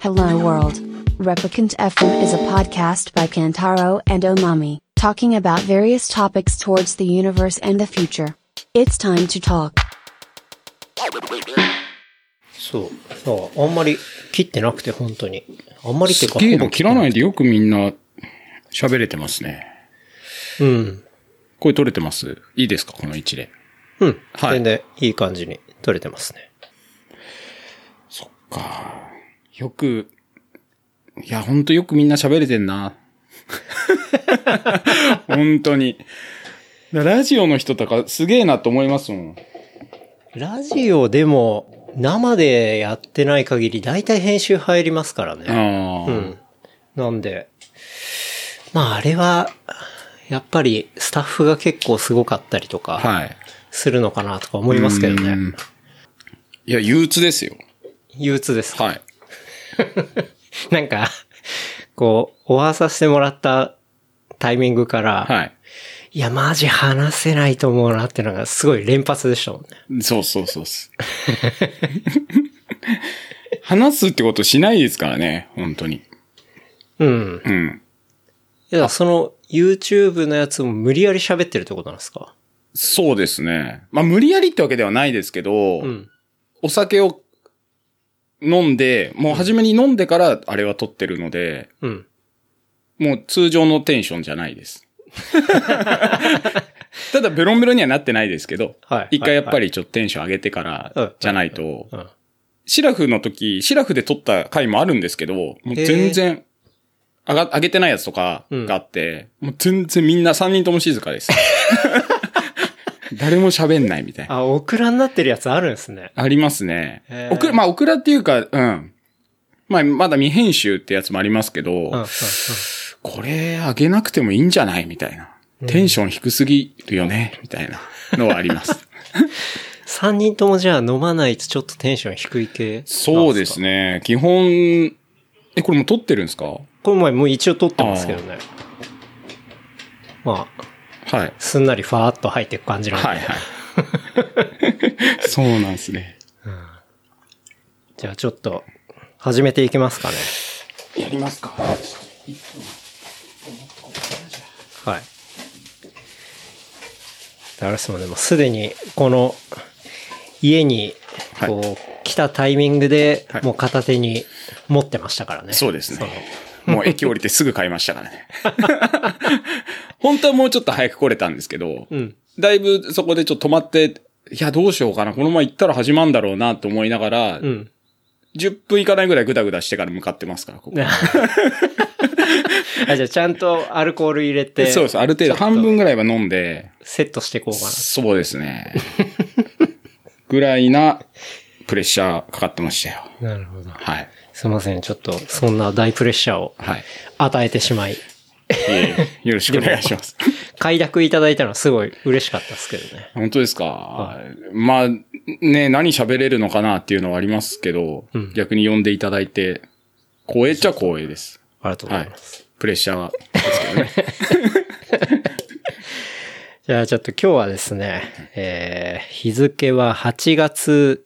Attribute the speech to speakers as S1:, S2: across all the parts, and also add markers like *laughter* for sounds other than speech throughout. S1: Hello World. Replicant FM is a podcast by Kantaro and Omami, talking about various topics towards the universe and the future. It's time to talk.
S2: そう。だからあんまり切ってなくて、本当に。あんまりっていう
S3: す
S2: か。
S3: げえ
S2: ほ
S3: な、
S2: ぼ。
S3: 切らないいでよくみんな喋れてますね。
S2: うん。
S3: これ取れてますいいですかこの位置で。
S2: うん。
S3: はい
S2: 全然いい感じに取れてますね。
S3: そっか。よく、いや、ほんとよくみんな喋れて
S2: *laughs*
S3: んな。本当に。ラジオの人とかすげえなと思いますもん。
S2: ラジオでも、生でやってない限り、だいたい編集入りますからね。
S3: ああ、
S2: うん。なんで、まああれは、やっぱりスタッフが結構すごかったりとか、
S3: はい。
S2: するのかなとか思いますけどね。
S3: うんいや、憂鬱ですよ。
S2: 憂鬱です。
S3: はい。
S2: なんか、こう、お会させてもらったタイミングから、
S3: はい。
S2: いや、マジ話せないと思うなってのがすごい連発でしたもんね。
S3: そうそうそう
S2: *laughs*
S3: っす。話すってことしないですからね、本当に。
S2: うん。
S3: うん。
S2: いや、その YouTube のやつも無理やり喋ってるってことなんですか
S3: そうですね。まあ、無理やりってわけではないですけど、
S2: うん。
S3: お酒を飲んで、もう初めに飲んでからあれは撮ってるので、
S2: うん。
S3: もう通常のテンションじゃない *laughs* です。ただベロンベロンにはなってないですけど、
S2: はい
S3: 一回やっぱ
S2: はい
S3: りちょっとテンション上げてか
S2: う
S3: ら
S2: ん
S3: じゃないと、
S2: うん。
S3: シラフの時、シラフで撮った回もあるんですけど、もう全然、上が、上げてないやつとかがあって、もう全然みんな3人とも静か *laughs* です。誰も喋んないみたいな。
S2: あ、オクラになってるやつあるんですね。
S3: ありますね
S2: へ。ー
S3: オクラ、まあオクラっていうか、うん。まあまだ未編集ってやつもありますけど、
S2: うん。うん。
S3: これ上げなくてもいいんじゃないみたいな。テンション低すぎるよねみたいなのはあります。
S2: 3人ともじゃあ飲まないとちょっとテンション低い系
S3: *laughs* そうです
S2: ね。
S3: ね。基本、え、これもう撮ってるんですかは
S2: この前もう一応撮ってますけどね。まあ、
S3: い。
S2: すんなりファーっと入っていく感じなんで。
S3: *laughs* はいはい。そうなんですね。
S2: じゃあちょっと、始めていきますかね。
S3: やりますか。
S2: はい。ダラスもでもすでにこの家に
S3: はい
S2: こう来たタイミングで
S3: はい
S2: もう片手に持ってましたからね。
S3: そうですね。もう駅降りてすぐ買いましたからね。 *laughs* 本当はもうちょっと早く来れたんですけど、
S2: ん
S3: だいぶそこでちょっと止まって、いや、どうしようかな。このまま行ったら始まるんだろうなと思いながら、
S2: その。うん。 *laughs*
S3: 10分行かないぐらいグダグダしてから向かってますから、ここ。
S2: あじゃあちゃんとアルコール入れて、
S3: でそうです。ある程度半分ぐらいは飲んで、
S2: セットしていこうかな。
S3: そうですね。ぐらいなプレッシャーかかってましたよ。
S2: なるほど。
S3: はい。
S2: すいません。ちょっとそんな大プレッシャーを
S3: はい。
S2: 与えてしまい、
S3: いえいえよろしくお願いします。
S2: 快諾いただいたのはすごい嬉しかったですけどね。
S3: 本当ですか、まあ、ね、何喋れるのかなっていうのはありますけど、
S2: うん
S3: 逆に呼んでいただいて、光栄っちゃ光栄です。
S2: ありがとうご
S3: は
S2: ざい
S3: い
S2: ます。。
S3: プレッシャーはですけどね。
S2: じゃあちょっと今日はですね、えー、日付は8月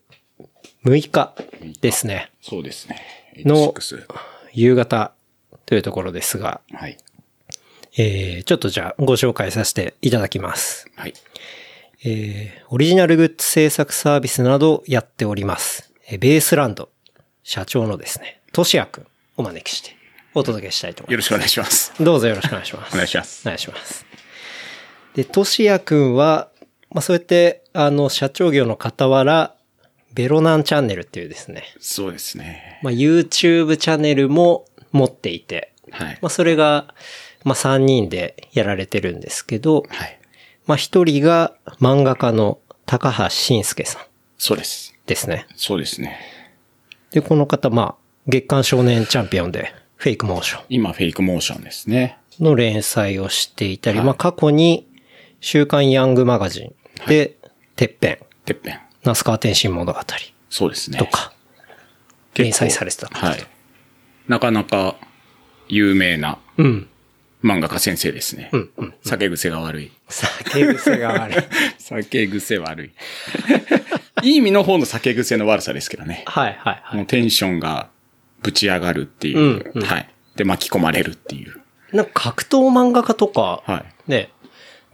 S2: 6日ですね、
S3: そうですね。
S2: の
S3: 86?
S2: 夕方というところですが、
S3: はい。
S2: えー、ちょっとじゃあご紹介させていただきます。
S3: はい。
S2: えーオリジナルグッズ制作サービスなどをやっております。えーベースランド、社長のですね、としやくんお招きしてお届けしたいと思い
S3: よ
S2: ま
S3: ろしくお願いします。
S2: す。どうぞよろしくお願いします。
S3: お願いします
S2: お願いします。で、としやくんは、まあ、そうやって、あの、社長業の傍ら、ベロナンチャンネルっていうですね、
S3: そうですね。
S2: まあ、YouTube チャンネルも持っていて、
S3: はい
S2: ま。あ、それが、まあ、3人でやられてるんですけど、
S3: はい。
S2: まあ、1人が漫画家の高橋晋介さん
S3: そうです。
S2: ですね。
S3: そうですね。
S2: で、この方、まあ、月刊少年チャンピオンで、フェイクモーション。
S3: 今、フェイクモーションですね。
S2: の連載をしていたり、
S3: はい
S2: まあ過去に週刊ヤングマガジンで、てっぺん、
S3: てっぺん。
S2: ナスカー天心物語
S3: そうですね。
S2: とか、
S3: 構
S2: 連載されてた。
S3: はい。なかなか有名な
S2: うん。
S3: 漫画家先生ですね。
S2: うんうん
S3: 酒癖が悪い。
S2: 酒癖が
S3: *laughs*
S2: 悪い。
S3: 酒癖悪い。 *laughs* いい意味の方の酒癖の悪さですけどね。
S2: はいはいは
S3: もう
S2: い。
S3: テンションがぶち上がるっていう、
S2: うんうん
S3: はい。で、巻き込まれるっていう。
S2: なんか格闘漫画家とか、
S3: は
S2: ね、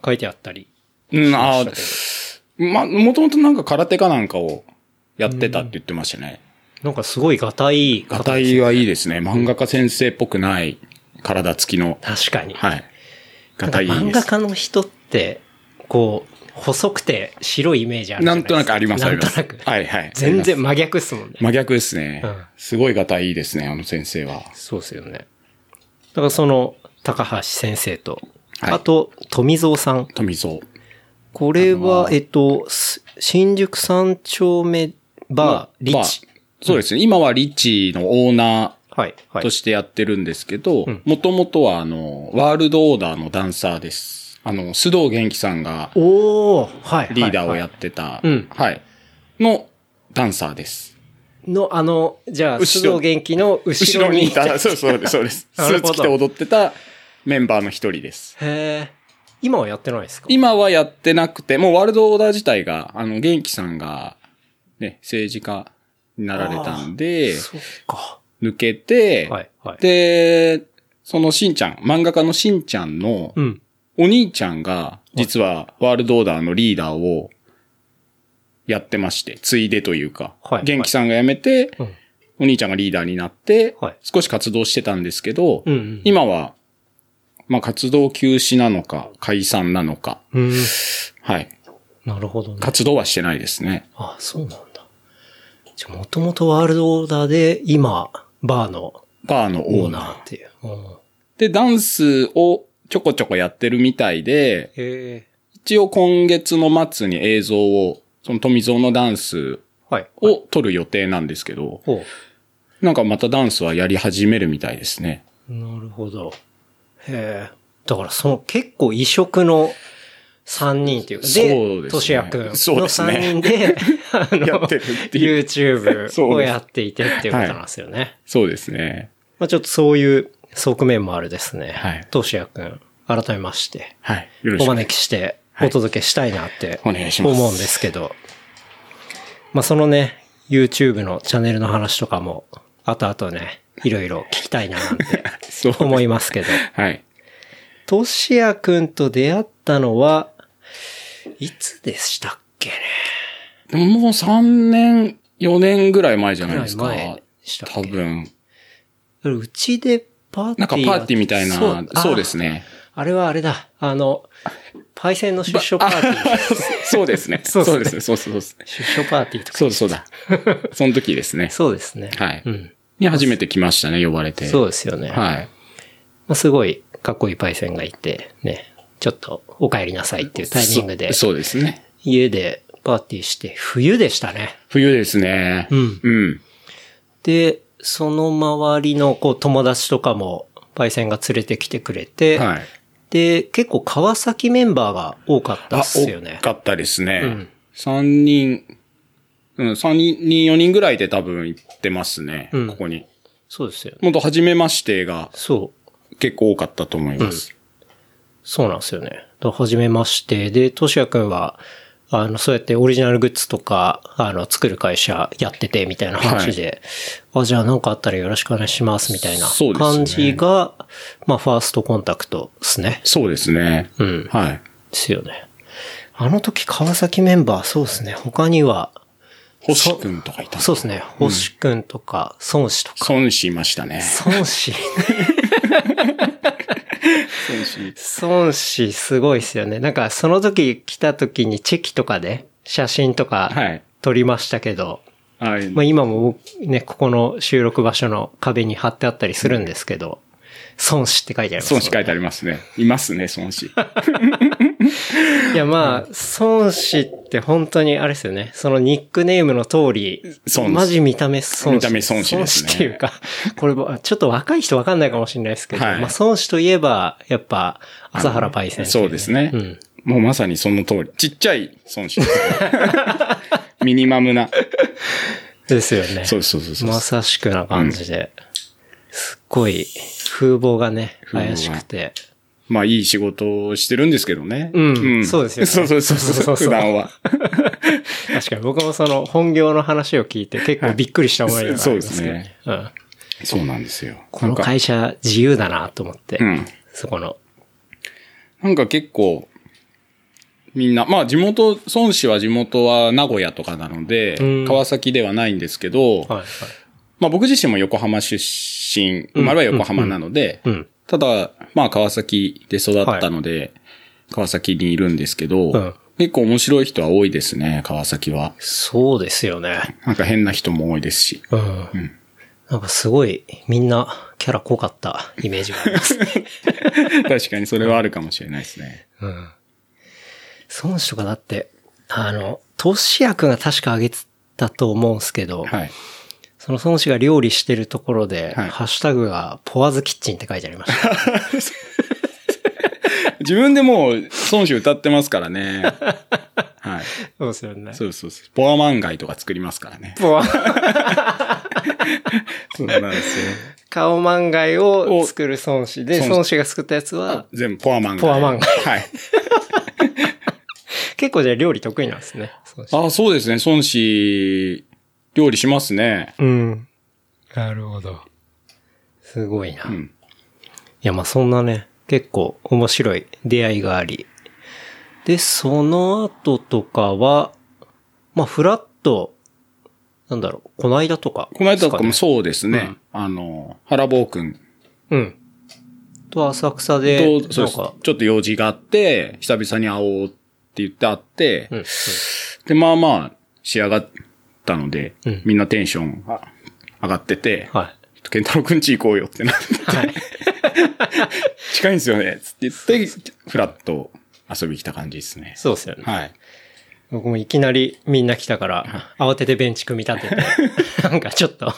S2: 書いてあったり
S3: い。うん、ああ
S2: し、たけど、
S3: ま、もともとなんか空手かなんかをやってたって言ってましたね。
S2: なんかすごいガタイいい
S3: ガ
S2: 方
S3: タイはいいですね。漫画家先生っぽくない体つきの。
S2: 確かに。
S3: はい。
S2: な
S3: ガ
S2: んか
S3: タイいい
S2: 漫
S3: で
S2: 画
S3: す。
S2: 家の人って、こう、細くて白いイメージあるじゃ
S3: な
S2: ない
S3: ん
S2: です
S3: と
S2: か。
S3: なくあります、あ
S2: な
S3: り
S2: んと
S3: ま
S2: な
S3: す。
S2: く。
S3: はい、はい。
S2: 全然真逆っすもんね。
S3: 真逆ですね
S2: うん。
S3: すごいガタイいいですね、あの先生は。
S2: そうですよね。だからその、高橋先生と、
S3: はい
S2: あと、富蔵さん。
S3: 富蔵。
S2: これは、
S3: あのー
S2: えっと、す新宿三丁目バー、リッチ
S3: ま。あそうですね。今はリッチのオーナ
S2: はい、は
S3: ー
S2: い
S3: と。してやってるんですけど
S2: うん、
S3: もともとはあの、ワールドオーダーのダンサーです。あの、須藤元気さんが
S2: おー、はい。
S3: リーダーをや
S2: っ
S3: ってた、
S2: うん
S3: はい。のダンサーです。
S2: の、あの、じゃあ、
S3: 後
S2: 須
S3: ろ
S2: 藤元気の後
S3: 後
S2: ろ
S3: ろ
S2: に
S3: に
S2: い
S3: い
S2: た。
S3: た、そうそうです、そうです。
S2: *laughs*
S3: ス
S2: なる
S3: ー
S2: ほど
S3: ツ着て踊ってたメンバーの一人です。
S2: へえ。今はやってないですか
S3: 今はやってなくて、もうワールドオーダー自体が、あの、元気さんが、ね、政治家になられたんで、
S2: そっか。
S3: 抜けて、
S2: はい、はい。
S3: で、そのしんちゃん、漫画家のしんちゃんの
S2: うん。
S3: お兄ちゃんが、実はワールドオーダーのリーダーをやってまして、ついでというか、
S2: はい
S3: 元気さんが辞めて、
S2: うん
S3: お兄ちゃんがリーダーになって
S2: はい、
S3: 少し活動してたんですけど、
S2: うんうん。
S3: 今は、まあ活動休止なのか、解散なのか、
S2: うん。
S3: はい。
S2: なるほどね。
S3: 活動はしてないですね。
S2: あ、そうなんだ。じゃあ、もともとワールドオーダーで、今、バーの
S3: バーの
S2: オ
S3: オ
S2: ー
S3: ー
S2: ナ
S3: ナー。
S2: ーっていう。うん
S3: で、ダンスをちょこちょこやってるみたいで、
S2: へえ。
S3: 一応今月の末に映像を、その富蔵のダンス
S2: はい。
S3: を撮る予定なんですけど、
S2: ほ
S3: なんかまたダンスはやり始めるみたいですね。
S2: う。なるほど。へえ。だから、その結構異色の3人っていうか、
S3: そうですね
S2: としやくんの
S3: そうですね
S2: 3人
S3: *laughs*
S2: で、あ
S3: や
S2: の
S3: ってるっていう。
S2: YouTube
S3: そう
S2: を
S3: です
S2: やっていてっていうことなんですよね。
S3: *laughs* そうですね。
S2: まあちょっとそういう側面もあるですね。
S3: はい
S2: としやくん、改めまして、
S3: はい。よろし
S2: お
S3: く。
S2: 招きしてお届けしたいなって、
S3: はいお願いします
S2: 思うんですけど。まあそのね、YouTube のチャンネルの話とかも、後々ね、いろいろ聞きたいななん
S3: *laughs*
S2: て
S3: そう。
S2: 思いますけど。
S3: はい。
S2: としやくんと出会ったのは、いつでしたっけね。
S3: でももう3年、4年ぐらい前じゃないですか。
S2: ぐらい前でしたっ
S3: 多
S2: け
S3: 分。
S2: うちでパーティー
S3: なんかパーティーみたいな、そう
S2: す
S3: ですね。
S2: あれはあれだ。あの、パイセンの出所パーティー。
S3: *laughs* そうですね。
S2: *laughs* そ
S3: そうう
S2: っすね
S3: ですね。そうそうそうっすね。
S2: 出所パーティーとか。
S3: そうだそうだ。その時ですね。
S2: *laughs* そうですね。
S3: はい
S2: うん。
S3: に初めて来ましたね、呼ばれて。
S2: そう
S3: う
S2: ですよね。ま
S3: はい。
S2: あ、すごいかっこいいパイセンがいて、ね、ちょっとお帰りなさいっていうタイミングで、
S3: そそうですね。
S2: 家でパーティーして、冬でしたね。
S3: 冬ですね。
S2: うん
S3: うん。
S2: で、その周りのこう友達とかも、パイセンが連れてきてくれて、
S3: はい。
S2: で、結構川崎メンバーが多かったっすよね
S3: 多。かったです
S2: うん
S3: ね。三3人、うん、3人、4人ぐらいで多分行ってますね。
S2: うん
S3: ここに。
S2: そうですよね。
S3: もっと初めましてが
S2: そう。
S3: 結構多かったと思います。
S2: そうなんですよね。だから初めまして。で、としやくんは、あの、そうやってオリジナルグッズとか、あの、作る会社やってて、みたいな話で、あ、じゃあ何かあったらよろしくお願いします、みたいな
S3: そうですね
S2: 感じが、まあ、ファーストコンタクトですね。
S3: そうですね。
S2: うん。
S3: はい。
S2: ですよね。あの時、川崎メンバー、そうですね。他には、
S3: 星くんとかいた。
S2: そうですね。星くんとか、孫子とか。
S3: 孫子いましたね。
S2: 孫子。 *laughs*
S3: 孫子。
S2: 孫子すごいですよね。なんか、その時来た時にチェキとかで、写真とか、
S3: はい。
S2: 撮りましたけど、
S3: はい。
S2: まあ、今も僕ね、ここの収録場所の壁に貼ってあったりするんですけど、孫子って書いてあります、
S3: 孫子書いてありますね。いますね、孫子。
S2: いやまあ、孫子って本当にあれですよね。そのニックネームの通り、
S3: 孫子
S2: マジ見た目孫子。
S3: 見た目孫子ですね
S2: 孫子っていうか、これもちょっと若い人わかんないかもしれないですけど、
S3: はい
S2: まあ孫子といえば、やっぱ、朝原パイセン、
S3: そうです。ね。
S2: うん
S3: もうまさにその通り。ちっちゃい孫子です
S2: *laughs*
S3: ね。ミニマムな。
S2: ですよね。
S3: そうそうそうそう。
S2: まさしくな感じで、すっごい風貌がね、
S3: 貌が
S2: 怪しくて。
S3: まあ、いい仕事をしてるんですけどね。
S2: うんそうですよね
S3: そうそうそうそう
S2: そうそうそう
S3: 普段は。
S2: 確かに僕もその本業の話を聞いて結構びっくりした思いがありますけど
S3: そうですね。
S2: うん。
S3: そうなんですよ。
S2: この会社自由だなと思って、
S3: うん
S2: そこの。
S3: なんか結構、みんな、まあ地元、孫子は地元は名古屋とかなので
S2: うん、
S3: 川崎ではないんですけど、
S2: はい、はい。
S3: まあ僕自身も横浜出身、生まれは横浜なので、
S2: うん。
S3: ただ、まあ川崎で育ったので、川崎にいるんですけど、
S2: うん
S3: 結構面白い人は多いですね、川崎は。
S2: そうですよね。
S3: なんか変な人も多いですし。
S2: うん。なんかすごい、みんなキャラ濃かったイメージがあり *laughs* ます。 *laughs*
S3: 確かにそれはあるかもしれないですね。
S2: うん。孫子とかだって、あの、投資役が確か上げてたと思うんすけど、
S3: はい。
S2: その孫子が料理してるところで、
S3: はい
S2: ハッシュタグがポワーズキッチンって書いてありました。
S3: 自分でもう、孫子歌ってますか
S2: *laughs*
S3: らね。はい。
S2: *laughs* そうですよね
S3: そうそうそう。ポアマンガイとか作りますからね。
S2: ポワ
S3: そうなんですよ。
S2: 顔漫画を作る孫子で、
S3: 孫子
S2: 孫子が作ったやつは、
S3: 全部ポアマンガイ。
S2: ポアマンガ
S3: イ。はい。
S2: 結構じゃあ料理得意なんですね。孫子
S3: あ、そうですね。孫子、料理しますね。
S2: うん。なるほど。すごいな。
S3: う
S2: い
S3: ん。
S2: や、まあそんなね、結構面白い出会いがあり。で、その後とかは、まあフラット、なんだろう、この間とか、
S3: この間とかも
S2: です
S3: そうですね。
S2: うん
S3: あの、原坊くん
S2: かねうん。と浅草
S3: と、
S2: で、
S3: そう
S2: な
S3: で
S2: ん
S3: す
S2: か、
S3: ちょっと用事があって、久々に会おうって言って会って、
S2: うん。うん
S3: で、まあまあ、仕上がったので、
S2: うん
S3: みんなテンションが上がってて、
S2: はい。
S3: ケンタロウくんち行こうよってなって、
S2: はい。
S3: 近いんですよね、つって言って、フラッと遊びに来た感じですね。
S2: そうですよね。
S3: はい。
S2: 僕もいきなりみんな来たから、慌ててベンチ組み立て
S3: *laughs*
S2: て、なんかちょっと、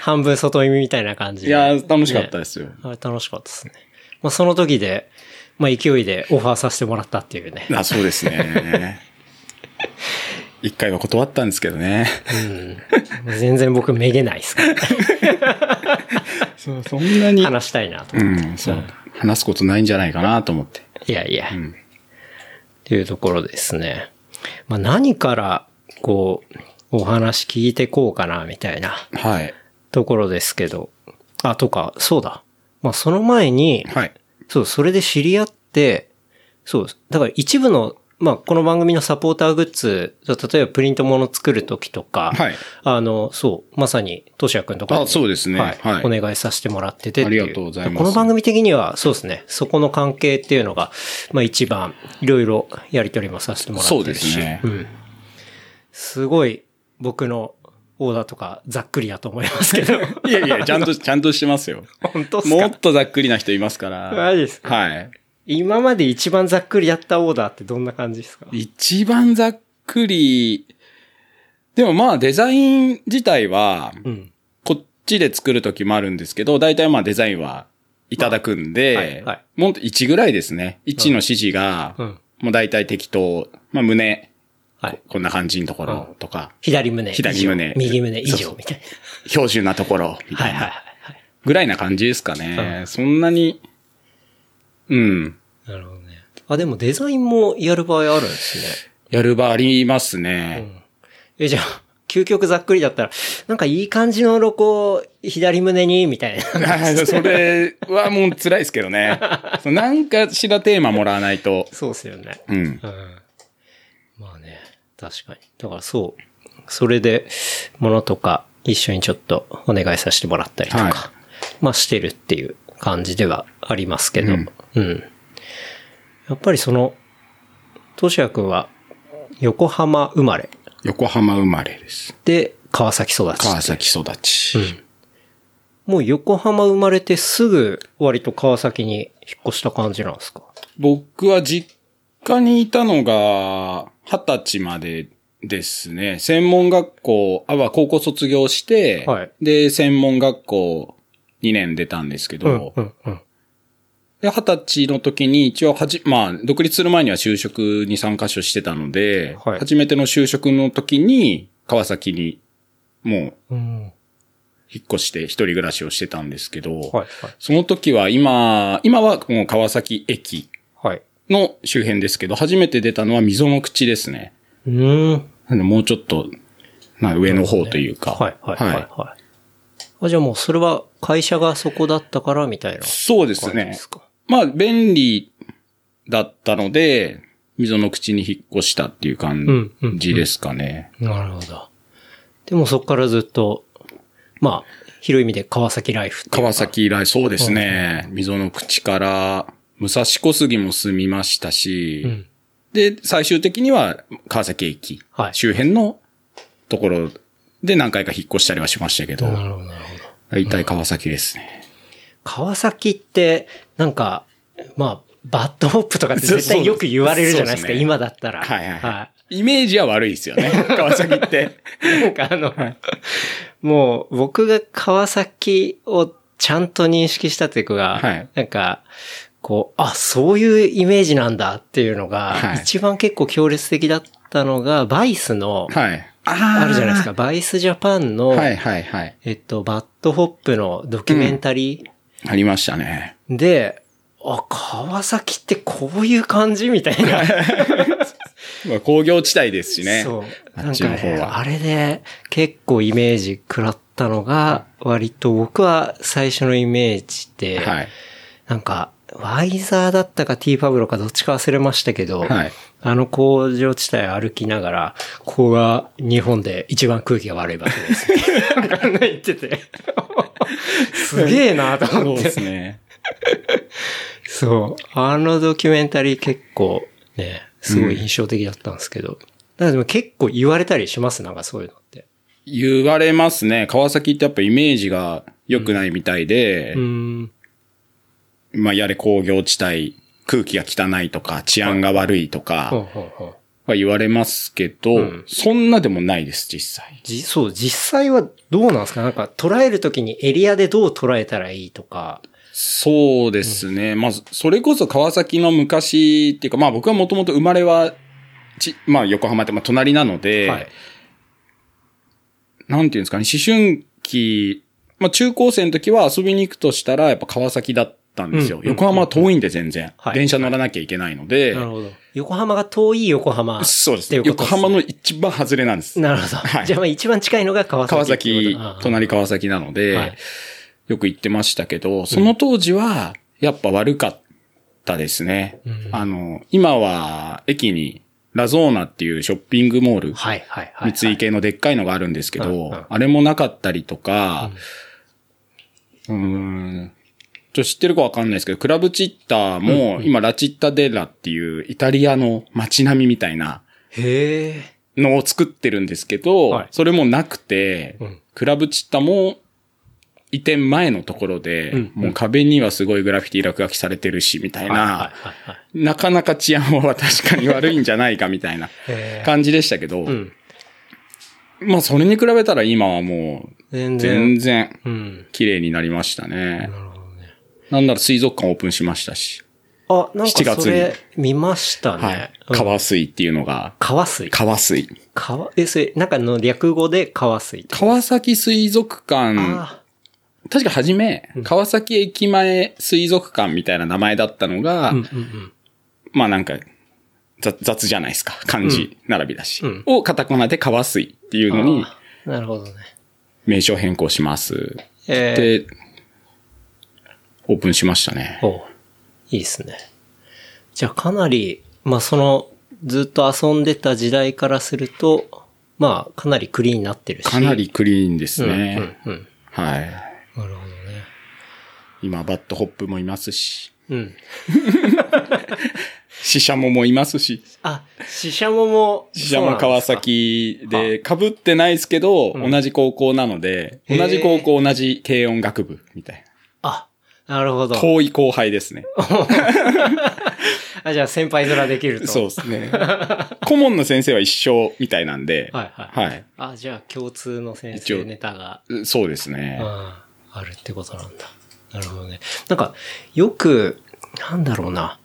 S2: 半分外耳みたいな感じ
S3: い
S2: で。
S3: やー、楽しかったですよ。
S2: あれ楽しかったですね。まあその時で、まあ勢いでオファーさせてもらったっていうね。
S3: あ、そうです *laughs* ね。一回は断ったんですけどね。 *laughs*
S2: うん。全然僕めげないですから、
S3: そう、そんなに。
S2: 話したいなと
S3: う
S2: 思って。
S3: ん、そう。話すことないんじゃないかなと思って。
S2: いやいや、
S3: ん
S2: っていうところですね。まあ何から、こう、お話聞いてこうかな、みたいな
S3: はい。
S2: ところですけど。あ、とか、そうだ。まあその前に、
S3: はい。
S2: そう、それで知り合って、そうです。だから一部の、まあ、この番組のサポーターグッズ、例えばプリントもの作るときとか、
S3: はい
S2: あの、そう、まさに、としやくんとかに
S3: あそうですね
S2: はい。
S3: はい
S2: お願いさせてもらっててっていう
S3: ありがとうございます
S2: この番組的には、そうですね、そこの関係っていうのが、まあ一番、いろいろやり取りもさせてもらって
S3: そう
S2: る
S3: で
S2: し、
S3: すね。
S2: うん。すごい、僕のオーダーとか、ざっくりだと思いますけど、
S3: *laughs* いやいや、ちゃんと、ちゃんとしてますよ。
S2: 本当っす
S3: も
S2: か
S3: っとざっくりな人いますか
S2: マ
S3: ら。
S2: ジですか
S3: はい。
S2: 今まで一番ざっくりやったオーダーってどんな感じですか
S3: 一番ざっくり、でもまあデザイン自体は、
S2: うん。
S3: こっちで作るときもあるんですけど、大体まあデザインはいただく
S2: まあ
S3: ん
S2: はい
S3: で、
S2: はい
S3: もっと1ぐらいですね。1の指示が、
S2: うん。
S3: もう大体適当。まあ胸、
S2: はい。
S3: こんな感じのところとか、
S2: 左胸。
S3: 左胸
S2: 以上右胸以
S3: そうそ
S2: 上
S3: う
S2: みたい
S3: 標準なところ、
S2: な。
S3: みた
S2: はいい
S3: な
S2: はいはい。
S3: ぐらいな感じですかね。
S2: うん
S3: そんなに、うん。
S2: なるほどね。あ、でもデザインもやる場合あるんですね。
S3: やる場ありますね。
S2: え、じゃあ、 *laughs* 究極ざっくりだったら、なんかいい感じのロゴ、左胸に、みたいな。 *laughs*
S3: *laughs* それはもう辛いですけどね。そうなんかしらテーマもらわないと。
S2: そうですよね。
S3: うん。
S2: うん。まあね、確かに。だからそう。それで、ものとか、一緒にちょっとお願いさせてもらったりとか、
S3: はい
S2: まあしてるっていう感じではありますけど、う
S3: うんん。
S2: やっぱりその、トシヤ君は、横浜生まれ
S3: 横浜生まれです。
S2: で、川崎育ち。
S3: 川崎育ち。
S2: もう横浜生まれてすぐ、割と川崎に引っ越した感じなんですか
S3: 僕は実家にいたのが、二十歳までですね。専門学校、あ、まあ高校卒業して、
S2: はい
S3: で、専門学校2年出たんですけど、
S2: うん、うん。
S3: で、二十歳の時に一応はじ、まあ、独立する前には就職に参加所してたので、
S2: はい
S3: 初めての就職の時に、川崎に、も
S2: う
S3: う、
S2: ん。
S3: 引っ越して一人暮らしをしてたんですけど、
S2: はい、
S3: その時は今、今はもう川崎駅
S2: はい。はい。
S3: の周辺ですけど、初めて出たのは溝の口ですね。
S2: うーん。
S3: なんでもうちょっと、まあ上の方というか。
S2: はい、はい、はい、はい。あじゃあもうそれは会社がそこだったからみたいな。
S3: そうです
S2: 感じで
S3: ね。
S2: すか。
S3: まあ、便利だったので、溝の口に引っ越したっていう感じですかね。
S2: なるほど。でもそこからずっと、まあ、広い意味で川崎ライフっていうか
S3: 川。崎以来、そうですね。溝の口から、武蔵小杉も住みましたし、
S2: うん。
S3: で、最終的には川崎駅
S2: はい
S3: 周辺のところで何回か引っ越したりはしましたけど、
S2: なるほど、なるほど。
S3: 大体川崎ですね。
S2: 川崎って、なんか、まあ、バッドホップとかって絶対よく言われるじゃないですか、
S3: そうそうそうですね
S2: 今だったら。
S3: はいはいはい。イメージは悪いで
S2: *laughs*
S3: すよね。川崎って。
S2: いなんかあの、もう僕が川崎をちゃんと認識したというか、
S3: はい
S2: なんか、こう、あ、そういうイメージなんだっていうのが、
S3: はい
S2: 一番結構強烈的だったのが、バイスの、
S3: はい。
S2: あるじゃないですか、バイスジャパンの、
S3: はいはいはい。
S2: えっと、バッドホップのドキュメンタリー、
S3: ありましたね。
S2: で、あ、川崎ってこういう感じみたいな。
S3: まあ工業地帯ですしね。
S2: そう。
S3: あ
S2: な
S3: っ
S2: ん
S3: ち
S2: か
S3: の方
S2: ね、
S3: は。
S2: あれで結構イメージ食らったのが、割と僕は最初のイメージで、
S3: はい。
S2: なんか、ワイザーだったか T パブロかどっちか忘れましたけど、
S3: はい
S2: あの工場地帯を歩きながら、ここが日本で一番空気が悪い場所です。
S3: *laughs*
S2: なんか言ってて。すげえなと
S3: そ
S2: 思
S3: う
S2: っ
S3: で
S2: て。
S3: すね。
S2: そう。あのドキュメンタリー結構ね、すごい印象的だったんですけど。だからでも結構言われたりします、なんかそういうのって。
S3: 言われますね。川崎ってやっぱイメージが良くないみたいで
S2: う、ん。
S3: まあやれ工業地帯、空気が汚いとか、治安が悪いと
S2: ほう
S3: か、
S2: ほうほう。
S3: は言われますけど、
S2: うん
S3: そんなでもないです、実際。
S2: じ、そう、実際はどうなんですかなんか捉えるときにエリアでどう捉えたらいいとか。
S3: そうですね。まあ、それこそ川崎の昔っていうか、まあ僕はもともと生まれは、ち、まあ横浜って、まあ隣なので、
S2: はい。
S3: なんていうんですかね、思春期、まあ中高生の時は遊びに行くとしたら、やっぱ川崎だったんですよ。
S2: うんうん
S3: 横浜は遠いんで全然、
S2: はい
S3: 電車乗らなきゃいけないので、
S2: なるほど。横浜が遠い横浜。
S3: そうです
S2: ってい
S3: ね。
S2: うこと
S3: 横
S2: ですね
S3: 浜の一番外れなんです。
S2: なるほど。
S3: はい
S2: じゃあまあ一番近いのが川崎。
S3: 川崎、
S2: 隣。
S3: 隣川崎なので、
S2: はい
S3: よく行ってましたけど、その当時は、やっぱ悪かったですね。
S2: うん
S3: あの、今は、駅に、ラゾーナっていうショッピングモール、
S2: はいはいはい。
S3: 三井系のでっかいのがあるんですけど、
S2: うんうん
S3: あれもなかったりとか、うん、ん、ちょっと知ってるかわかんないですけど、クラブチッターも、今、ラチッタデッラっていうイタリアの街並みみたいな、
S2: へえ。
S3: のを作ってるんですけど、
S2: はい
S3: それもなくて、
S2: うん
S3: クラブチッタも移転前のところで、
S2: うん
S3: もう壁にはすごいグラフィティ落書きされてるし、みたいな、
S2: はいはいはいはい。
S3: なかなか治安は確かに悪いんじゃないかみたいな
S2: へー
S3: 感じでしたけど、
S2: ん
S3: まあそれに比べたら今はも
S2: 全然。
S3: う全然
S2: うん。
S3: 綺麗になりましたね。
S2: なるほどね。
S3: なんなら水族館オープンしましたし、
S2: あ、なん
S3: 7
S2: か
S3: 月に
S2: それ見ました
S3: は
S2: ね
S3: い。。
S2: うん
S3: 川水っていうのが、
S2: 川水。
S3: 川水。
S2: 川、え、それ、なんかの略語で川水って。
S3: 川崎水族館
S2: あ
S3: 確か初め、川崎駅前水族館みたいな名前だったのが、
S2: あ。うんうん
S3: まあなんか、雑雑じゃないですか。漢字並びだし。
S2: うん
S3: をカタコナで川水っていう
S2: うん。
S3: のに
S2: あーなるほどね。
S3: 名称変更します。
S2: えー、
S3: で、オープンしましたね。
S2: おういいっすね。じゃあかなり、まあその、ずっと遊んでた時代からすると、まあかなりクリーンになってるし。
S3: かなりクリーンですね。
S2: うんうん。
S3: はい。
S2: なるほどね。
S3: 今、バットホップもいますし、
S2: うん。
S3: シシャモもいますし、
S2: あ、シシャモも、
S3: シシャモ川崎で、被ってないですけど、同じ高校なので、
S2: へー
S3: 同じ高校同じ軽音楽部みたいな。
S2: あ、なるほど。
S3: 遠い後輩ですね。
S2: あ、じゃあ先輩面できると。
S3: *laughs* そうで
S2: *laughs*
S3: すね。顧問の先生は一緒みたいなんで、
S2: はいはい。
S3: はい
S2: あ、じゃあ共通の先
S3: 一
S2: 生
S3: 応
S2: ネタが、
S3: そうですね。
S2: ああるってことなんだ。なるほどね。なんか、よく、なんだろうな、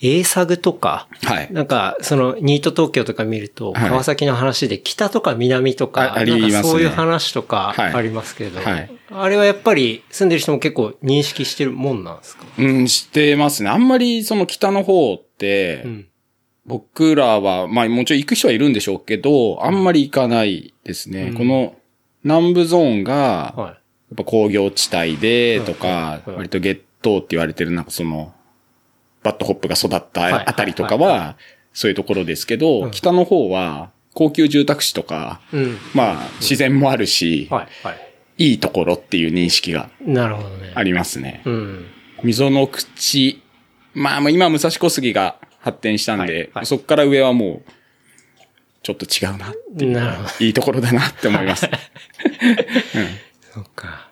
S2: A サグとか、
S3: はい。
S2: なんか、その、ニート東京とか見ると、
S3: はい
S2: 川崎の話で、北とか南とか、
S3: あありますね
S2: なんかそういう話とか
S3: はい
S2: ありますけど、
S3: はい
S2: あれはやっぱり住んでる人も結構認識してるもんなんですか
S3: うん、してますね。あんまりその北の方って、
S2: うん。
S3: 僕らは、まあもちろん行く人はいるんでしょうけど、あんまり行かないですね。
S2: うん
S3: この南部ゾーンが、
S2: は
S3: っぱ工業地帯でとか、
S2: うんうんうん
S3: 割とゲットーって言われてるなんかその、バットホップが育っ
S2: いはい
S3: たあたりとか
S2: はい
S3: は、そういうところですけど、
S2: うん
S3: 北の方は高級住宅地とか、
S2: うん。
S3: まあ自然もあるし、
S2: はい、はい。
S3: いいところっていう認識が
S2: なるほどね。
S3: ありますね。
S2: うん。
S3: 溝の口。まあ、もう今、武蔵小杉が発展したんで、
S2: はいはい
S3: そこから上はもう、ちょっと違うな。
S2: なるほど。
S3: いいところだなって思います。
S2: そっか。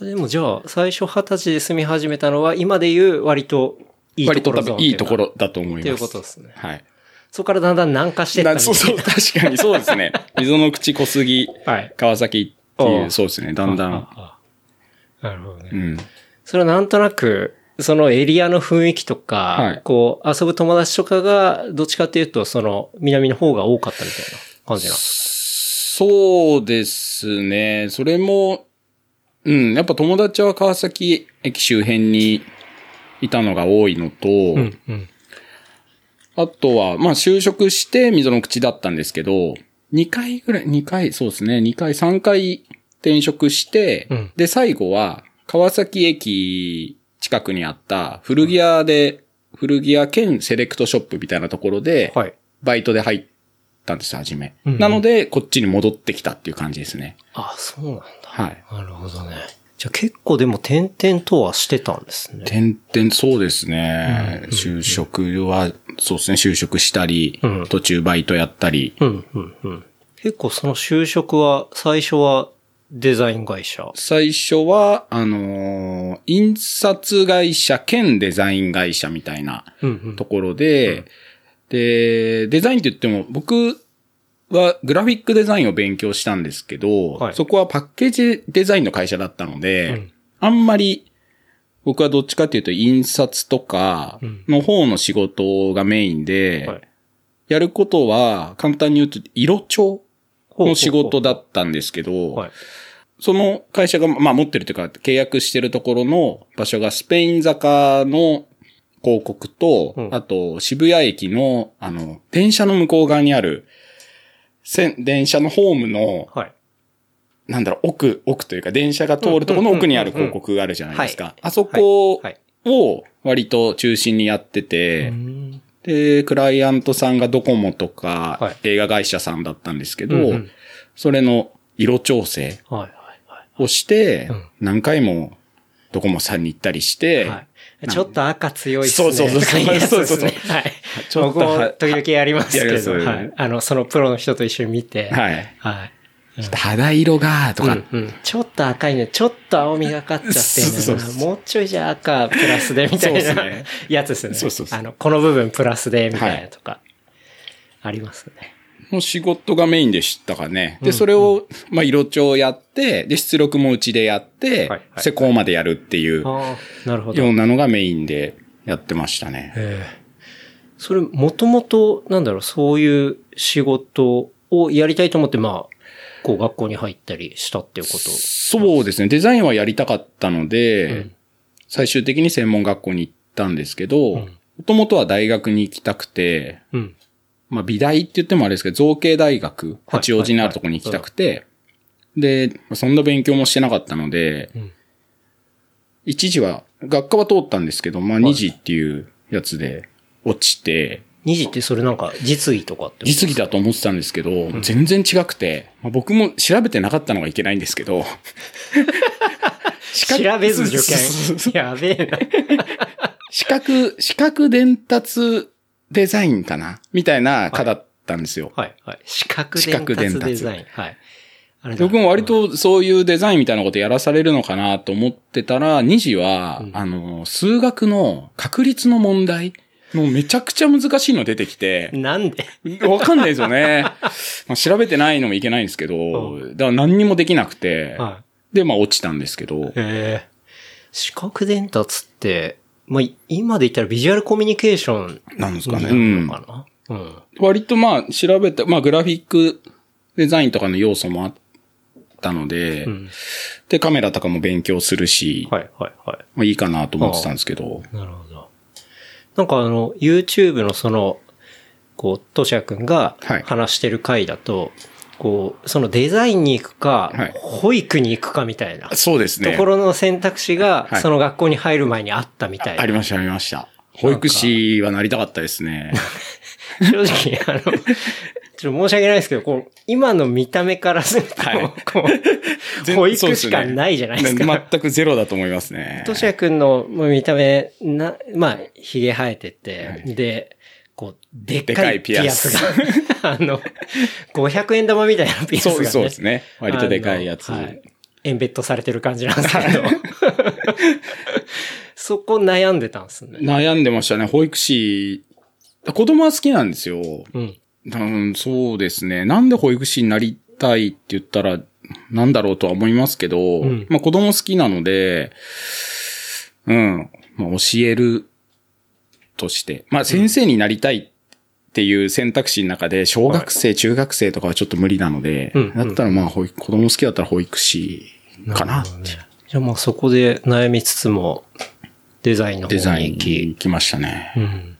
S2: でもじゃあ、最初二十歳で住み始めたのは、今で言う割と *laughs* いいと
S3: 割
S2: ことろ
S3: 多
S2: ゾーン
S3: 分
S2: って
S3: い
S2: いうか
S3: いところだと思います。
S2: っていうことですね
S3: はい。
S2: そこからだんだん南下してったみ
S3: だ
S2: たいな
S3: そ
S2: *laughs*
S3: うそう、確かにそうですね。溝の口小杉、
S2: はい
S3: 川崎ってい
S2: ああ
S3: う、そうですね、だんだん。
S2: ああなるほどね。
S3: うん。
S2: それはなんとなく、そのエリアの雰囲気とか、
S3: はい
S2: こう、遊ぶ友達とかが、どっちかっていうと、その、南の方が多かったみたいな感じなんです
S3: そうですね。それも、うん、やっぱ友達は川崎駅周辺にいたのが多いのと、
S2: かうん、うん。
S3: あとは、まあ、就職して溝の口だったんですけど、2回ぐらい、2回、そうですね、2回、3回転職して、
S2: うん
S3: で、最後は、川崎駅近くにあった古着屋で、古着屋兼セレクトショップみたいなところで、
S2: はい。
S3: バイトで入ったんですよ、初め。
S2: うんうん
S3: なので、こっちに戻ってきたっていう感じですね。
S2: あ、そうなんだ。
S3: はい。
S2: なるほどね。じゃあ結構でも点々とはしてたんですね。
S3: 点々、そうですね
S2: うん。
S3: 就職は、そうですね、就職したり
S2: うん、
S3: 途中バイトやったり、
S2: うん、うん、うん。結構その就職は、最初はデザイン会社。
S3: 最初は、あのー印刷会社兼デザイン会社みたいな
S2: うん、うん
S3: ところで、で、デザインって言っても、僕はグラフィックデザインを勉強したんですけど、
S2: はい
S3: そこはパッケージデザインの会社だったので、
S2: うん
S3: あんまり僕はどっちかっていうと印刷とかの方の仕事がメインで、
S2: はい
S3: やることは簡単に言うと色調の仕事だったんですけど、
S2: はい。
S3: その会社が、まあ持ってるというか、契約してるところの場所がスペイン坂の広告と、
S2: うん
S3: あと渋谷駅の、あの、電車の向こう側にある、線、電車のホームの、
S2: はい。
S3: なんだろう、奥、奥というか、電車が通るところの奥にある
S2: うんうんうんうん
S3: 広告があるじゃないです
S2: は
S3: か
S2: い。
S3: あそこ
S2: はい。
S3: を割と中心にやって
S2: う
S3: て、
S2: ん
S3: で、クライアントさんがドコモとか、
S2: はい
S3: 映画会社さんだったんですけど、
S2: うんうん
S3: それの色調整。
S2: はい、はい、はい。
S3: をして
S2: うん、
S3: 何回もドコモさんに行ったりして、
S2: はい、ちょっと赤強いっすね。
S3: そうそうそう
S2: とかいうやつですね
S3: そうそう
S2: はい。
S3: ちょっと
S2: 僕も
S3: は
S2: 時々やります
S3: やり
S2: け
S3: ます
S2: ど、
S3: よね
S2: はい。あの、そのプロの人と一緒に見て、い。
S3: はい。
S2: はい。
S3: 肌色が、とか、
S2: うんうんちょっと赤いね、ちょっと青みがかっちゃってんだな
S3: そうそうそう
S2: もうちょいじゃ赤プラスでみたい
S3: そうっす
S2: な
S3: ね
S2: やつですよね。
S3: そうそうそう
S2: あの、この部分プラスでみたいなとか、ありますね。
S3: の仕事がメインでしたかね。で、それを、まあ、色調やって、で、出力もうちでやって、
S2: はいはい
S3: 施工までやるっていうよ
S2: ああ、なるほど。
S3: うなのがメインでやってましたね。
S2: ええそれ、もともと、なんだろう、そういう仕事をやりたいと思って、まあ、こう、学校に入ったりしたっていうこと。
S3: そうですね。デザインはやりたかったので、
S2: うん
S3: 最終的に専門学校に行ったんですけど、
S2: うん
S3: もともとは大学に行きたくて、
S2: うん。
S3: まあ、美大って言ってもあれですけど、造形大学、
S2: はい
S3: 八王子にあるところに行きたくて、で、そんな勉強もしてなかったので、
S2: うん
S3: 一時は、学科は通ったんですけど、まあ、二次っていうやつで落ちて、
S2: 二次ってそれなんか、実技とかってこと
S3: 実技だと思ってたんですけど、全然違くて、まあ、僕も調べてなかったのがいけないんです
S2: *laughs*
S3: けど、資格
S2: 調べず受
S3: そうそうそう
S2: 験。やべえな。
S3: 視覚、視覚伝達デザインかなみたいな科だったんですよ。
S2: はい、はい。視覚
S3: 視覚
S2: 伝
S3: 伝
S2: 達
S3: 達
S2: デザイン。はい。あれだ
S3: 僕も割とそういうデザインみたいなことやらされるのかなと思ってたら、2時は、あの、数学の確率の問題もうめちゃくちゃ難しいの出てきて、
S2: なんで
S3: わかんないですよ *laughs* ね。まあ、調べてないのもいけないんですけど、だから何にもできなく
S2: *laughs*
S3: て、
S2: は
S3: で、まあ落ちたんですけど
S2: い。、ええ視覚伝達って、まあ、今で言ったらビジュアルコミュニケーション
S3: なんですか
S2: に
S3: ね。
S2: なるのかなうん。
S3: 割とまあ調べた、まあグラフィックデザインとかの要素もあったので、
S2: うん。
S3: で、カメラとかも勉強するし、
S2: はい、はい、はい。
S3: まあいいかなと思ってたんですけど、
S2: なるほど。なんかあの、YouTube のその、こう、トシヤくんが
S3: はい
S2: 話してる回だと、こう、そのデザインに行くか、
S3: はい
S2: 保育に行くかみたいな、
S3: そうですね。
S2: ところの選択肢が、
S3: はい
S2: その学校に入る前にあったみたい
S3: あり
S2: な。
S3: ました、ありました。保育士はなりたかったですね。
S2: 正直、あの、ちょっと申し訳ないですけど、こう、今の見た目からすると、
S3: はい
S2: こう、
S3: 全
S2: 保育しかないじゃないですか。
S3: 全くゼロだと思いますね。
S2: としやくんのもう見た目、な、まあ、髭生えてて、
S3: はい
S2: で、こう、でっ
S3: でか
S2: か
S3: い
S2: い
S3: ピ
S2: ピ
S3: ア
S2: ア
S3: ス
S2: スが、 *laughs* あの、500円玉みたいなピアスが、ね。
S3: そうそうですね。割とでかいやつ。
S2: あのはいエンベッドされてる感じなんですけ
S3: *laughs*
S2: ど。そこ悩んでたんですね。
S3: 悩んでましたね。保育士、子供は好きなんですよ。
S2: うん。
S3: うん、そうですね。なんで保育士になりたいって言ったら、なんだろうとは思いますけど、
S2: うん
S3: まあ子供好きなので、うん、まあ教えるとして、まあ先生になりたいっていう選択肢の中で、小学生、中学生とかはちょっと無理なので、
S2: うん
S3: だったらまあ保育子供好きだったら保育士かなって
S2: るほどねじゃあまあそこで悩みつつも、デザインの方
S3: デザイ
S2: に
S3: ン
S2: 行
S3: に
S2: き。
S3: 行きましたね。
S2: うん。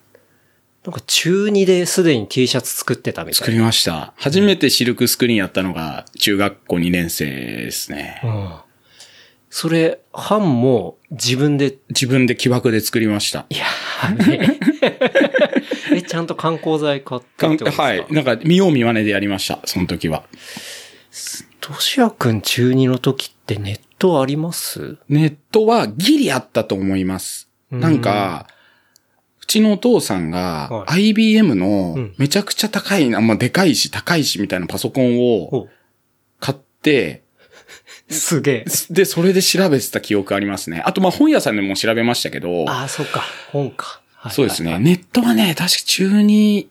S2: なんか中2ですでに T シャツ作ってたみた
S3: 作
S2: い
S3: り
S2: な。
S3: ました。初めてシルクスクリーンやったのが中学校2年生ですね。
S2: うん。それ、版も自分で、
S3: 自分で木枠で作りました。
S2: いや
S3: *laughs*
S2: ー、え、ちゃんと観光剤買ってってことですか
S3: はい。なんか、見よう見まねでやりました、その時は。
S2: としやくん中2の時ってネットあります
S3: ネットはギリあったと思います。
S2: うん
S3: なんか、うちのお父さんが
S2: は
S3: IBM
S2: う
S3: の
S2: ん
S3: めちゃくちゃ高いな、まあでかいし高いしみたいなパソコンを
S2: お
S3: 買って、
S2: すげえ。
S3: で、それで調べてた記憶ありますね。あと、まあ本屋さんでも調べましたけど、
S2: ああ、そうか。本か。はい
S3: そうです
S2: は
S3: ね。
S2: いはい
S3: ネットはね、確か中に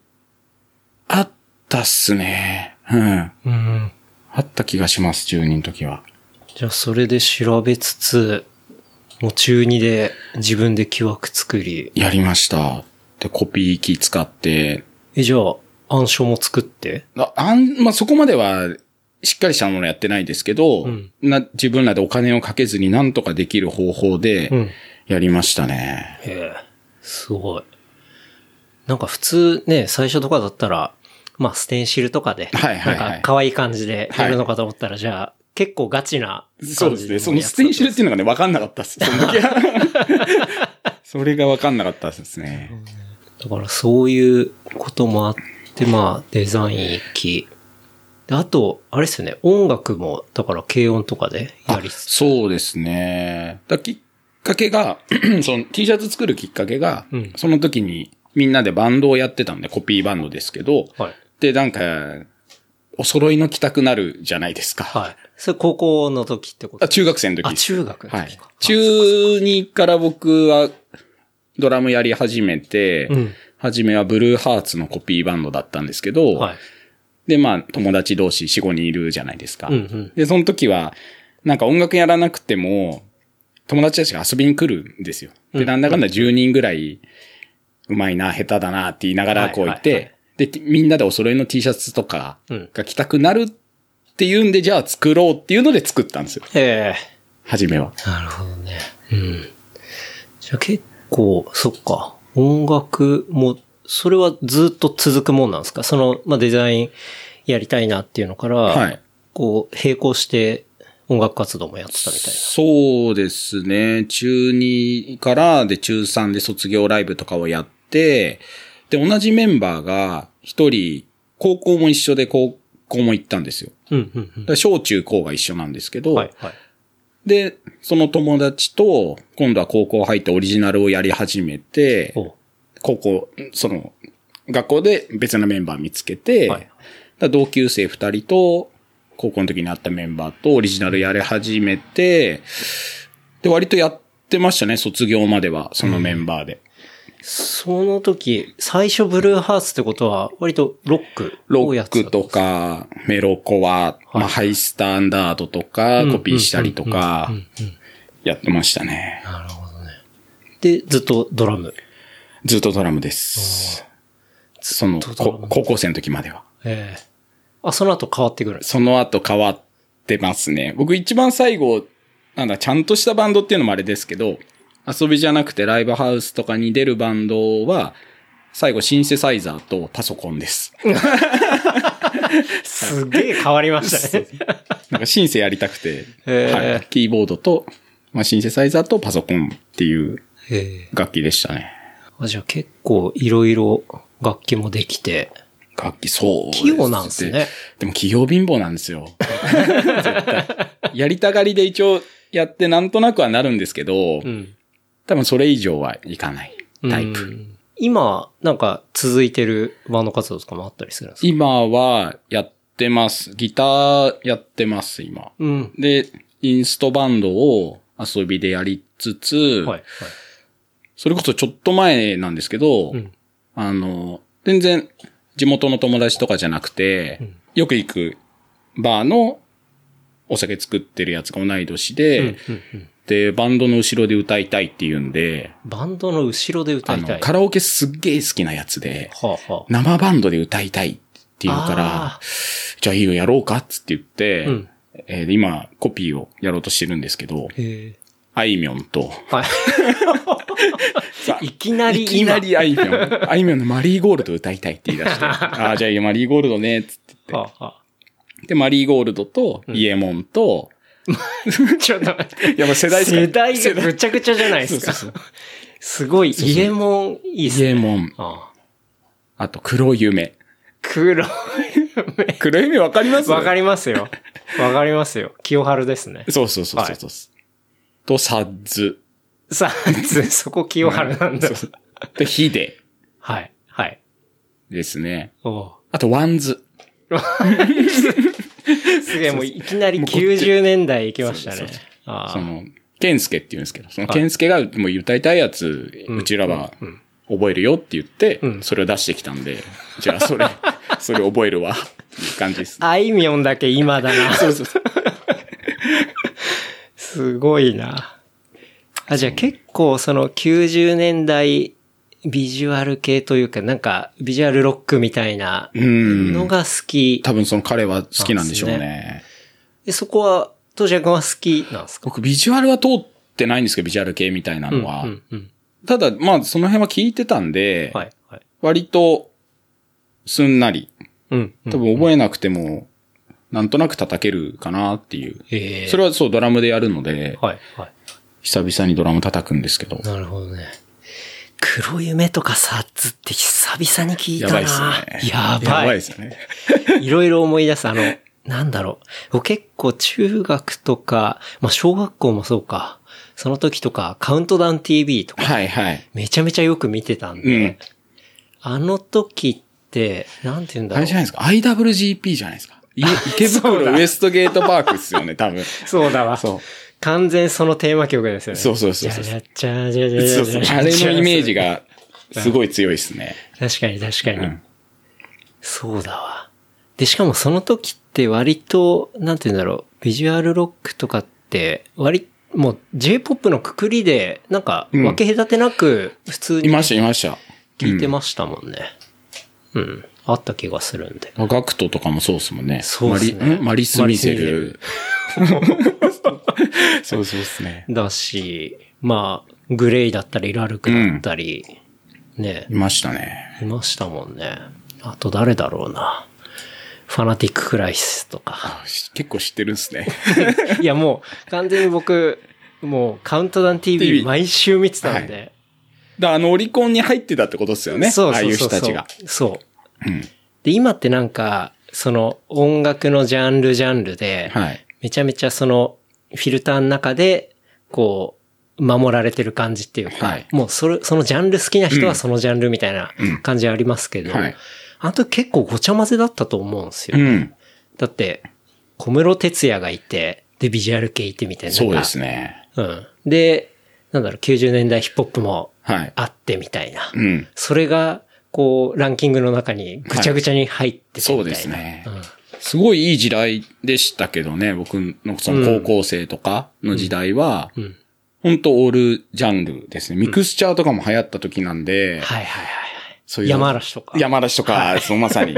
S3: あったっすね。うん。
S2: うん。
S3: あった気がします、中2の時は。
S2: じゃあ、それで調べつつ、もう中2で自分で木枠作り。
S3: やりました。で、コピー機使って、
S2: え、じゃあ、暗証も作って
S3: ああん、まあ、そこまでは、しっかりしたものやってないですけど、
S2: うん
S3: な、自分らでお金をかけずになんとかできる方法
S2: うん。
S3: で、
S2: へ
S3: やりましたね。
S2: え。すごい。なんか普通ね、最初とかだったら、まあ、ステンシルとかで、
S3: はいはいはい
S2: なんか可愛い感じでやるのかと思ったら、じゃあ、結構ガチな感じ
S3: そうですね。そのステンシルっていうのがね、わかんなかったっす。その時は
S2: *laughs*
S3: *laughs* それがわかんなかったですね。
S2: だからそういうこともあって、まあデザイン行き。であと、あれですよね、音楽も、だから軽音とかでやりつつ。
S3: そうですね。だきっかけが、 *clears throat* その T シャツ作るきっかけが、
S2: うん
S3: その時にみんなでバンドをやってたんで、コピーバンドですけど、
S2: はい。
S3: で、なんか、お揃いの着たくなるじゃないですか。
S2: はい。それ高校の時ってこと
S3: あ中学生の時
S2: あ、中学の時か。
S3: はい
S2: あ。
S3: 中2から僕はドラムやり始めて、
S2: うん
S3: 初めはブルーハーツのコピーバンドだったんですけど、
S2: はい。
S3: で、まあ、友達同士4、5人いるじゃないですか。
S2: うんうん
S3: で、その時は、なんか音楽やらなくても、友達たちが遊びに来るんですよ。で、
S2: うん
S3: なんだかんだ10人ぐらい、うまいな、下手だなって言いながらこういて、
S2: はいはい
S3: で、みんなでお揃いの T シャツとか
S2: うん
S3: が着たくなるっていうんで、じゃあ作ろうっていうので作ったんですよ。
S2: え
S3: 初めは。
S2: えなるほどね。うん。じゃあ結構、そっか。音楽も、それはずっと続くもんなんですかその、まあデザインやりたいなっていうのから、
S3: はい。
S2: こう、並行して音楽活動もやってたみたいな。
S3: そうですね。中2からで中3で卒業ライブとかをやって、で、同じメンバーが一人、高校も一緒で高校も行ったんですよ。
S2: うんうんうん
S3: だから小中高が一緒なんですけど、
S2: はい、はい。
S3: で、その友達と、今度は高校入ってオリジナルをやり始めて、
S2: お
S3: 高校、その、学校で別のメンバー見つけて、
S2: はい
S3: だから同級生二人と、高校の時に会ったメンバーとオリジナルやり始めて、で、割とやってましたね、卒業までは、そのメンバーで。
S2: その時、最初ブルーハーツってことは、割とロック
S3: ロ
S2: をや
S3: ッ
S2: って
S3: ク
S2: た
S3: と。か、メロコア、まあ、ハイスタンダードとか、コピーしたりとか、やってましたね。
S2: なるほどね。で、ずっとドラム。
S3: ずっとドラムです。その、
S2: ずっとドラ
S3: こ
S2: ム
S3: 高校生の時までは。
S2: ええあ、その後変わってくるんです。
S3: その後変わってますね。僕一番最後、なんだ、ちゃんとしたバンドっていうのもあれですけど、遊びじゃなくてライブハウスとかに出るバンドは、最後シンセサイザーとパソコンです。
S2: すげえ変わりま *laughs* したね。
S3: なんかシンセやりたくて、
S2: へー
S3: はい。キーボードと、まあ、シンセサイザーとパソコンっていう
S2: ええ
S3: 楽器でしたね。
S2: あじゃあ結構いろいろ楽器もできて。
S3: 楽器、そう。
S2: 器用なんですね。
S3: でも器用貧乏なんで
S2: *laughs*
S3: すよ。絶対。やりたがりで一応やってなんとなくはなるんですけ
S2: う
S3: ど、
S2: ん。
S3: 多分それ以上はいかないタイプ。
S2: うん今、なんか続いてるバンド活動とかもあったりするんですか
S3: 今はやってます。ギターやってます、今。
S2: うん。
S3: で、インストバンドを遊びでやりつつ、
S2: はい。はい。
S3: それこそちょっと前なんですけど、
S2: うん。
S3: あの、全然地元の友達とかじゃなくて、
S2: うん
S3: よく行くバーのお酒作ってるやつが同い年で、
S2: うんうんうん
S3: で、バンドの後ろで歌いたいって言うんで、
S2: バンドの後ろで歌
S3: あ
S2: いた
S3: の、
S2: い。
S3: カラオケすっげえ好きなやつで、
S2: はあ、はあ、
S3: 生バンドで歌いたいって言うから
S2: あ、
S3: じゃあいいよやろうかっつって言って、
S2: うん
S3: えーで今コピーをやろうとしてるんですけど、
S2: へえ。
S3: あいみょんと、
S2: *laughs* はい。いきなり
S3: い
S2: 今、
S3: きなりあいみょん、あいみょんのマリーゴールド歌いたいって言い出
S2: *laughs*
S3: して、ああ、じゃあいいよマリーゴールドねっつって言って、
S2: はあ、は
S3: で、マリーゴールドと、イエモンと、
S2: あ、 *laughs* ちょっと待って。
S3: やっぱ世代
S2: 世代
S3: 世
S2: がぐちゃぐちゃじゃないですか。すごい、イエモンいいっす
S3: イエ
S2: ね。
S3: モン、
S2: ああ
S3: あと黒夢。
S2: 黒い。
S3: 黒夢わかります
S2: わかりますよ。わかりますよ。清春ですね。
S3: そうそうそうそうそう。と、サッズ。
S2: さあ、つ *laughs* そこ清春なんだ
S3: そう。そうと、ヒデ
S2: はい。はい。
S3: ですね。
S2: おう
S3: あと、ワンズ。
S2: すげえ、もういきなり
S3: もうこっち
S2: 90年代行きました
S3: そう
S2: ね
S3: そうそ。
S2: あ
S3: そ
S2: あ。
S3: の、ケンスケって言うんですけど、その、
S2: はい
S3: ケンスケがもう歌いたいやつ、
S2: うん
S3: うちらは
S2: うん
S3: 覚えるよって言って
S2: う、ん
S3: それを出してきたんで、じゃあ
S2: *laughs*
S3: それ、それ覚えるわ、っていう感じです。
S2: あいみょんだけ今だな。
S3: そうそうそう。
S2: すごいな。あ、じゃあ結構その90年代ビジュアル系というか、なんかビジュアルロックみたいな
S3: うん
S2: のが好き。
S3: 多分その彼は好きなんでしょう
S2: なんで
S3: ね。
S2: でそこは、とじゃくんは好きなんですか
S3: 僕、ビジュアルは通ってないんですけど、ビジュアル系みたいな
S2: うん
S3: のは。
S2: うんうん。
S3: ただ、まあ、その辺は聞いてたんで、
S2: はい、はい。
S3: 割と、すんなり、
S2: うん。うん
S3: 多分覚えなくても、なんとなく叩けるかなっていう。
S2: ええ
S3: それはそう、ドラムでやるので、
S2: はい、はい。
S3: 久々にドラム叩くんですけど。
S2: なるほどね。黒夢とかサッツって久々に聞い
S3: や
S2: たな。
S3: ばいっすね。
S2: やばい。
S3: やばいですよね。
S2: いろいろ思い出す。あの、なんだろう。僕結構中学とか、まあ小学校もそうか。その時とか、カウントダウン TV とか、
S3: はいはい。
S2: めちゃめちゃよく見てたん
S3: う
S2: で、
S3: ん。
S2: あの時って、なんて言うんだ
S3: あ
S2: ろ
S3: れ
S2: う
S3: じ。ゃないですか。IWGP じゃないですか。
S2: *laughs*
S3: い池
S2: そうだ
S3: 袋ウエストゲートパークですよね、多分。
S2: そうだ *laughs* わ。
S3: そう。
S2: 完全そのテーマ曲ですよね。
S3: そうそうそうそう
S2: じゃらちゃじゃじゃじ
S3: そ
S2: ゃ
S3: う
S2: じ
S3: そう
S2: ゃ。
S3: あれのイメージ。が、すごい強いですね。
S2: 確かに確かに。
S3: うん
S2: そうだわ。で、しかもその時って割と、なんて言うんだろう、ビジュアルロックとかって、割、もう J-POP のくくりで、なんか
S3: うん
S2: 分け隔てなく普通
S3: い
S2: に
S3: ました、いました。
S2: 聞いて
S3: ま
S2: ましたもんね。うん、あった気がするんで。
S3: す。ガクトとかもそうですもんね。
S2: そうっすね
S3: マリんマリス・ミゼル。 *laughs* そうそうですね。
S2: だし、まあ、グレイだったり、ラルクだったり、ね
S3: い、ましたね。
S2: いましたもんね。あと誰だろうな。ファナティック・クライシスとか。
S3: あし結構知ってるんですね。
S2: *laughs*
S3: *laughs*
S2: いや、もう、完全に僕、もう、カウントダウン
S3: TV
S2: TV 毎週見てたんで。
S3: だあの、オリコンに入ってたってことですよね。
S2: そう
S3: ああ
S2: そ
S3: いうう
S2: そ
S3: 人
S2: うそう。
S3: たちが。
S2: そう。
S3: うん。
S2: で、今ってなんか、その、音楽のジャンルジャンルで、
S3: はい。
S2: めちゃめちゃその、フィルターの中で、こう、守られてる感じっていうか、
S3: はい
S2: もうそれ、そのジャンル好きな人
S3: うん
S2: はそのジャンルみたいな
S3: うん
S2: 感じありますけど、
S3: はい
S2: あの時結構ごちゃ混ぜだったと思うんですよ。
S3: うん。
S2: だって、小室哲也がいて、で、ビジュアル系いてみたいな。
S3: そうですね。
S2: うん。で、なんだろう、90年代ヒップホップも
S3: はい。
S2: あってみたいな。
S3: うん。
S2: それが、こう、ランキングの中にぐちゃぐちゃに入っててみたいな。
S3: そうですね
S2: ん。
S3: すごいいい時代でしたけどね。僕のその高校生とかの時代は、
S2: うんうん
S3: 本当オールジャンルですね。ミクスチャーとかも流行った時なん
S2: はいは
S3: で、
S2: いはいはい。
S3: そういう
S2: 山嵐とか。
S3: 山嵐とか、そのま
S2: *laughs*
S3: さに、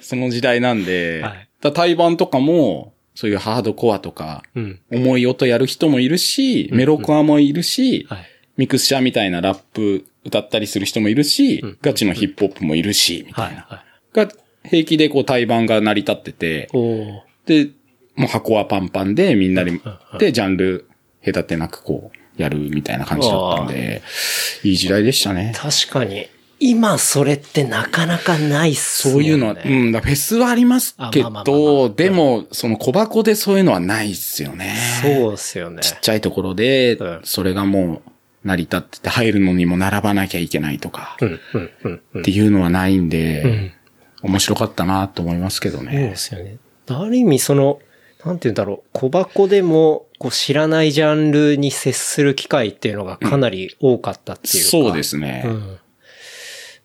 S3: その時代なんで、
S2: はい
S3: だ対バンとかも、そういうハードコアとか、
S2: うん。
S3: 重い音やる人もいるし、メロコアもいるし、
S2: はい。
S3: ミクスチャーみたいなラップ歌ったりする人もいるし、ガチのヒップホップもいるし、みた
S2: はいい
S3: な。
S2: は
S3: が、平気でこう対バンが成り立ってて、
S2: おお
S3: で、もう箱はパンパンで、みんなで、で、ジャンル隔てなくこう、やるみたいな感じだったんで、いい時代でしたね。
S2: 確かに。今それってなかなかないっすもん
S3: そう
S2: ね。
S3: いうのは、うん、だからフェスはありますけ
S2: あまあまあまあまあ
S3: ど、でも、その小箱でそういうのはないっすよね。
S2: そうっすよね。
S3: ちっちゃいところで
S2: うん、
S3: それがもう、成り立ってて入るのにも並ばなきゃいけないとか、
S2: うん、うん、うん、うん。
S3: っていうのはないん
S2: う
S3: で、
S2: ん
S3: 面白かったなと思いますけど
S2: そう
S3: ね
S2: で。すよね。ある意味その、なんて言うんだろう、小箱でも、こう知らないジャンルに接する機会っていうのがかなり多かったっていうか。
S3: そうですね。
S2: うん。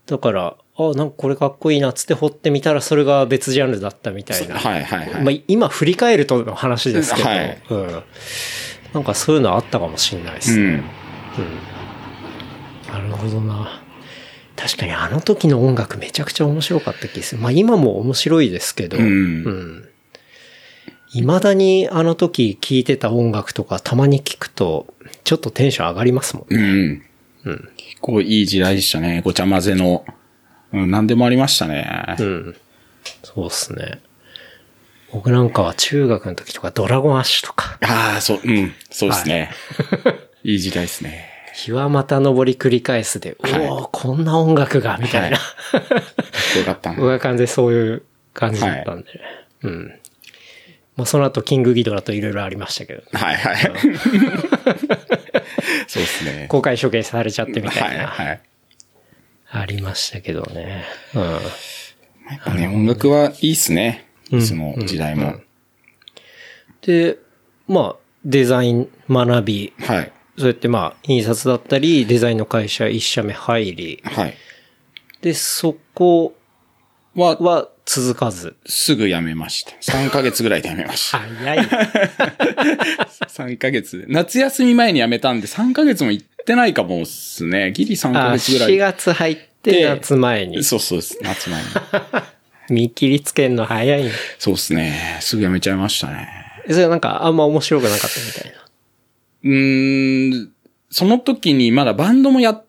S2: だから、あ、なんかこれかっこいいなっつって掘ってみたらそれが別ジャンルだったみたいな。
S3: はいはいはい。
S2: まあ今振り返るとの話ですけど、
S3: はい
S2: うん。なんかそういうのあったかもしれないです
S3: う
S2: ね。
S3: ん。
S2: なるほどな。確かにあの時の音楽めちゃくちゃ面白かった気がする。まあ今も面白いですけど、
S3: うん
S2: ん未だにあの時聴いてた音楽とかたまに聞くと、ちょっとテンション上がりますもんね。
S3: うん。
S2: うん。
S3: 結構いい時代でしたね。ごちゃ混ぜの。うん、何でもありましたね。
S2: うん。そうっすね。僕なんかは中学の時とかドラゴンアッシュとか、
S3: ああ、そう、うん、そうですね。 *laughs* い、い時代ですね。
S2: 日はまた登り繰り返すで、
S3: はい
S2: おおこんな音楽が、みたいな。
S3: よかったな。
S2: 僕は完全にそういう感じだったんで、うん。まあその後、キングギドラといろいろありましたけど、
S3: はいはい。 *laughs* そうですね。
S2: 公開処刑されちゃってみた
S3: はいい
S2: な、
S3: はい。
S2: ありましたけどね。うん。
S3: やっぱね、音楽はいいっすね。その時代も。
S2: で、まあ、デザイン学び、
S3: はい。
S2: そうやってまあ、印刷だったり、デザインの会社一社目入り、
S3: はい。
S2: で、そこ
S3: は、
S2: は続かず。
S3: すぐ辞めました。3ヶ月ぐらいで辞めました。
S2: 早い。
S3: 3ヶ月。夏休み前に辞めたんで、3ヶ月も行ってないかもっすね。ギリ3
S2: *laughs*
S3: ヶ
S2: あ、
S3: 月ぐら
S2: 4
S3: い。
S2: 月入って夏前に。
S3: そうそうです。夏前に。
S2: 見切りつけんの早いね。
S3: そうですね。すぐ辞めちゃいましたね。
S2: それなんかあんま面白くなかったみたいな。
S3: うーん、その時にまだバンドもやっ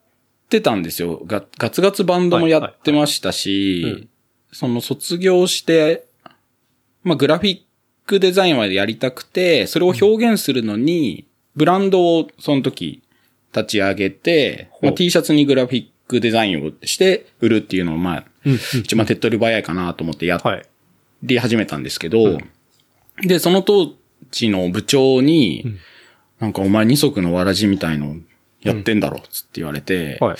S3: てたんですよ。ガガツガツバンドもやってましたし、
S2: はいはいうん
S3: その卒業して、まあグラフィックデザインはやりたくて、それを表現するのに、ブランドをその時立ち上げて、
S2: う
S3: まあ、T シャツにグラフィックデザインをして売るっていうのをまあ、一番手っ取り早いかなと思ってやっ
S2: はい。
S3: り始めたんですけど、で、その当時の部長に、なんかお前二足のわらじみたいのやってんだろ、つって言われて、
S2: はい。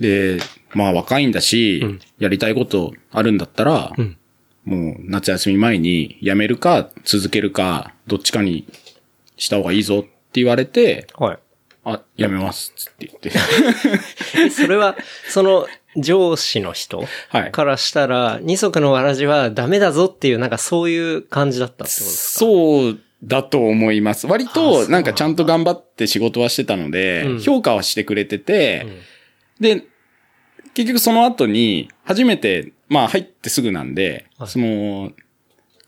S3: で、まあ若いんだし、やりたいことあるんだったら、
S2: ん
S3: もう夏休み前に辞めるか続けるか、どっちかにした方がいいぞって言われて、
S2: はい。
S3: あ、辞めます、つって言って。
S2: それは、その、上司の人
S3: はい
S2: からしたら、二足のわらじはダメだぞっていう、なんかそういう感じだったってことです
S3: そうだと思います。割と、なんかちゃんと頑張って仕事はしてたので、
S2: うん
S3: 評価はしてくれてて、で、結局その後に、初めて、まあ入ってすぐなんで、
S2: はい
S3: その、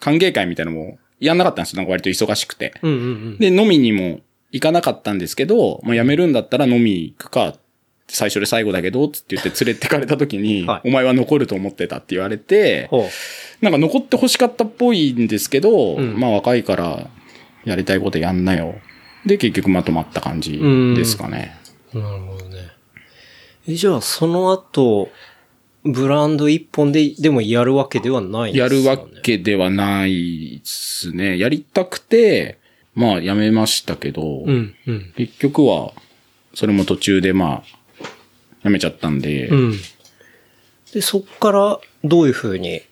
S3: 歓迎会みたいなのもやんなかったんですよ。なんか割と忙しくて。
S2: うんうんうん。
S3: で、飲みにも行かなかったんですけど、もう辞めるんだったら飲み行くか、最初で最後だけど、つって言って連れてかれた時に、
S2: はい
S3: お前は残ると思ってたって言われて、
S2: ほう。
S3: なんか残って欲しかったっぽいんですけど、
S2: ん
S3: まあ若いからやりたいことやんなよ。で、結局まとまった感じですかね。
S2: なるほどね。え、じゃあ、その後、ブランド一本で、でもやるわけではないんです
S3: や
S2: よね
S3: るわけではないですね。やりたくて、まあやめましたけど、
S2: うん、うん。
S3: 結局は、それも途中でまあ、やめちゃったんで、
S2: うん。で、そっから、どういう風に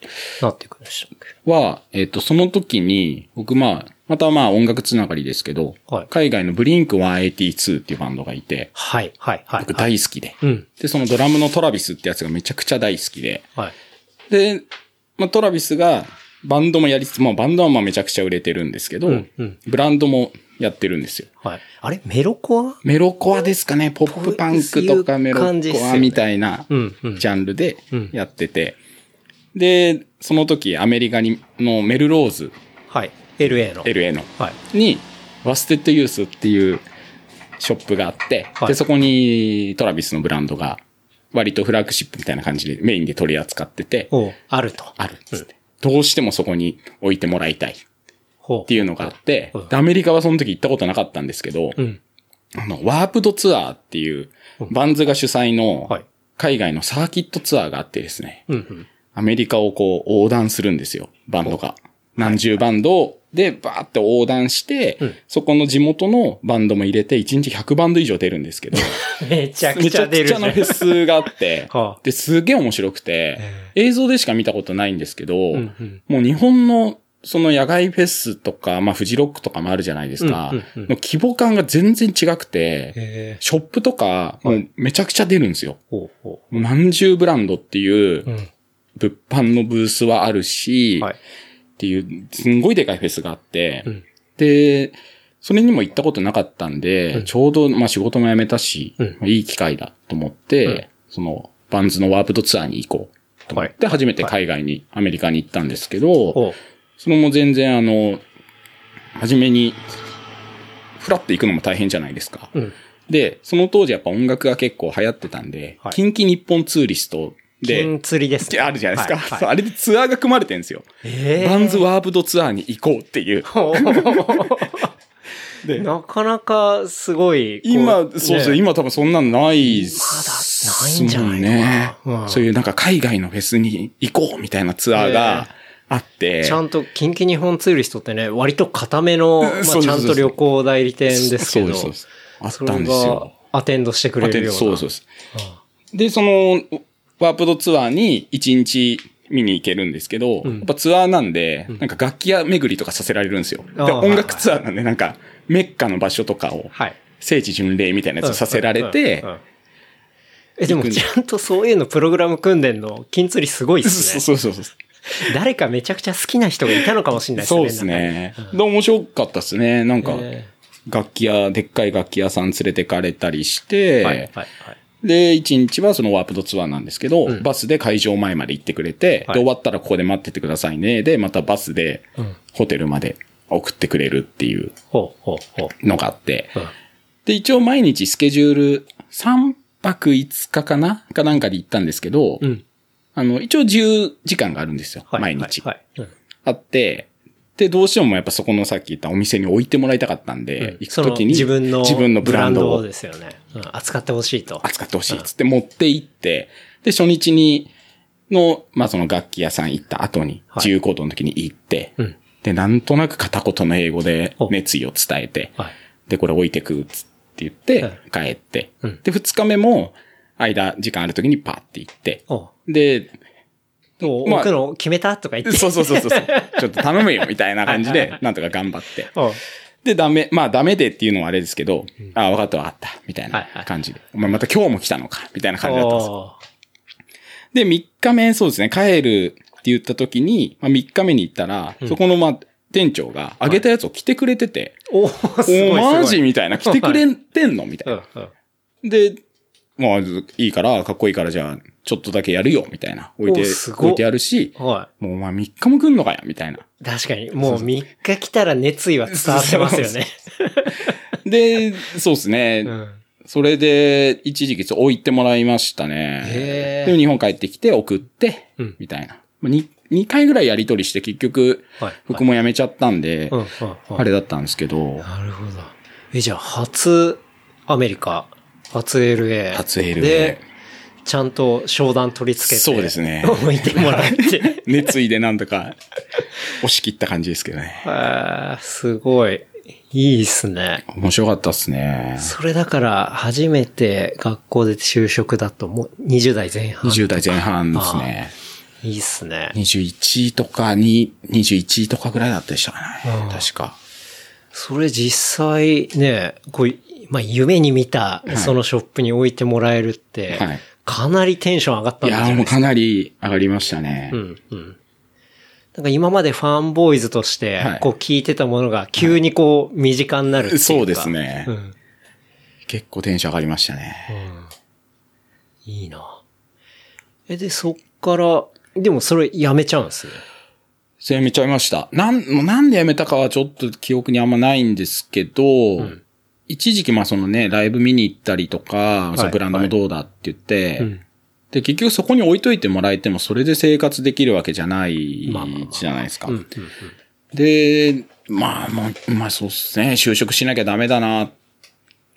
S2: なっていくんでしたっ
S3: は、えっ、と、その時に、僕まあ、またまあ音楽つながりですけど、
S2: はい
S3: 海外のブリンク182っていうバンドがいて、
S2: はい、はい、はい。
S3: 僕大好きで、
S2: うん。
S3: で、そのドラムのトラビスってやつがめちゃくちゃ大好きで。
S2: はい。
S3: で、まあ、トラビスがバンドもやりつつ、まあ、バンドはまあめちゃくちゃ売れてるんですけど、
S2: うんうん
S3: ブランドもやってるんですよ。
S2: はい。あれメロコア
S3: メロコアですかね、ポップパンクとかメロコ
S2: そういう感じっすよ
S3: ア
S2: ね
S3: みたいなジ
S2: うんうん
S3: ャンルで
S2: うん
S3: やってて、で、その時アメリカにのメルローズ、
S2: はい。LA の。
S3: LA の、
S2: はい。
S3: に、ワステッドユースっていうショップがあって、
S2: はい
S3: で、そこにトラビスのブランドが、割とフラッグシップみたいな感じでメインで取り扱ってて、
S2: おうあると。
S3: あるっつって、どうしてもそこに置いてもらいたいっ
S2: ほう。って
S3: いう
S2: う。
S3: のがあって
S2: うん、
S3: でアメリカはその時行ったことなかったんですけど、
S2: うん。
S3: あの、ワープドツアーっていう、バンズが主催の
S2: はい
S3: 海外のサーキットツアーがあってですね、
S2: うんうん。
S3: アメリカをこう横断するんですよ、バンドが。何十バンドをで、バーって横断して、
S2: うん
S3: そこの地元のバンドも入れて、1日100バンド以上出るんですけど、
S2: *laughs* めちゃく
S3: め
S2: ち
S3: ち
S2: ゃ
S3: ゃ
S2: 出
S3: く
S2: る
S3: ち
S2: じ
S3: ゃ
S2: ゃん。
S3: なフェスがあ
S2: *laughs*
S3: って、
S2: はあ
S3: ですげえ面白くて、映像でしか見たことないんですけど、
S2: うんうん
S3: もう日本のその野外フェスとか、まあフジロックとかもあるじゃないですか、
S2: うんうんうん
S3: の規模感が全然違くて、
S2: へえ。
S3: ショップとか、もうめちゃくちゃ出るんですよ。
S2: ほうほ
S3: もう何十ブランドっていう
S2: う。う、ん。
S3: 物販のブースはあるし、
S2: はい。
S3: っていう、すんごいでかいフェスがあって、
S2: うん
S3: で、それにも行ったことなかったんで、
S2: うん
S3: ちょうど、まあ仕事も辞めたし、
S2: うん
S3: まあいい機会だと思って、
S2: うん
S3: その、バンズのワープドツアーに行こうと思って、初めて海外に、アメリカに行ったんですけど、
S2: ほう。
S3: それも全然あの、初めに、フラって行くのも大変じゃないですか。
S2: うん。
S3: で、その当時やっぱ音楽が結構流行ってたんで、
S2: はい
S3: 近畿日本ツーリストで、
S2: 金釣りですね。
S3: あるじゃないですか。
S2: は
S3: そう
S2: は
S3: あれでツアーが組まれてるんですよ。
S2: ええ。
S3: バンズワープドツアーに行こうっていう。
S2: ほう。
S3: で、
S2: なかなかすごい。こう
S3: 今、そうそう、
S2: ね
S3: 今多分そんなのないっす
S2: まだないんじゃないかな
S3: もんね
S2: うん
S3: そういうなんか海外のフェスに行こうみたいなツアーがあって。
S2: ちゃんと、近畿日本ツーリストってね、割と固めの、まあ、
S3: そうそうそう
S2: ちゃんと旅行代理店ですけど、
S3: そうですそうです
S2: そ
S3: あったん
S2: れ
S3: です
S2: が
S3: よ。
S2: アテンドしてくれるような。
S3: そうそうそう。で、その、ワープドツアーに1日見に行けるんですけど、
S2: うん
S3: やっぱツアーなんで、なんか楽器屋巡りとかさせられるんですよ。で
S2: ああ
S3: 音楽ツアーなんで、なんか、メッカの場所とかを、
S2: はい。
S3: 聖地巡礼みたいなやつをさせられて
S2: うんうんう、んえ、でも
S3: 行くんで
S2: ちゃんとそういうのプログラム組んでんの、金釣りすごいっす
S3: *laughs* そう
S2: ね。
S3: そうそうそう。
S2: 誰かめちゃくちゃ好きな人がいたのかもしれないですね。
S3: そうですね。で、面白かったですね。なん
S2: な
S3: か
S2: んか。、え
S3: 楽器屋、でっかい楽器屋さん連れてかれたりし
S2: ーはい、はい
S3: て、、
S2: はい。
S3: で、1日はそのワープドツアーなんですけど、
S2: うん
S3: バスで会場前まで行ってくれて、
S2: はい
S3: で、終わったらここで待っててくださいね。で、またバスで
S2: ん、
S3: ホテルまで送ってくれるっていう
S2: ほうほうほう。
S3: のがあって、
S2: うん
S3: で、一応毎日スケジュール3泊5日かなかなんかで行ったんですけど、
S2: うん。
S3: あの、一応自由時間があるんですよ。
S2: はい
S3: 毎日。
S2: はいはいうん
S3: あって、で、どうしてもやっぱそこのさっき言ったお店に置いてもらいたかったんで、行く
S2: その
S3: ときに
S2: 自分の
S3: 自分のブランドを
S2: ですよね。うん扱ってほしいと。
S3: 扱ってほしいっつって持って行って、で、初日に、の、まあ、その楽器屋さん行った後に、
S2: はい
S3: 自由行動の時に行って、
S2: うん
S3: で、なんとなく片言の英語で
S2: お
S3: 熱意を伝えて、
S2: はい。
S3: で、これ置いてくっつって言って、帰って、
S2: うん
S3: で、二日目も、間、時間ある時にパーって行って、
S2: お
S3: で、
S2: どう
S3: まあ
S2: 置くの決めたとか言って。
S3: そうそうそうそうそう、 *laughs* ちょっと頼むよみたいな感じ
S2: はいはい
S3: で
S2: は、
S3: なんとか頑張って、
S2: *laughs* お
S3: で、ダメ、まあダメでっていうのはあれですけど、ああ、わかったわかった、みたい
S2: は
S3: ない
S2: はい
S3: 感じで。お前また今日も来たのか、みたいな感じだったんですよ。
S2: お
S3: で、3日目、そうですね、帰るって言った時に、まあ、3日目に行ったら、そこの、まあ、店長が、あげたやつを着てくれてて、
S2: おおーすごいす
S3: お
S2: ごい。
S3: マジみたいな、着てくれてんのみた
S2: う
S3: い
S2: ん
S3: な。
S2: うん
S3: で、まあ、いいから、かっこいいから、じゃあ、ちょっとだけやるよ、みたいな。置いて、
S2: おすごい
S3: 置いてやるし、
S2: は
S3: もう、お前3日も来んのかよ、みたいな。
S2: い。確かに、もう3日来たら熱意は伝わってますよね。
S3: で、そうですね。
S2: うん
S3: それで、一時期そう置いてもらいましたね
S2: へ。ー
S3: で、日本帰ってきて送って、
S2: うん
S3: みたいな。2, 二回ぐらいやり取りして結局、
S2: はい
S3: 僕も辞めちゃったんで、
S2: うんうんうん
S3: あれだったんですけど、
S2: なるほど。え、じゃあ、初アメリカ、初 LA。
S3: 初 LA
S2: で、ちゃんと商談取り付けて。
S3: そうですね
S2: *laughs* 置いてもら
S3: *laughs*
S2: って。
S3: 熱意でなんとか *laughs* 押し切った感じですけどね。
S2: あーすごい。いいっすね。
S3: 面白かったっすね。
S2: それだから、初めて学校で就職だと、もう20代前半。
S3: 20代前半ですね。
S2: いいっすね。
S3: 21とかに、21とかぐらいだったでしたかね。確か。
S2: それ実際ね、こう、まあ、夢に見た、そのショップに置いてもらえるって、
S3: はい
S2: かなりテンション上がった
S3: い
S2: んじゃな
S3: や
S2: いで
S3: もう
S2: すか。
S3: かなり上がりましたね。
S2: うん、うん。なんか今までファンボーイズとして
S3: はい、
S2: こう聞いてたものが急にこう身近になるっていうか。
S3: そうですね、
S2: うん。
S3: 結構テンション上がりましたね。
S2: いいな。え、で、そっから、でもそれやめちゃうんですね。
S3: それ辞めちゃいました。なん、もうなんで辞めたかはちょっと記憶にあんまないんですけど、一時期まあそのね、ライブ見に行ったりとか、そのブランドもどうだって言って、
S2: うん
S3: で、結局そこに置いといてもらえても、それで生活できるわけじゃない
S2: まあまあまあ
S3: じゃないですか
S2: うん。うん。うん
S3: で、まあ、まあ、まあ、そうっすね。就職しなきゃダメだな。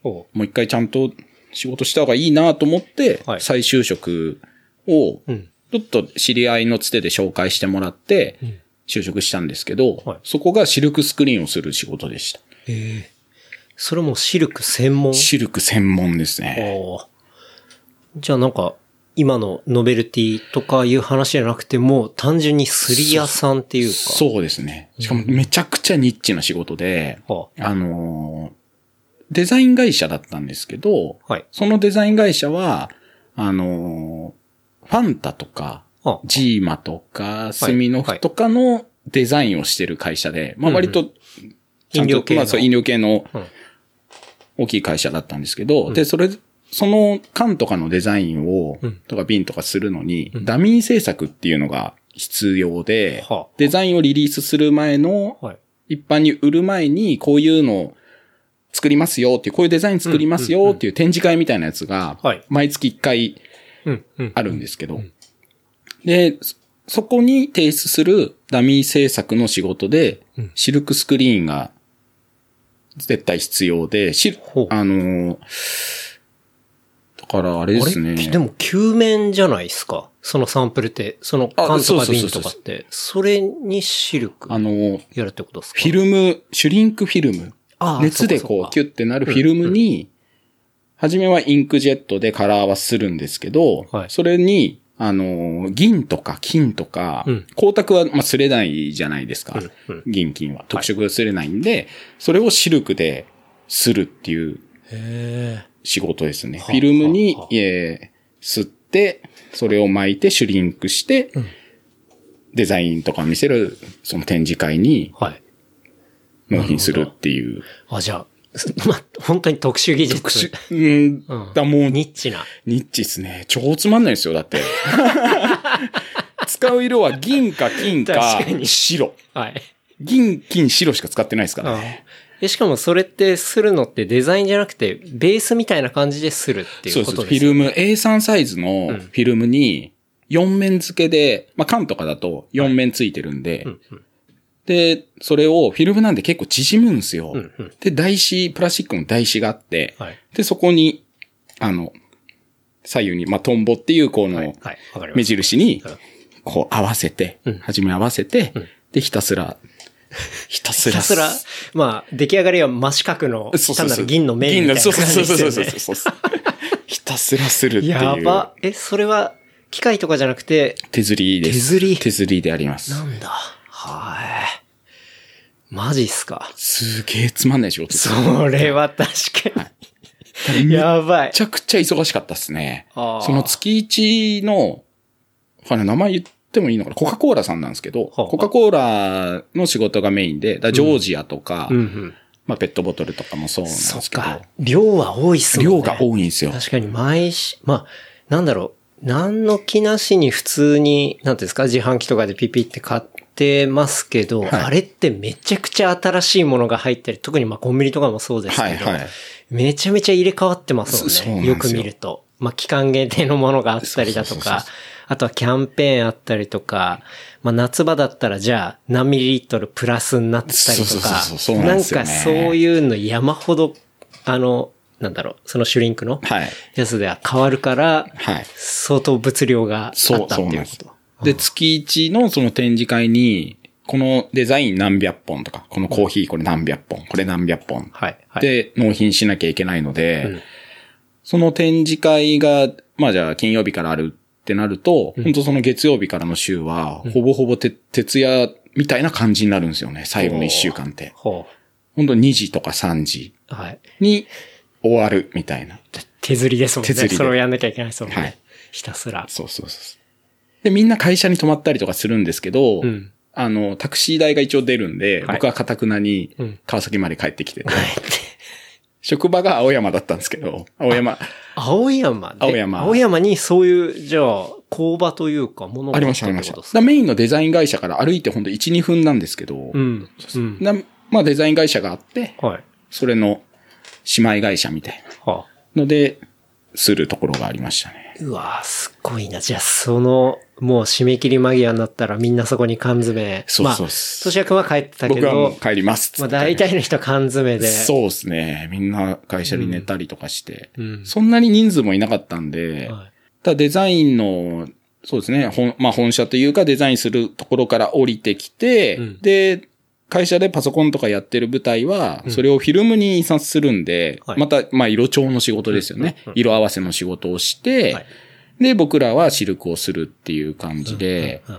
S2: おう
S3: もう一回ちゃんと仕事した方がいいなと思って、
S2: はい
S3: 再就職を、
S2: うん。
S3: ちょっと知り合いのつてで紹介してもらって
S2: ん、
S3: 就職したんですけど、
S2: はい
S3: そこがシルクスクリーンをする仕事でした。
S2: ええそれもシルク専門
S3: シルク専門ですね。
S2: おーじゃあなんか、今のノベルティとかいう話じゃなくても、単純にすり屋さんっていうか。
S3: そうですね。しかもめちゃくちゃニッチな仕事で、
S2: は
S3: あのーデザイン会社だったんですけど、
S2: あはい。
S3: そのデザイン会社は、あのーファンタとか、
S2: あ
S3: ジーマとか、スミノフとかのデザインをしてる会社で、まあ
S2: うんうん
S3: 割と、ちゃ
S2: 飲
S3: んと
S2: 料系の
S3: まあそう、飲料系の
S2: うん
S3: 大きい会社だったんですけど、
S2: ん
S3: で、それ、その缶とかのデザインを
S2: うん、
S3: とか瓶とかするのに、
S2: ん
S3: ダミー制作っていうのが必要で、
S2: はあ
S3: デザインをリリースする前の
S2: はい。
S3: 一般に売る前に、こういうのを作りますよっていう、こういうデザイン作りますよっていう展示会みたいなやつが
S2: はい、
S3: 毎月一回
S2: うん、うん。
S3: あるんですけど、で、そそこに提出するダミー制作の仕事で
S2: うん、
S3: シルクスクリーンが絶対必要で、し
S2: ほう
S3: あのー、だからあれで
S2: あ
S3: す
S2: れ
S3: ね。
S2: でも、球面じゃないですか。そのサンプルって、その
S3: あ
S2: 缶と
S3: そう
S2: か
S3: そうそ
S2: 瓶
S3: うそ
S2: と
S3: う
S2: かって、それにシルク
S3: あのー、
S2: やるってことですか
S3: フィルム、シュリンクフィルム。
S2: ああ
S3: 熱で
S2: そう
S3: こ
S2: かそうか
S3: う、キュッてなるフィルムに、はじめはインクジェットでカラーはするんですけど
S2: は、い
S3: それに、あのー、銀とか金とか
S2: うん、
S3: 光沢は、まあ、擦れないじゃないですか
S2: うんうん。
S3: 銀金は。特色が擦れないんで、それをシルクでするっていう
S2: へ
S3: 仕事ですね。
S2: は
S3: フィルムに
S2: はは、
S3: えー、吸って、それを巻いてシュリンクして
S2: うん、
S3: デザインとか見せる、その展示会に
S2: えはい。
S3: 納品するっていう。
S2: あ、じゃあ、す *laughs* まあ、本当に特殊技術。
S3: 特殊、うん、
S2: うん
S3: だも
S2: *laughs*
S3: う
S2: ニッチな。
S3: ニッチっすね。超つまんないですよ、だって。 *laughs* 使う色は銀か金か
S2: 確かに
S3: 白。
S2: はい。
S3: 銀、金、白しか使ってないですからね。
S2: えしかもそれってするのってデザインじゃなくて、ベースみたいな感じでするってい
S3: そうう
S2: こ
S3: そ
S2: と
S3: う。フィ
S2: ですよ
S3: ルム、A3 サイズの
S2: うん
S3: フィルムに4面付けで、まあ、缶とかだと4面付いてるんで、
S2: うんうん
S3: で、それをフィルムなんで結構縮むんですよ。
S2: うんうん
S3: で、台紙、プラスチックの台紙があって、
S2: はい。
S3: で、そこに、あの、左右に、まあ、トンボっていうこの、
S2: はい。はい。わかりま
S3: 目
S2: した。
S3: 印に
S2: うん、
S3: こう合わせて
S2: うん、
S3: はじめ合わせて
S2: うん、
S3: で、ひた
S2: *laughs*
S3: すら、ひたす
S2: ひ
S3: ら、
S2: たすら、まあ、出来上がりは真四角の、
S3: そうそう
S2: 単
S3: そ
S2: な
S3: う
S2: る銀の面みたいな感
S3: 銀の
S2: じ
S3: そ
S2: です
S3: うそう
S2: よ
S3: そうそう
S2: ね。
S3: そうそう。ひたすらするっていう。
S2: *laughs* やば。え、それは、機械とかじゃなくて、
S3: 手釣りです。
S2: 手釣り
S3: 手釣りであります
S2: な。んだ。はい。マジっすか。
S3: すげえつまんない仕事。
S2: それは確かに。
S3: めっ
S2: やばい。
S3: ちゃくちゃ忙しかったですね。
S2: あー
S3: その月一の、これ名前言ってもいいのかなコカ・コーラさんなんですけど、
S2: はあ
S3: コカ・コーラの仕事がメインで、だからジョージアとか、
S2: うんうん。
S3: まあペットボトルとかもそうなんで
S2: そっ
S3: すけど、
S2: か。量は多いっすもんね。
S3: 量が多いんですよ。
S2: 確かに毎し、まあ、なんだろう、何の気なしに普通に、なんていうんですか、自販機とかでピピって買ってますけど、あれってめちゃくちゃ新しいものが入ったり、特にまあコンビニとかもそうですけど、
S3: はいはい
S2: めちゃめちゃ入れ替わってますもんね。
S3: そそうなんですよ
S2: よく見ると。まあ、期間限定のものがあったりだと
S3: そうそうそう
S2: か
S3: そ、
S2: あとはキャンペーンあったりとか、まあ、夏場だったらじゃあ何ミリリットルプラスになってたりとか
S3: そうそうそうそう、そうな
S2: なん
S3: で
S2: ん
S3: すよ
S2: か
S3: ね
S2: そういうの山ほど、あの、なんだろう、そのシュリンクの
S3: はい。
S2: やつでは変わるから、
S3: はい。
S2: 相当物量があった
S3: そ
S2: っ
S3: う、そ
S2: て
S3: うなん
S2: いう
S3: で
S2: こ
S3: す
S2: と。。
S3: で、月1のその展示会に、このデザイン何百本とか、このコーヒーこれ何百本、これ何百本。
S2: はい。はい、
S3: で、納品しなきゃいけないので、
S2: うん
S3: その展示会が、まあじゃあ金曜日からあるってなると、本当その月曜日からの週は、ほぼほぼて徹夜みたいな感じになるんですよね、最後の1週間って。
S2: ほ
S3: 本当2時とか3時
S2: う。はい。
S3: に終わるみたいな。
S2: 手釣りですもん
S3: 手釣
S2: ね。
S3: りで
S2: それをやんなきゃいけないですもんね。
S3: はい
S2: ひたすら。
S3: そうそうそうそう。で、みんな会社に泊まったりとかするんですけど、
S2: うん
S3: あの、タクシー代が一応出るんで、
S2: はい
S3: 僕はかたくなに
S2: うん
S3: 川崎まで帰ってきてて、
S2: はい。で
S3: 職場が青山だったんですけど、
S2: *laughs*
S3: 青山、
S2: 青山で。
S3: 青山
S2: 青山にそういう、じゃあ、工場というか、ものが
S3: ありま
S2: っ
S3: した、
S2: た
S3: あ
S2: っ
S3: りま
S2: て
S3: し
S2: ことで
S3: た。だ
S2: す
S3: から
S2: か
S3: メインのデザイン会社から歩いてほんと1、2分なんですけど、
S2: うん。うん。
S3: なまあデザイン会社があって、
S2: はい。
S3: それの姉妹会社みたい
S2: はあ、
S3: なので、するところがありましたね。
S2: うわーすっごいな。じゃあ、その、もう締め切り間際になったらみんなそこに缶詰で。
S3: そうそう
S2: まあ、
S3: っす
S2: としやくんは帰ってたけ
S3: 僕はもう
S2: ど、
S3: 帰りますっつ
S2: ま
S3: っ
S2: あ
S3: て。
S2: 大体の人缶詰で。
S3: そうですね。みんな会社で寝たりとかして。
S2: うん
S3: そんなに人数もいなかったんで、
S2: はい
S3: ただデザインの、そうですね、本まあ、本社というかデザインするところから降りてきて、
S2: うん
S3: で、会社でパソコンとかやってる舞台は、それをフィルムに印刷するんで、
S2: はい
S3: また、まあ、色調の仕事ですよね。色合わせの仕事をして、
S2: はい
S3: で、僕らはシルクをするっていう感じで、
S2: うん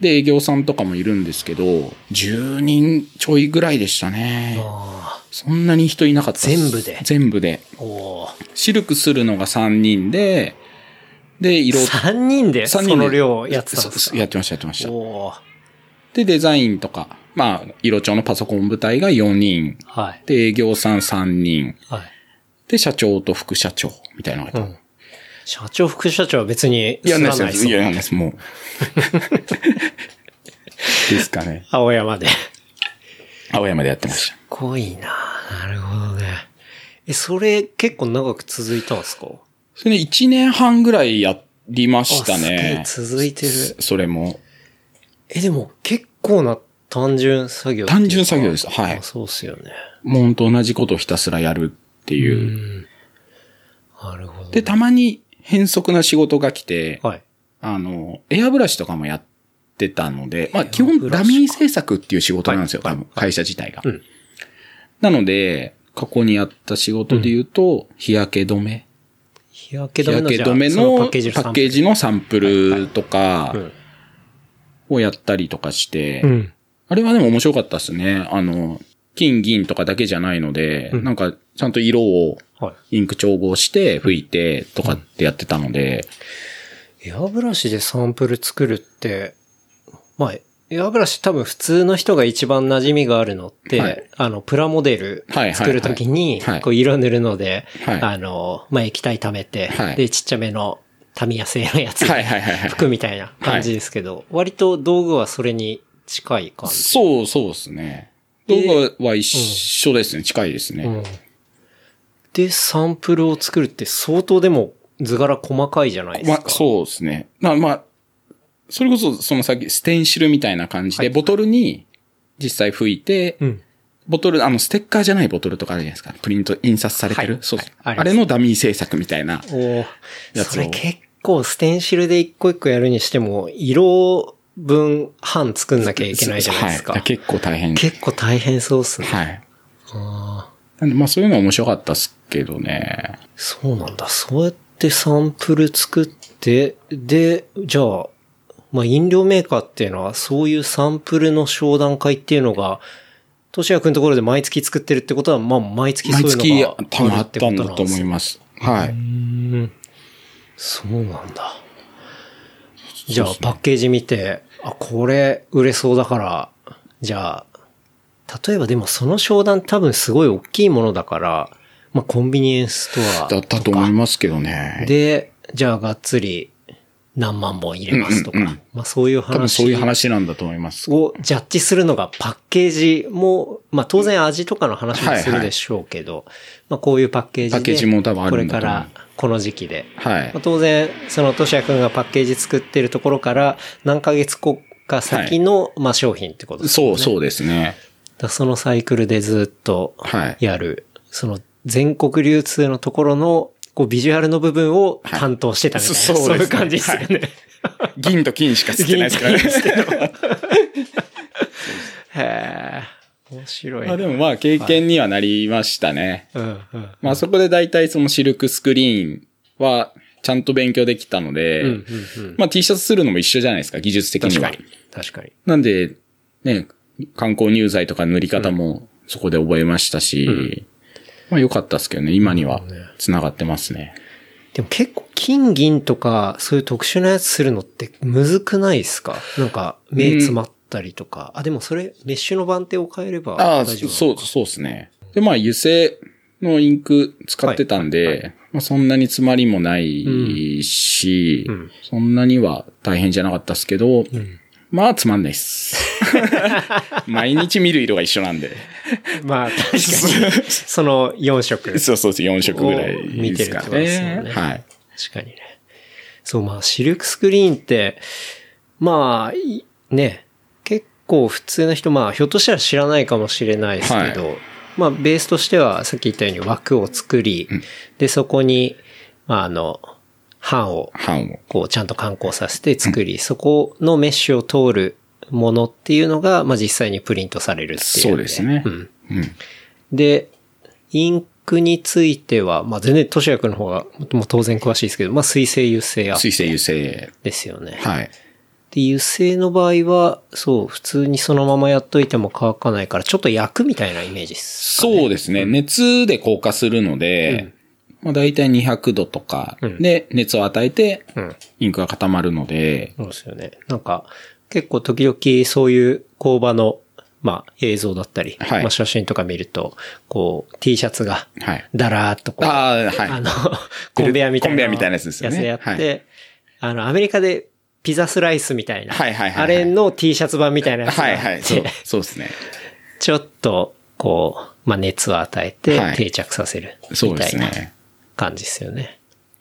S3: で、営業さんとかもいるんですけど、10人ちょいぐらいでしたね。
S2: あ
S3: そんなに人いなかったっす
S2: 全部で
S3: 全部で。
S2: ーおー
S3: シルクするのが3人で、で、色、
S2: 三人でそ
S3: 三人で
S2: の量をやってたんです
S3: そ
S2: か
S3: やってました、やってました。
S2: おー
S3: で、デザインとか、まあ、色調のパソコン部隊が4人、
S2: はい。
S3: で、営業さん3人、
S2: はい。
S3: で、社長と副社長、みたいなのがいた。
S2: うん社長、副社長は別に
S3: やんない
S2: 住ま
S3: ですよ。いや、やんないです、 *laughs* もう。ですかね。
S2: 青山で。
S3: 青山でやってました。
S2: 濃いななるほどね。え、それ結構長く続いたんですか
S3: それね、1年半ぐらいやりましたね
S2: あ。すげえ続いてる
S3: そそれも。
S2: え、でも結構な単純作業っていうか。
S3: 単純作業ですはい
S2: あそうっすよね。
S3: もうほんと同じことをひたすらやるっていうう。
S2: ん。なるほど。
S3: で、たまに変則な仕事が来て、
S2: はい。
S3: あの、エアブラシとかもやってたので、まあ基
S2: エア
S3: 本
S2: ブラシ
S3: ダ
S2: か
S3: ミー制作っていう仕事なんですよ、多分、会社自体が。
S2: うん
S3: なので、過去にやった仕事で言うと、日焼け止め。
S2: 日焼け
S3: 日
S2: 止めの
S3: 焼け止め
S2: じゃあそ
S3: のパ
S2: パ
S3: ッ
S2: ッ
S3: ケ
S2: ケージのサンプル
S3: ージのサンプルとか
S2: うん
S3: をやったりとかして、
S2: うん。
S3: あれはでも面白かったですね。あの、金銀とかだけじゃないので、
S2: うん
S3: なんかちゃんと色を
S2: は
S3: インク調合して拭いてとかってやってたので、
S2: い。エアブラシでサンプル作るって、まあ、エアブラシ多分普通の人が一番馴染みがあるのって、
S3: はい
S2: あの、プラモデル
S3: はいはいはい
S2: 作るときに
S3: はい、
S2: こう色塗るので、
S3: はい
S2: あの、まあ、液体溜めて、
S3: はい
S2: で、ちっちゃめのタミヤ製のやつ、
S3: はいはいはいはい。
S2: 服みたいな感じですけど、割と道具はそれに近い感じ。
S3: そう、そうですね。動
S2: で
S3: 画は一緒ですね。近いですね。
S2: うんで、サンプルを作るって相当でも図柄細かいじゃないです
S3: ま
S2: か。、
S3: そうですね。まあ、まあ、それこそ、その先、ステンシルみたいな感じで、ボトルに実際拭いて、
S2: うん。
S3: ボトル、あの、ステッカーじゃないボトルとかあるじゃないですか。プリント、印刷されてる。
S2: はい
S3: そうそう
S2: はいありま
S3: あ
S2: す
S3: れのダミー制作みたいな。
S2: おー
S3: やつを
S2: それ結構ステンシルで一個一個やるにしても、色分半作んなきゃいけないじゃないですか。
S3: はい、結構大変。
S2: 結構大変そうっすね。
S3: はい。
S2: あー
S3: なんで、まあ、そういうのは面白かったっすけどね。
S2: そうなんだ。そうやってサンプル作って、で、じゃあ、まあ、飲料メーカーっていうのは、そういうサンプルの商談会っていうのが、としやくんのところで毎月作ってるってことは、まあ、毎月そう
S3: 毎
S2: い
S3: 月
S2: うのが、
S3: 多分あ
S2: る
S3: ってた
S2: こ
S3: ん
S2: な
S3: だと思います。はい。
S2: うんそうなんだ。じゃあ、パッケージ見て、あ、これ売れそうだから、じゃあ、例えばでもその商談多分すごい大きいものだから、まあ、コンビニエンスストア
S3: だったと思いますけどね。
S2: で、じゃあがっつり何万本入れますとか、
S3: うんうんうん
S2: まあそういう
S3: 多分
S2: 話
S3: そういう話なんだと思います。
S2: をジャッジするのがパッケージも、まあ当然味とかの話もするでしょうけど、まあこういうパッケージで、
S3: パッケージも多分あ
S2: こ
S3: る
S2: れ
S3: んだ
S2: か
S3: と思う
S2: らこの時期で、
S3: はい
S2: まあ。当然、その、としやくんがパッケージ作ってるところから、何ヶ月後か先の、まあ、商品ってことですね。
S3: そう、そうです *laughs* ね。
S2: だからそのサイクルでずっと
S3: はい
S2: やる、その全国流通のところのこうビジュアルの部分を担当してたみたいな、
S3: そ
S2: そうう
S3: そうですね
S2: いう感じですよね。
S3: 銀と金しか吸ってないですから
S2: 銀と
S3: ね。
S2: へえ、面白い
S3: ま
S2: な。
S3: あでもまあ経験にはなりましたね。
S2: うんうん
S3: まあそこで大体そのシルクスクリーンはちゃんと勉強できたので、
S2: うんうんうん。
S3: まあ T シャツするのも一緒じゃないですか、技術的に
S2: 確か
S3: は
S2: に。。確かに。
S3: なんで、ね、観光入剤とか塗り方もそこで覚えましたし、まあ良かったですけどね、今には繋がってますね。
S2: でも結構金銀とか、そういう特殊なやつするのってむずくないですかなんか、目詰まったりとか。あ、でもそれ、メッシュの番手を変えれば
S3: あ
S2: 大
S3: あ、
S2: 丈夫。
S3: そう、そうですね。で、まあ、油性のインク使ってたんで、まあ、そんなに詰まりもないし、
S2: うんうん
S3: そんなには大変じゃなかったですけど、
S2: ん
S3: まあ、つまんないっ
S2: *laughs*
S3: す。毎日見る色が一緒なんで。
S2: まあ、確かに。その4色。
S3: *laughs* そうそうそう、4色ぐらいですか
S2: 見てるってことです
S3: ね。
S2: よね
S3: はい。
S2: 確かにね。そう、まあ、シルクスクリーンって、まあ、いね、結構普通の人、まあ、ひょっとしたら知らないかもしれないですけど、まあ、ベースとしては、さっき言ったように枠を作り、で、そこに、あの、版を、
S3: 版を。
S2: こう、ちゃんと観光させて作り、そこのメッシュを通るものっていうのが、まあ、実際にプリントされるっていう、
S3: そうですね。
S2: うん。
S3: うん。
S2: で、インクについては、まあ、全然、としやくんの方が、もう当然詳しいですけど、まあ、水性油性あっ
S3: 水性油性。
S2: ですよね。
S3: はい。
S2: で、油性の場合は、そう、普通にそのままやっといても乾かないから、ちょっと焼くみたいなイメージですかね。
S3: そうですね。熱で硬化するので、まあ大体200度とか
S2: うん
S3: で熱を与えて
S2: うん、
S3: インクが固まるので、
S2: そうですよね。なんか、結構時々そういう工場の、まあ、映像だったり、
S3: はい
S2: まあ、写真とか見ると、こう、T シャツが、
S3: はい。
S2: だらーっとこう、
S3: ああ、
S2: あ
S3: は
S2: の、 *laughs* コンベアみたいな。
S3: コンベアみたいなやつですよね
S2: やつやっ
S3: は
S2: て、あの、アメリカでピザスライスみたいな。
S3: はいはいはいはい。
S2: あれの T シャツ版みたいないやつがあっ
S3: は
S2: て。
S3: いはい。
S2: *laughs*
S3: そう、そうですね。
S2: ちょっと、こう、まあ、熱を与えて
S3: はい
S2: 定着させる。
S3: そう
S2: み
S3: で
S2: たい
S3: す
S2: な
S3: ね。
S2: 感じですよね。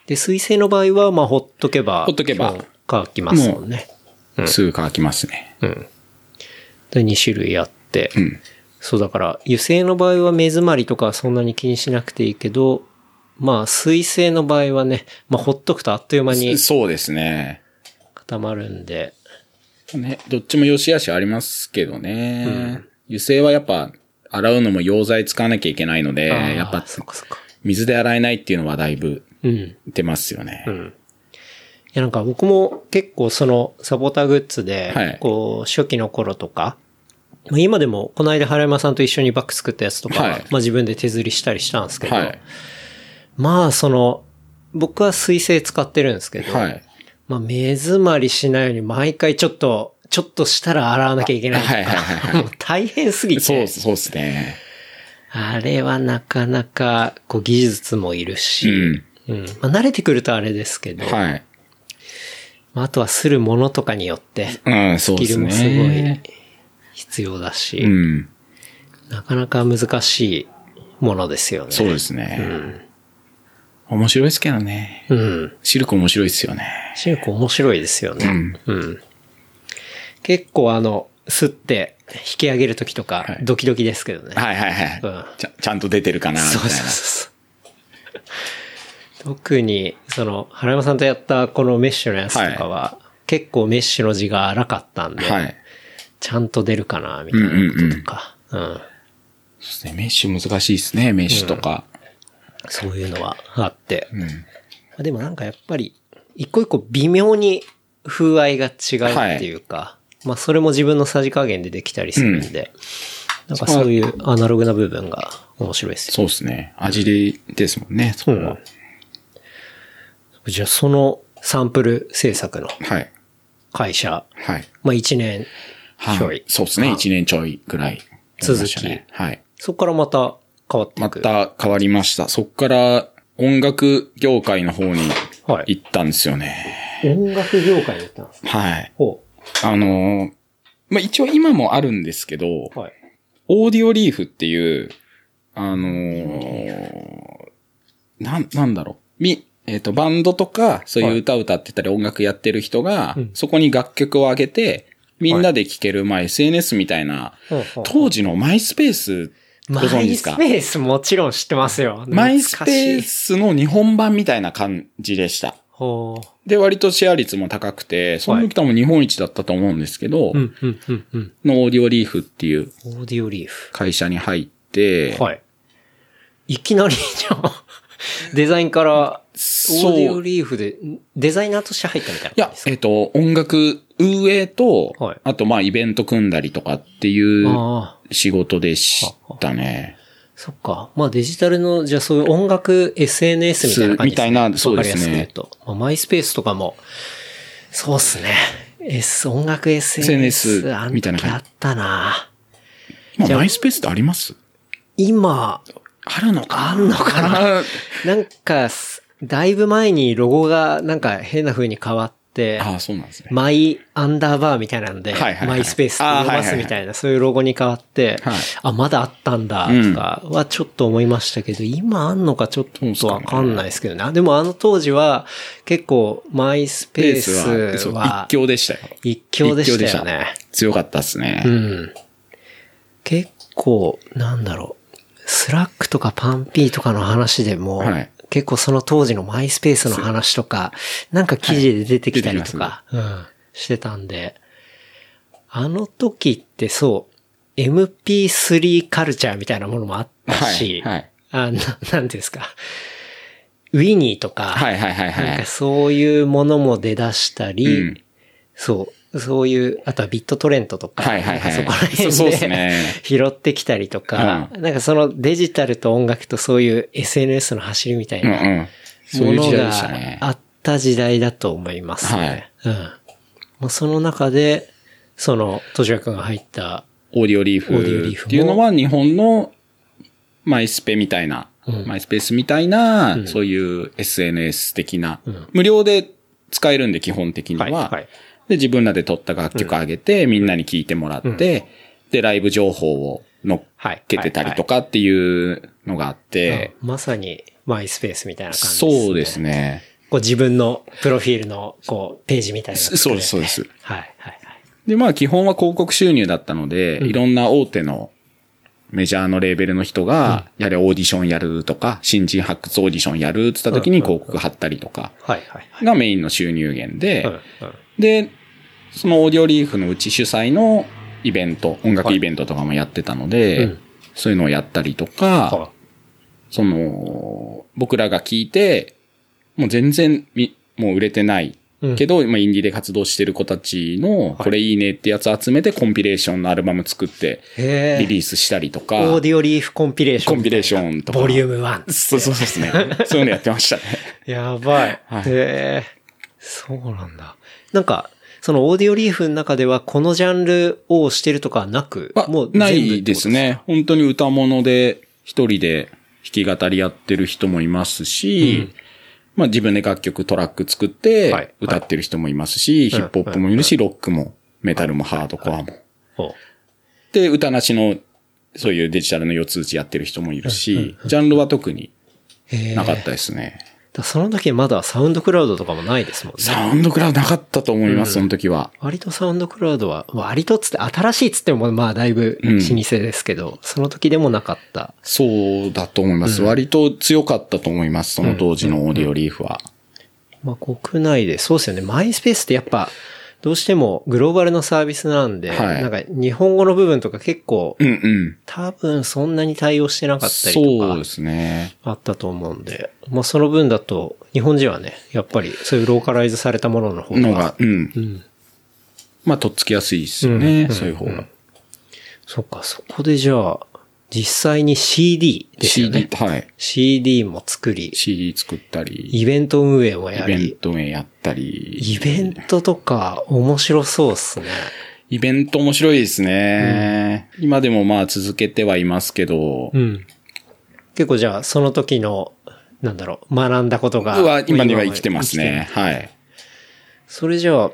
S2: で、水性の場合は、まあ、ほっとけば。
S3: ほっとけば
S2: そう。乾きますもんね。
S3: すぐ乾きますね。
S2: うん。で、2種類あって。
S3: うん。
S2: そうだから、油性の場合は目詰まりとかはそんなに気にしなくていいけど、まあ、水性の場合はね、まあ、ほっとくとあっという間に
S3: そうですね。
S2: 固まるんで、
S3: ね、どっちも良し悪しありますけどね。油性はやっぱ、洗うのも溶剤使わなきゃいけないので、
S2: あー
S3: やっぱ
S2: そっかそっか。
S3: 水で洗えないっていうのはだいぶ
S2: うん。
S3: 出ますよね。
S2: うん。いや、なんか僕も結構そのサポーターグッズで、
S3: はい
S2: こう、初期の頃とか、まあ今でも、この間原山さんと一緒にバッグ作ったやつとか、
S3: はい
S2: まあ自分で手刷りしたりしたんですけど、
S3: はい。
S2: まあその、僕は水性使ってるんですけど、
S3: はい。
S2: まあ目詰まりしないように毎回ちょっと、ちょっとしたら洗わなきゃいけないとか、
S3: はいはいはいはい
S2: もう *laughs* 大変すぎて、
S3: そう、そうですね。
S2: あれはなかなか、こう技術もいる
S3: う
S2: し、
S3: ん。
S2: うん。まあ慣れてくるとあれですけど、
S3: はい。
S2: まあ、あとはするものとかによって、
S3: うん、そう
S2: ス
S3: で
S2: キ
S3: す
S2: ルも
S3: ね。
S2: すごい必要だし、
S3: うん。
S2: なかなか難しいものですよね。
S3: そうですね。面白いですけどね。
S2: うん。
S3: シルク面白いですよね。
S2: シルク面白いですよね。うん。結構あの、吸って引き上げるときとか
S3: い、
S2: ドキドキですけどね。
S3: はいはいはい。
S2: うん
S3: ちゃちゃんと出てるかな、みたい
S2: そうそうそうそう。特に、その、原山さんとやったこのメッシュのやつとかは、結構メッシュの字が荒かったんで、
S3: な。はい。
S2: ちゃんと出るかな、みたいなこととか。うん
S3: そうですね。メッシュ難しいですね、メッシュとか。
S2: そういうのはあって。
S3: うん。
S2: まあでもなんかやっぱり、一個一個微妙に風合いが違うっていうか、まあそれも自分のさじ加減でできたりするんで、なんかそういうアナログな部分が面白いですよ。
S3: そうですね。味でですもんね、そこは。
S2: じゃあそのサンプル制作の
S3: はい。
S2: 会社、
S3: はい。
S2: まあ1年
S3: はい。
S2: ちょい。
S3: そうですね。一年ちょいぐらい。
S2: 続き
S3: はい。
S2: そこからまた変わってい
S3: ま
S2: く。
S3: た変わりました。そっから音楽業界の方に
S2: はい。
S3: 行ったんですよね。
S2: 音楽業界に行ったんですね。
S3: はい。
S2: ほ
S3: あのーまあ、一応今もあるんですけど、
S2: う。はい。
S3: オーディオリーフっていう、あのーなん、なんだろう。み、えっ、と、バンドとか、そういう歌歌ってたり音楽やってる人が、
S2: うん
S3: そこに楽曲を上げて、みんなで聴ける、まあ、SNS みたいな、当時のマイスペース、ご
S2: マ
S3: 存知
S2: イ
S3: です
S2: ス
S3: か
S2: ペースもちろん知ってますよ。
S3: マイスペー
S2: ス。
S3: スの日本版みたいな感じでした。
S2: ほう。
S3: で、割とシェア率も高くて、その時多分日本一だったと思うんですけど、
S2: うん、うん、うん、うん。
S3: のオーディオリーフっていう
S2: オーディオリーフ。
S3: 会社に入って、
S2: はい。いきなり、じゃあ、デザインから、オーディ
S3: そ
S2: オ
S3: う。い
S2: リーフで、デザイナーとして入ったみたいな
S3: や
S2: 感じ、
S3: え
S2: で
S3: っ、と、音楽運営と、
S2: はい
S3: あとまあイベント組んだりとかってい
S2: すか
S3: う
S2: ああ、
S3: 仕事でしたね。
S2: そっか。まあデジタルの、じゃあそういう音楽 SNS みたいな感じ、
S3: みたいなそうですね
S2: わかりやく言うと。まあ、マイスペースとかも、そうっすね。S、音楽 SNS
S3: SNS。みたいな感じ
S2: あん時あったな
S3: まあ
S2: じゃあ
S3: マイスペースってあります
S2: 今、
S3: あるのか
S2: あんのかな *laughs*
S3: あー
S2: なんかす、だいぶ前にロゴがなんか変な風に変わっって、
S3: ああ、そうなんですね。
S2: マイアンダーバーみたいなんで、
S3: はいはいはい
S2: マイスペースって呼
S3: あーはい
S2: ば
S3: はいは
S2: す
S3: い
S2: みたいな、そういうロゴに変わって、
S3: はい
S2: あ、まだあったんだ、とかはちょっと思いましたけど、今あんのかちょっとわかんないですけどね。でもあの当時は、結構、マイスペ
S3: ペ
S2: ー
S3: ー
S2: ス
S3: スは、そう
S2: は
S3: 一、強でしたよ。
S2: 一強でしたよね。
S3: 強かったっすね。
S2: うん。結構、なんだろう。スラックとかパンピーとかの話でも、
S3: はい
S2: 結構その当時のマイスペースの話とか、なんか記事で出てきたりとか、うん、してたんで、あの時ってそう、MP3 カルチャーみたいなものもあったし、
S3: はいはい
S2: あななんていうんですか、ウィニーとか、
S3: はいはいはい
S2: なん
S3: は
S2: か
S3: い。
S2: そういうものも出だしたり、
S3: うん
S2: そう、そういう、あとはビットトレンドとか、
S3: はいはいはい
S2: なんかそこら辺
S3: そう
S2: で
S3: そうっすね
S2: *laughs* 拾ってきたりとか、なんかそのデジタルと音楽とそういう SNS の走りみたい
S3: うん
S2: な
S3: うん。そう
S2: も
S3: いう
S2: の
S3: 時代でしたね
S2: が。あった時代だと思いますね。うんもうその中で、その、とじわくんが入った、
S3: オーディオリー
S2: オーディオリー
S3: フ
S2: フも
S3: っていうのは日本のマイスペみたいな、マイスペースみたいな、そういう SNS 的な、無料で使えるんで基本的には、
S2: はいはい
S3: で、自分らで撮った楽曲上げて、みんなに聴いてもらって、で、ライブ情報を乗っけてたりとかっていうのがあって、
S2: うんまさにマイスペースみたいな感じですね。
S3: そうですね。
S2: こう自分のプロフィールの、こう、ページみたいなの作れて。
S3: そうです、そうです。
S2: はい、はい、はい。
S3: で、まあ基本は広告収入だったので、いろんな大手のメジャーのレーベルの人が、やれオーディションやるとか、新人発掘オーディションやるって言った時に広告貼ったりとか、
S2: はい、はい、はい。
S3: がメインの収入源で、
S2: うん、うん。
S3: で、そのオーディオリーフのうち主催のイベント、音楽イベントとかもやってたので、
S2: はいうん
S3: そういうのをやったりとか、
S2: は
S3: その、僕らが聞いて、もう全然み、もう売れてない。
S2: うん
S3: けど、今インディーで活動してる子たちの、これいいねってやつ集めてコンピレーションのアルバム作って、
S2: へー
S3: リリースしたりとか、
S2: オーディオリーフコンピレーション。
S3: コンピレーションとか。
S2: ボリューム1。
S3: そうそうですね。
S2: *laughs*
S3: そういうのやってましたね。
S2: やばい。
S3: はい
S2: へえ。そうなんだ。なんか、そのオーディオリーフの中ではこのジャンルをしてるとかはなく、
S3: は
S2: もう
S3: な
S2: 全部
S3: いですね。本当に歌物で一人で弾き語りやってる人もいますし、まあ自分で楽曲トラック作っ
S2: はいはい
S3: て歌ってる人もいますし、ヒップホップもいるし、ロックもメタルもハードコアも。
S2: ほ
S3: で、歌なしのそういうデジタルの四つ打ちやってる人もいるし、ジャンルは特に
S2: うへえ。
S3: な
S2: だ
S3: か
S2: か
S3: ったですね。
S2: らその時まだサウンドクラウドとかもないですもんね。
S3: サウンドクラウドなかったと思います、その時は。
S2: 割とサウンドクラウドは、割とっつって新しいっつってもまあだいぶ老舗ですけど、その時でもなかった。
S3: そうだと思います。割と強かったと思います、その当時のオーディオリーフは。
S2: まあ、国内で、そうですよね。マイスペースってやっぱ、どうしてもグローバルのサービスなんで、
S3: はい
S2: なんか日本語の部分とか結構、
S3: うんうん。
S2: 多分そんなに対応してなかったり
S3: そう
S2: と
S3: で
S2: か、
S3: すね。
S2: あったと思うんで、まあその分だと、日本人はね、やっぱりそういうローカライズされたものの方
S3: の
S2: が、
S3: が、うん。
S2: ん
S3: まあ、とっつきやすいですよね、
S2: うん
S3: そういう方が。
S2: そっか、そこでじゃあ、実際に CD ですよ
S3: CD
S2: ね、。
S3: はい。
S2: CD も作り、
S3: CD 作ったり、
S2: イベント運営もや
S3: イベン
S2: り、
S3: トやったり。
S2: イベントとか面白そうっすね。
S3: イベント面白いですね。今でもまあ続けてはいますけど、
S2: うん。結構じゃあ、その時の、なんだろう、学んだことが。
S3: は今には生きてますね。はい。
S2: それじゃあ、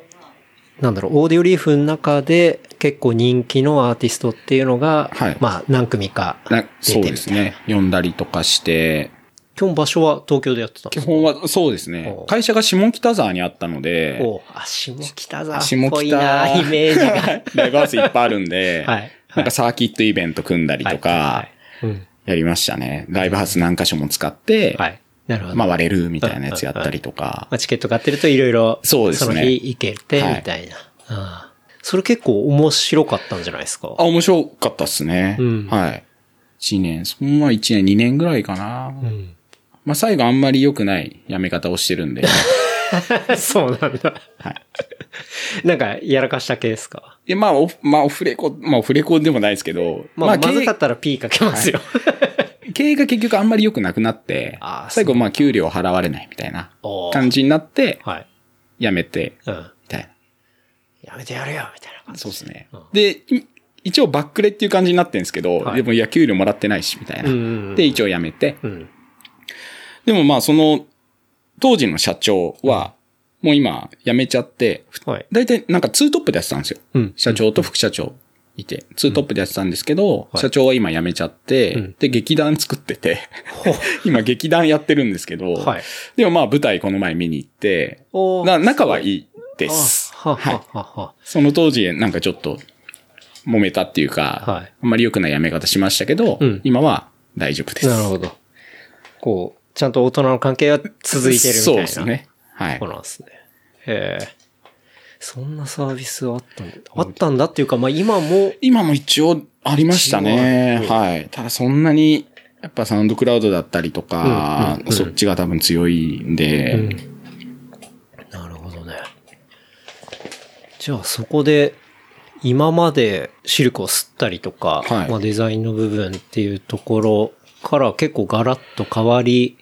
S2: なんだろう、オーディオリーフの中で結構人気のアーティストっていうのが、
S3: はい
S2: まあ何組か出
S3: な
S2: て
S3: そうで
S2: み
S3: す
S2: たいな。
S3: ね。読んだりとかして、
S2: 今日場所は東京でやってたん
S3: 基
S2: ですか
S3: 本はそうですね
S2: お。
S3: 会社が下北沢にあったので、
S2: おうあ、下北沢っ
S3: 下
S2: ぽ
S3: 北
S2: いな、イメージが。
S3: *laughs* ライブハウスいっぱいあるんで、
S2: はい
S3: なんかサーキットイベント組んだりとか、
S2: はいうん。
S3: やりましたね。ライブハウス何箇所も使って、
S2: はい。なるほど。まあ、
S3: 回れるみたいなやつやったり
S2: *laughs*
S3: とか。
S2: チケット買ってるといろいろ、
S3: そうですね
S2: の日行けて、みたいな。ああそれ結構面白かったんじゃないですか
S3: あ、面白かったっすね。
S2: うん
S3: はい。一年、そのまま一年、二年ぐらいかな。
S2: うん。
S3: まあ最後あんまり良くないやめ方をしてるんで。
S2: そうなんだ。なんか、やらかした系ですか
S3: でまあオフ、まあオフレコ、まあオフレコでもないですけど、
S2: まあ、
S3: 経
S2: ま
S3: 営
S2: ずかったら P かけますよ。
S3: 経営が結局あんまり良くなくなって
S2: あ、ー
S3: 最後まあ給料払われないみたいな
S2: おー
S3: 感じになって、
S2: はい。
S3: やめて、
S2: うん。
S3: みたい
S2: やめてやるよ、みたいな感
S3: な。
S2: じ。
S3: そうですね
S2: うん。
S3: で、い一応バックレっていう感じになってるんですけど、
S2: はい
S3: でもいや、給料もらってないし、みたいな。
S2: うんうんうん
S3: で、一応やめて、
S2: うん。
S3: でもまあその、当時の社長は、もう今、辞めちゃって、
S2: はい。
S3: 大体なんかツートップでやってたんですよ。
S2: うん
S3: 社長と副社長いて、ツートップでやってたんですけど、
S2: はい
S3: 社長は今辞めちゃって、
S2: うん
S3: で、劇団作ってて、 *laughs* 今劇団やってるんですけど、
S2: はい。
S3: でもまあ舞台この前見に行って、
S2: おー
S3: な仲はいいです。
S2: あはははは。
S3: その当時なんかちょっと揉めたっていうか、
S2: はい
S3: あんまり良くない辞め方しましたけど、
S2: うん
S3: 今は大丈夫です。
S2: なるほど。こう、ちゃんと大人の関係は続いてるみたいな。
S3: そうですね。はい
S2: そ。うなんですね。へえ。そんなサービスあったんだ。あったんだっていうか、まあ今も、
S3: 今も一応ありましたね。
S2: 一応
S3: はい。ただそんなに、やっぱサウンドクラウドだったりとか、
S2: うんうんうん
S3: そっちが多分強いんで、
S2: なるほどね。じゃあそこで、今までシルクを吸ったりとか、
S3: はい
S2: まあデザインの部分っていうところから結構ガラッと変わり、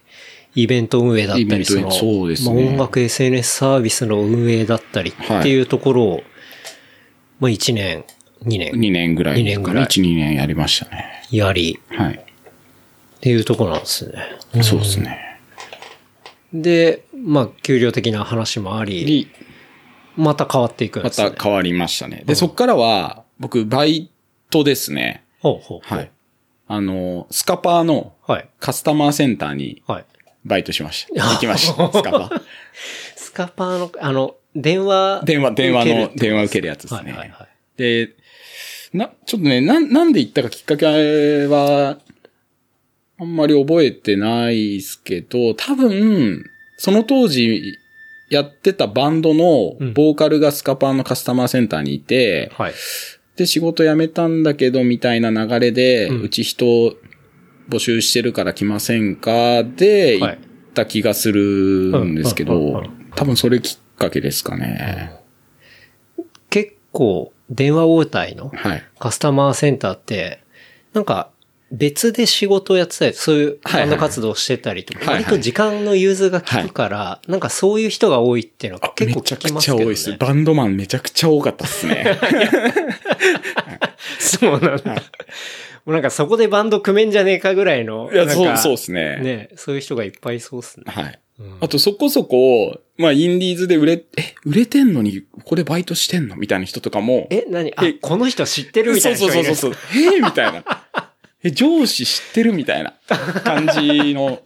S2: イベント運営だっ
S3: イ
S2: た
S3: ベン
S2: り、
S3: ト運営
S2: の、
S3: そうですね
S2: まあ音楽 SNS サービスの運営だったりっていうところを、まあ1年、2年
S3: 2年ぐらい
S2: 二年
S3: か
S2: ぐらい
S3: な。1、2年やりましたね。
S2: やり
S3: はい。
S2: っていうところなんですね。
S3: そうですね。
S2: で、まあ給料的な話もあり、
S3: で、
S2: また変わっていくんで
S3: ます
S2: ね。
S3: た変わりましたね。で、そっからは、僕、バイトですね。
S2: ほうほうほう。
S3: はい。あの、スカパーの
S2: はい。
S3: カスタマーセンターに
S2: はい。
S3: バイトしました。行き
S2: *laughs*
S3: ました。スカパー。
S2: スカパーの、あの、電話。
S3: 電話、電話の、電話受けるやつ
S2: で
S3: ですね。
S2: はいはいはい。
S3: で、な、ちょっとね、なん、なんで行ったかきっかけは、あんまり覚えてないですけど、多分、その当時やってたバンドの
S2: うん
S3: ボーカルがスカパーのカスタマーセンターにいて、
S2: はい。
S3: で、仕事辞めたんだけど、みたいな流れで、う
S2: うん
S3: ち人募集してるから来ませんかで、行
S2: は
S3: っ
S2: い
S3: た気がするんですけ
S2: うんうんう
S3: ど
S2: んう、
S3: 多分それきっかけですかね。
S2: 結構、電話応対の
S3: はい。
S2: カスタマーセンターって、なんか、別で仕事をやってたり、そういう
S3: はいは
S2: バ
S3: い
S2: ンド活動をしてたりと
S3: は
S2: か、
S3: いはい
S2: 割と時間の融通が効くから、なんかそういう人が多いっていうのが結構
S3: めちゃ
S2: 聞
S3: く
S2: きます
S3: ち
S2: け
S3: ゃ
S2: どね。
S3: 多いです。バンドマンめちゃくちゃ多かったですね。
S2: そうなんだ。もうなんかそこでバンド組めんじゃねえかぐらいの。
S3: い
S2: *laughs*
S3: や、
S2: なん
S3: そう、
S2: か
S3: そうですね。
S2: ね。そういう人がいっぱいいそうっすね。
S3: はい。
S2: うん
S3: あとそこそこ、まあ、インディーズで売れ、え、売れてんのに、これバイトしてんのみたいな人とかも。
S2: え、何あ
S3: え、
S2: この人知ってるみたいな人
S3: そ
S2: が
S3: う
S2: い
S3: そ
S2: うる
S3: そうそう。えーみたいな。 *laughs* え、上司知ってるみたいな感じの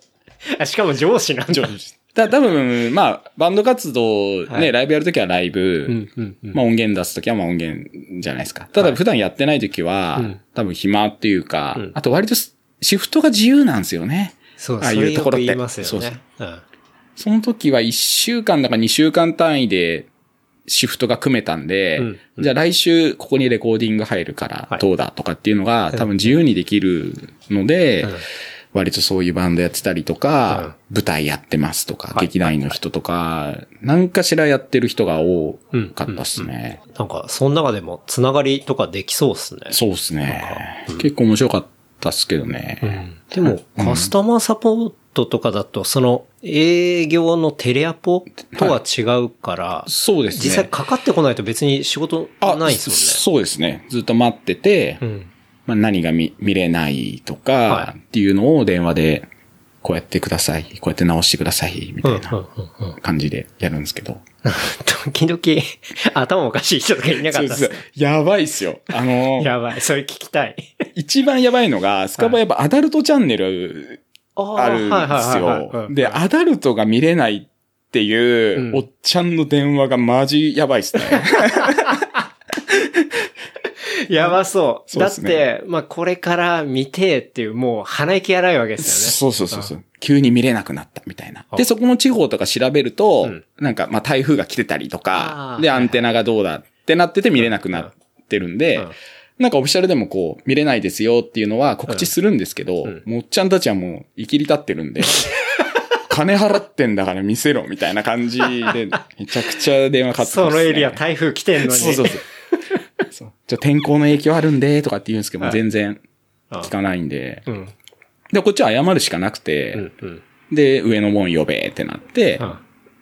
S2: あしかも上司なんだ
S3: 上。
S2: *laughs*
S3: 司。だ、多分、まあ、バンド活動、ね、
S2: はい
S3: ライブやるときはライブ。
S2: うんうんうん。
S3: まあ音源出すときはまあ音源じゃないですか。ただ普段やってないときは、
S2: うん
S3: 多分暇っていうか、
S2: うん
S3: あと割とすシフトが自由なんですよね。
S2: そう、
S3: ああ
S2: そ
S3: いう
S2: れよ
S3: とこ
S2: く
S3: ろって
S2: 言いますよね。
S3: そうそう
S2: うん
S3: その時は1週間だか2週間単位でシフトが組めたんで、
S2: うんうん
S3: じゃあ来週ここにレコーディング入るから
S2: はい
S3: どうだとかっていうのが
S2: うん
S3: 多分自由にできるので、
S2: うん
S3: 割とそういうバンドやってたりとか、舞台やってますとか、
S2: はい
S3: 劇団員の人とか、何かしらやってる人が多かったっすね。
S2: なんか、その中でもつながりとかできそうですね。
S3: そうですね、結構面白かったっすけどね。
S2: うんでも、カスタマーサポートとかだと、その営業のテレアポとは違うから、
S3: そうですね。
S2: 実際かかってこないと別に仕事ないです
S3: そうですね。ずっと待ってて、
S2: もんね。
S3: まあ、何が見見れないとか、
S2: は
S3: っていうのを電話で、こうやってください、こうやって直してください、み
S2: うん。
S3: たい
S2: うんうん
S3: な
S2: うんうん。
S3: 感じでやるんですけど。
S2: 時々、頭おかしい人とかいなか
S3: そ
S2: っ
S3: う
S2: た
S3: で
S2: っす
S3: す。やばいっすよ。あの、
S2: *laughs* やばい、それ聞きたい。
S3: 一番やばいのが、スカバやっぱアダルトチャンネル
S2: あ
S3: あるんですよ。で、アダルトが見れないっていう
S2: う、ん
S3: おっちゃんの電話がマジやばいっすね。
S2: やばそう。
S3: そう
S2: だ
S3: っ
S2: っ
S3: すね
S2: て、まあ、これから見てえっていう、もう鼻息荒いわけですよね。
S3: そうそうそうそう。急に見れなくなったみたいな。
S2: あ
S3: で、そこの地方とか調べると、
S2: うん
S3: なんか、まあ台風が来てたりと
S2: あ
S3: か、
S2: ー
S3: で、
S2: は
S3: ア
S2: い
S3: ンテナがどうだってなってて見れなくなってるんで、
S2: うん
S3: なんかオフィシャルでもこう、見れないですよっていうのは告知するんですけど、
S2: ん
S3: もうおっちゃんたちはもう、生きり立って
S2: *laughs*
S3: るんで、金払ってんだから見せろみたいな感じで、めちゃくちゃ電話かかってき
S2: そ
S3: ますね
S2: のエリア台風来てんのに。
S3: そうそうそう。そうじゃあ天候の影響あるんで、とかって言うんですけど、
S2: はい
S3: 全然
S2: あ
S3: 聞かないんで。
S2: うん。
S3: で、こっちは謝るしかなくて、
S2: うん。うん。
S3: で、上の門呼べってなって、
S2: うん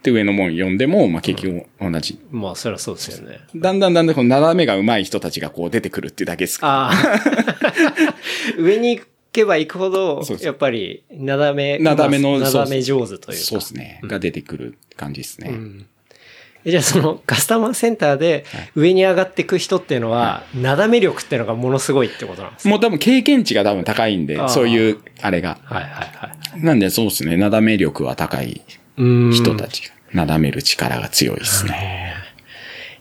S3: で、上の門呼んでも、まあ、結局同じ。
S2: まあ、そりゃそうですよね。
S3: だんだんだんだん、この斜めが上手い人たちがこう出てくるっていうだけです。
S2: ああ。
S3: *laughs*
S2: 上に行けば行くほど
S3: そう、そう
S2: やっぱり、なだめ、
S3: なだめの
S2: な
S3: そう
S2: だめ上手というか。
S3: そうですね。が出てくる感じですね。
S2: うんえじゃあそのカスタマーセンターで上に上がっていく人っていうのは、なだめ力っていうのがものすごいってことなんですか
S3: もう多分経験値が多分高いん
S2: あー
S3: で、そういう、あれが。
S2: はいはいはい。
S3: なんでそうですね、なだめ力は高いう
S2: ーん
S3: 人たちが、なだめる力が強いですね。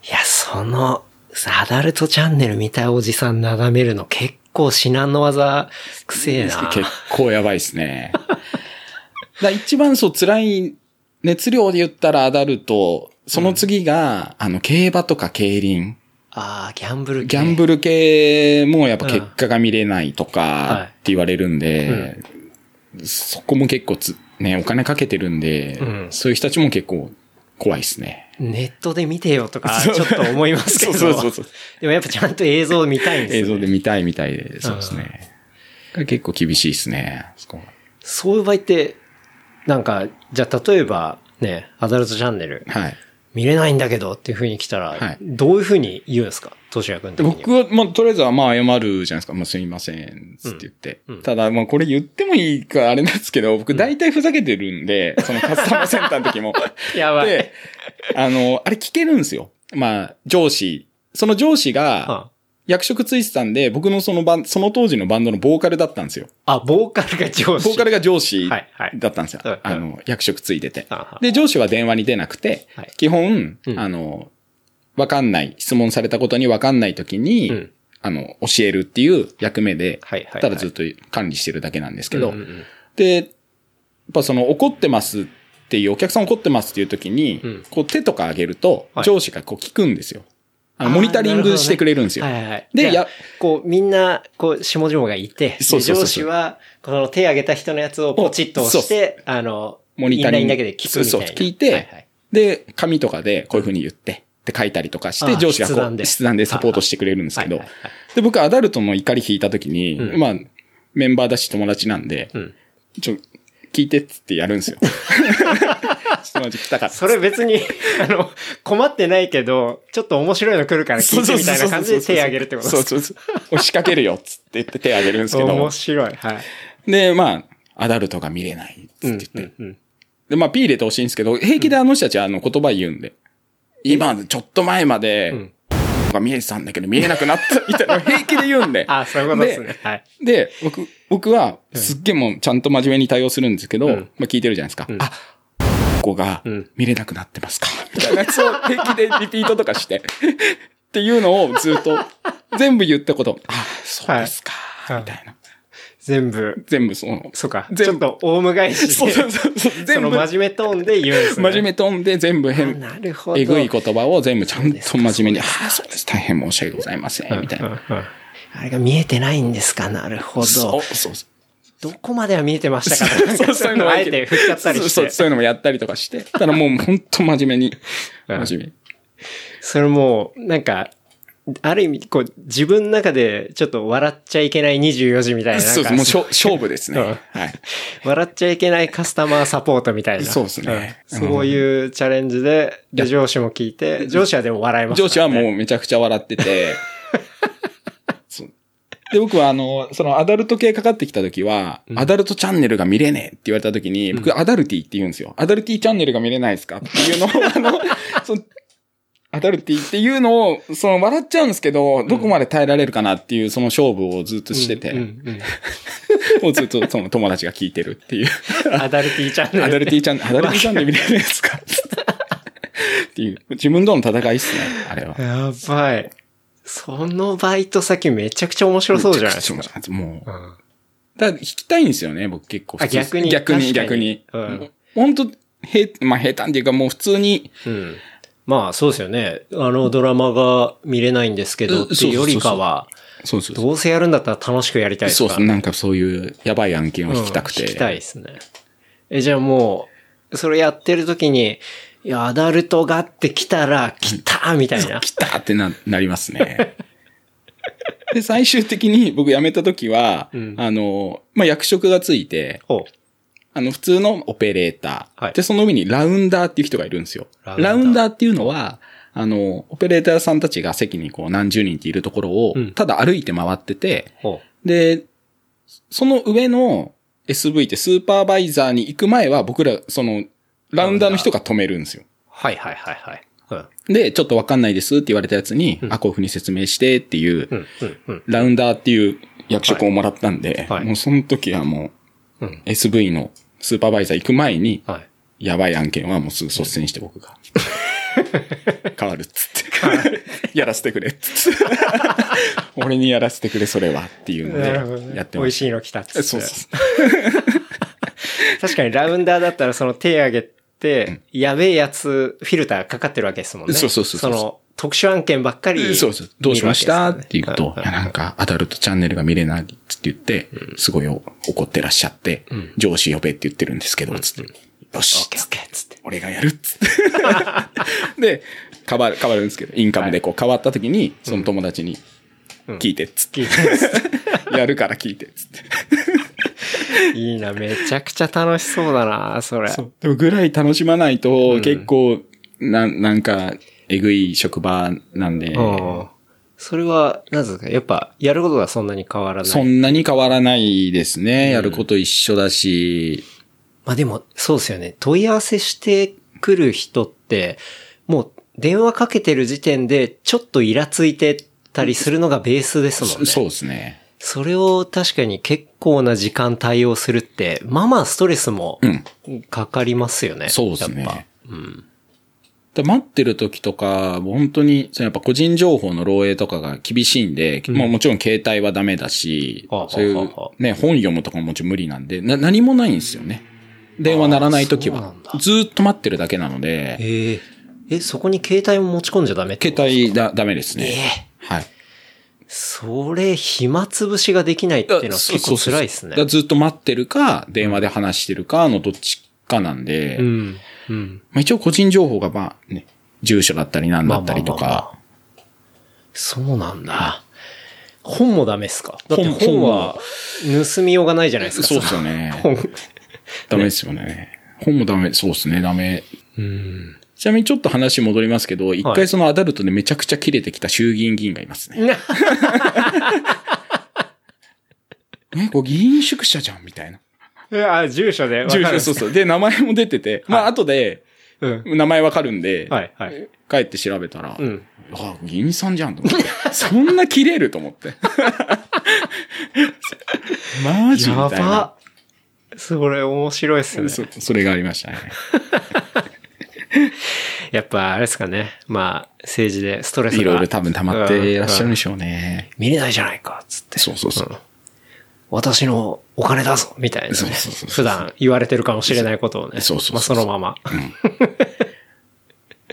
S2: いや、その、アダルトチャンネル見たいおじさん眺めるの結構至難の技くせえな。
S3: 結構やばいですね。だから一番そう辛い熱量で言ったらアダルト、その次が、あの、競馬とか競輪。
S2: ああ、ギャンブル
S3: ギャン
S2: ル。
S3: ブル系もやっぱ結果が見れないと
S2: はい
S3: かって言われるんで、そこも結構つ、ね、お金かけてるんで、
S2: うん
S3: そういう人たちも結構怖いですね。
S2: ネットで見てよとか、ちょっと思いますけど。
S3: そうそうそうそう
S2: でもやっぱちゃんと映像を見たいんですね
S3: 映像で見たいみたいで、そうですね。結構厳しいですね。そこは
S2: そういう場合って、なんか、じゃあ例えばね、アダルトチャンネル、
S3: はい。
S2: 見れないんだけどっていう風に来たら、
S3: はい
S2: どういう風に言うんですかトシヤ君的には。
S3: 僕は、まあ、とりあえずは、まあ、謝るじゃないですか。まあ、すみません、つって言って。
S2: うんうん
S3: ただ、まあ、これ言ってもいいか、あれなんですけど、僕、大体ふざけてるんで、そのカスタマーセンターの
S2: *laughs*
S3: 時も。
S2: やばい。
S3: で、あの、あれ聞けるんですよ。まあ、上司。その上司が、
S2: あ
S3: 役職ついてたんで、僕のそのバン、その当時のバンドのボーカルだったんですよ。
S2: あ、ボーカルが上司。
S3: ボーカルが上司
S2: はいはい
S3: だったんですよ
S2: うんうん。
S3: あの、役職ついてて
S2: あは。
S3: で、上司は電話に出なくて
S2: はい、
S3: 基本
S2: う、ん
S3: あの、わかんない、質問されたことにわかんない時に、
S2: うん
S3: あの、教えるっていう役目で、
S2: はいはいはい
S3: ただずっと管理してるだけなんですけど、
S2: うんうんうん
S3: で、やっぱその怒ってますっていう、お客さん怒ってますっていう時に、
S2: うん
S3: こう手とか上げると
S2: は、い
S3: 上司がこう聞くんですよ。あの
S2: あー
S3: モニタリングしてくれるんですよ。
S2: なほどねはいはい、
S3: で
S2: で、や
S3: や、
S2: こう、みんな、こう、下々がいて、で
S3: そうそうそうそう
S2: 上司は、この手挙げた人のやつをポチッと押して、あの、
S3: モニタリン
S2: インラ
S3: グ
S2: インだけで聞くみたいな。
S3: そうそう聞いて
S2: はいはい
S3: で、紙とかでこういう風に言って、って書いたりとかし
S2: あ
S3: て、
S2: ー
S3: 上司がこ
S2: 筆談で
S3: う、質談でサポートしてくれるんですけど
S2: はいはいはい、
S3: で、僕アダルトの怒り引いた時に、
S2: うん
S3: まあ、メンバーだし友達なんで、
S2: うん
S3: ちょ、聞いてっつってやるん
S2: *laughs*
S3: ですよ。 *laughs* ちょっと待って、来たかっつって
S2: それ別
S3: *laughs*
S2: に、あの、困ってないけど、ちょっと面白いの来るから聞いてみたいな感じで手挙げるってことです
S3: そうそうそう。 *laughs* 押しかけるよっつって言って手挙げるんですけど
S2: 面。白い。はい。
S3: で、まあ、アダルトが見れないっつって
S2: う
S3: 言っ
S2: ん
S3: て。
S2: うんうん。
S3: で、まあ、P 入れてほしいんですけど、平気であの人たちはあの言葉言うんで。今、ちょっと前まで、が見えてたんだけど見えなくなったみ
S2: *laughs*
S3: たいなの平気で言うんで。
S2: あ、そういうことですね。はい。
S3: で、僕、僕は、すっげえもうちゃんと真面目に対応するんですけど、
S2: ん
S3: まあ聞いてるじゃないですか。あ、ここが
S2: ん
S3: 見れなくなってますかみたいなやつを平気でリピートとかして、 *laughs* っていうのをずっと、全部言ったこと、あ、そうですか、
S2: はい
S3: みたいな。
S2: 全部、
S3: 全部その、
S2: そうか。ちょっ
S3: 全部、
S2: と、オウム返しで、
S3: そうそうそうそう、
S2: そ
S3: 全
S2: の
S3: 部、
S2: 真面目トーンで言うんですね。
S3: 真面目飛んで全部変、
S2: あなるほど。
S3: えぐい言葉を全部ちゃんと真面目に、ああ、そうです、大変申し訳ございません、みたい
S2: うん
S3: な。
S2: うんあれが見えてないんですかなるほ
S3: そ
S2: ど
S3: う。そうそう。
S2: どこまでは見えてましたか
S3: *laughs*
S2: なんかそういうのをあえて振っちゃったり
S3: そう
S2: し
S3: そう
S2: て。
S3: いうのもやったりとかして。ただもう本当真面目に。
S2: うん
S3: 真面
S2: それもう、なんか、ある意味、こう、自分の中でちょっと笑っちゃいけない24時みたい
S3: 目。
S2: な。
S3: そうです。もう
S2: なんか
S3: 勝勝負ですね。
S2: うん
S3: はい。
S2: 笑っちゃいけないカスタマーサポートみたいな。
S3: そうですね
S2: んそういうチャレンジで、で、上司も聞いて、上司はでも笑いますから
S3: *laughs* 上
S2: ね。
S3: 司はもうめちゃくちゃ笑って
S2: *laughs*
S3: て。そうで、僕はあの、そのアダルト系かかってきた時は、アダルトチャンネルが見れねえって言われた時に、僕アダルティって言うんですよ。アダルティチャンネルが見れないですかっていう
S2: *laughs*
S3: のを、あの、そのアダルティっていうのを、その笑っちゃうんですけど、どこまで耐えられるかなっていうその勝負をずっとしてて。
S2: うんうん
S3: もうずっとその友達が聞いてるっていう。
S2: うんアダルティチャンネル。
S3: アダルティちゃん、アダルティちゃんで見れるんですかっていう。自分との戦いっすね、あれは。
S2: *laughs* やばい。そのバイト先めちゃくちゃ面白そうじゃないですか。
S3: か。もう。
S2: うん
S3: ただ、弾きたいんですよね、僕結構。
S2: あ逆に
S3: 逆に、
S2: 確か
S3: 逆
S2: に
S3: に。
S2: うん
S3: 本当へ、まあ、平坦っていうかもう普通に、
S2: うん。まあそうですよね。あのドラマが見れないんですけどっていうよりかは、
S3: そうそうそう。
S2: どうせやるんだったら楽しくやりたいです
S3: そう
S2: から
S3: そう、なんかそういうやばい案件を弾きたくて。
S2: うん弾きたいですね。え、じゃあもう、それやってる時に、いや、アダルトがって来たら、来たーみたいな。
S3: 来たってな、なりますね。
S2: *laughs*
S3: で、最終的に僕辞めた時は、
S2: ん
S3: あの、まあ、役職がついて、
S2: ほう。
S3: あの、普通のオペレーター。
S2: はい
S3: で、その上にラウンダーっていう人がいるんですよ。
S2: ラ
S3: ラ
S2: ウ
S3: ウ
S2: ン
S3: ン
S2: ダ
S3: ダ
S2: ー
S3: ーっていうのは、あの、オペレーターさんたちが席にこう何十人っているところを
S2: うん、
S3: ただ歩いて回ってて、
S2: ほ
S3: で、その上の SV ってスーパーバイザーに行く前は僕ら、その、ラウンダーの人が止めるんですよ。
S2: はいはいはいはい。うん。
S3: で、ちょっとわかんないですって言われたやつに、あ、こういうふうに説明してっていう、
S2: うん。うん。
S3: ラウンダーっていう役職をもらったんで、
S2: はいはい
S3: もうその時はもう、
S2: うん
S3: SV のスーパーバイザー行く前に、
S2: はい。
S3: やばい案件はもうすぐ率先して
S2: *laughs*
S3: 僕が。変わるっつって。やらせてくれっつって。俺にやらせてくれ、それはっていうので、やっ
S2: 美
S3: てま
S2: 味
S3: し
S2: しいの来たっつ
S3: た。
S2: って。
S3: そうそうそう。
S2: 確かにラウンダーだったらその手上げて、やべえやつ、フィルターかかってるわけですもんね。
S3: そうそうそうそう
S2: その特殊案件ばっかり。
S3: そうそう。どうしましたっていうと、
S2: はいい
S3: やなんか、アダルトチャンネルが見れないっつって言って、すごい怒ってらっしゃって、上司呼べって言ってるんですけど、つって。よし
S2: オッケーオッケーっつって。
S3: 俺がやるっ
S2: *laughs*
S3: つって。で、変わる、変わるんですけど、インカムでこう変わった時に、その友達に、聞いてっつって。やるから聞いてっつって。
S2: いい
S3: *laughs*
S2: な、めちゃくちゃ楽しそうだな、それ。
S3: そう。でもぐらい楽しまないと、結構、なん、なんか、えぐい職場なんで、
S2: うん。それは、なぜですかやっぱ、やることがそんなに変わらない。
S3: そんなに変わらないですね。やること一緒だし、
S2: まあでも、そうですよね。問い合わせしてくる人って、もう電話かけてる時点でちょっとイラついてたりするのがベースですもん
S3: そ
S2: ね。
S3: そう
S2: う。
S3: ですね。
S2: それを確かに結構な時間対応するって、まあまあストレスも
S3: うん
S2: かかりますよね。
S3: そうですね
S2: やっぱうん。
S3: で待ってる時とか、本当に、そのやっぱ個人情報の漏洩とかが厳しいんで、まあもちろん携帯はダメだし、
S2: はあはあ
S3: そういう
S2: はあはあ、
S3: ね、本読むとかももちろん無理なんで、な、何もないんですよね。電話鳴らない時
S2: あーそ
S3: は
S2: うなんだ。
S3: ずーっと待ってるだけなので、
S2: えええ、そこに携帯も持ち込んじゃダメって
S3: 携
S2: こと
S3: 帯だ、ダメです
S2: え
S3: ね。
S2: え
S3: はい。
S2: それ、暇つぶしができないっていうのは結構辛いですね
S3: だ。ずっと待ってるか、電話で話してるかのどっちかなんで、
S2: うん。うん。
S3: まあ一応個人情報がまあね、住所だったり何だったりと
S2: まあまあま
S3: か、
S2: そうなんだ。本もダメっすかだって
S3: 本
S2: 本は盗みようがないじゃないですか。
S3: そうです
S2: そ
S3: よね。
S2: の本。
S3: *laughs* ダメですよね。本もダメ、そうですね、ダメ。
S2: うん。
S3: ちなみにちょっと話戻りますけど、一回そのアダルトでめちゃくちゃ切れてきた衆議院議員がいます
S2: *laughs*
S3: ね。 *laughs* え、これ議員宿舎じゃんみたいな。
S2: いや、住所で。
S3: 住所、そうそう。で、名前も出てて、まあ後で、
S2: う。うん。
S3: 名前わかるんで、
S2: はい、はい。
S3: 帰って調べたら、
S2: うん。
S3: あ、議員さんじゃんと思って。 *laughs* そんな切れると思って。 *laughs* マジみ
S2: や
S3: たいな。
S2: ば。それ面白いっすね。
S3: そそれがありましたね。
S2: やっぱ、あれですかね。まあ、政治でストレスが。
S3: いろいろ多分溜まっていらっしゃるんで
S2: しょ。
S3: しょうね。
S2: 見れないじゃないか、つって。。
S3: そうそうそうん
S2: 私のお金だぞ、みたいなね。
S3: そうそうそう
S2: 普段言われてるかもしれないことをね。
S3: そうそうそう
S2: まあ、そのまま。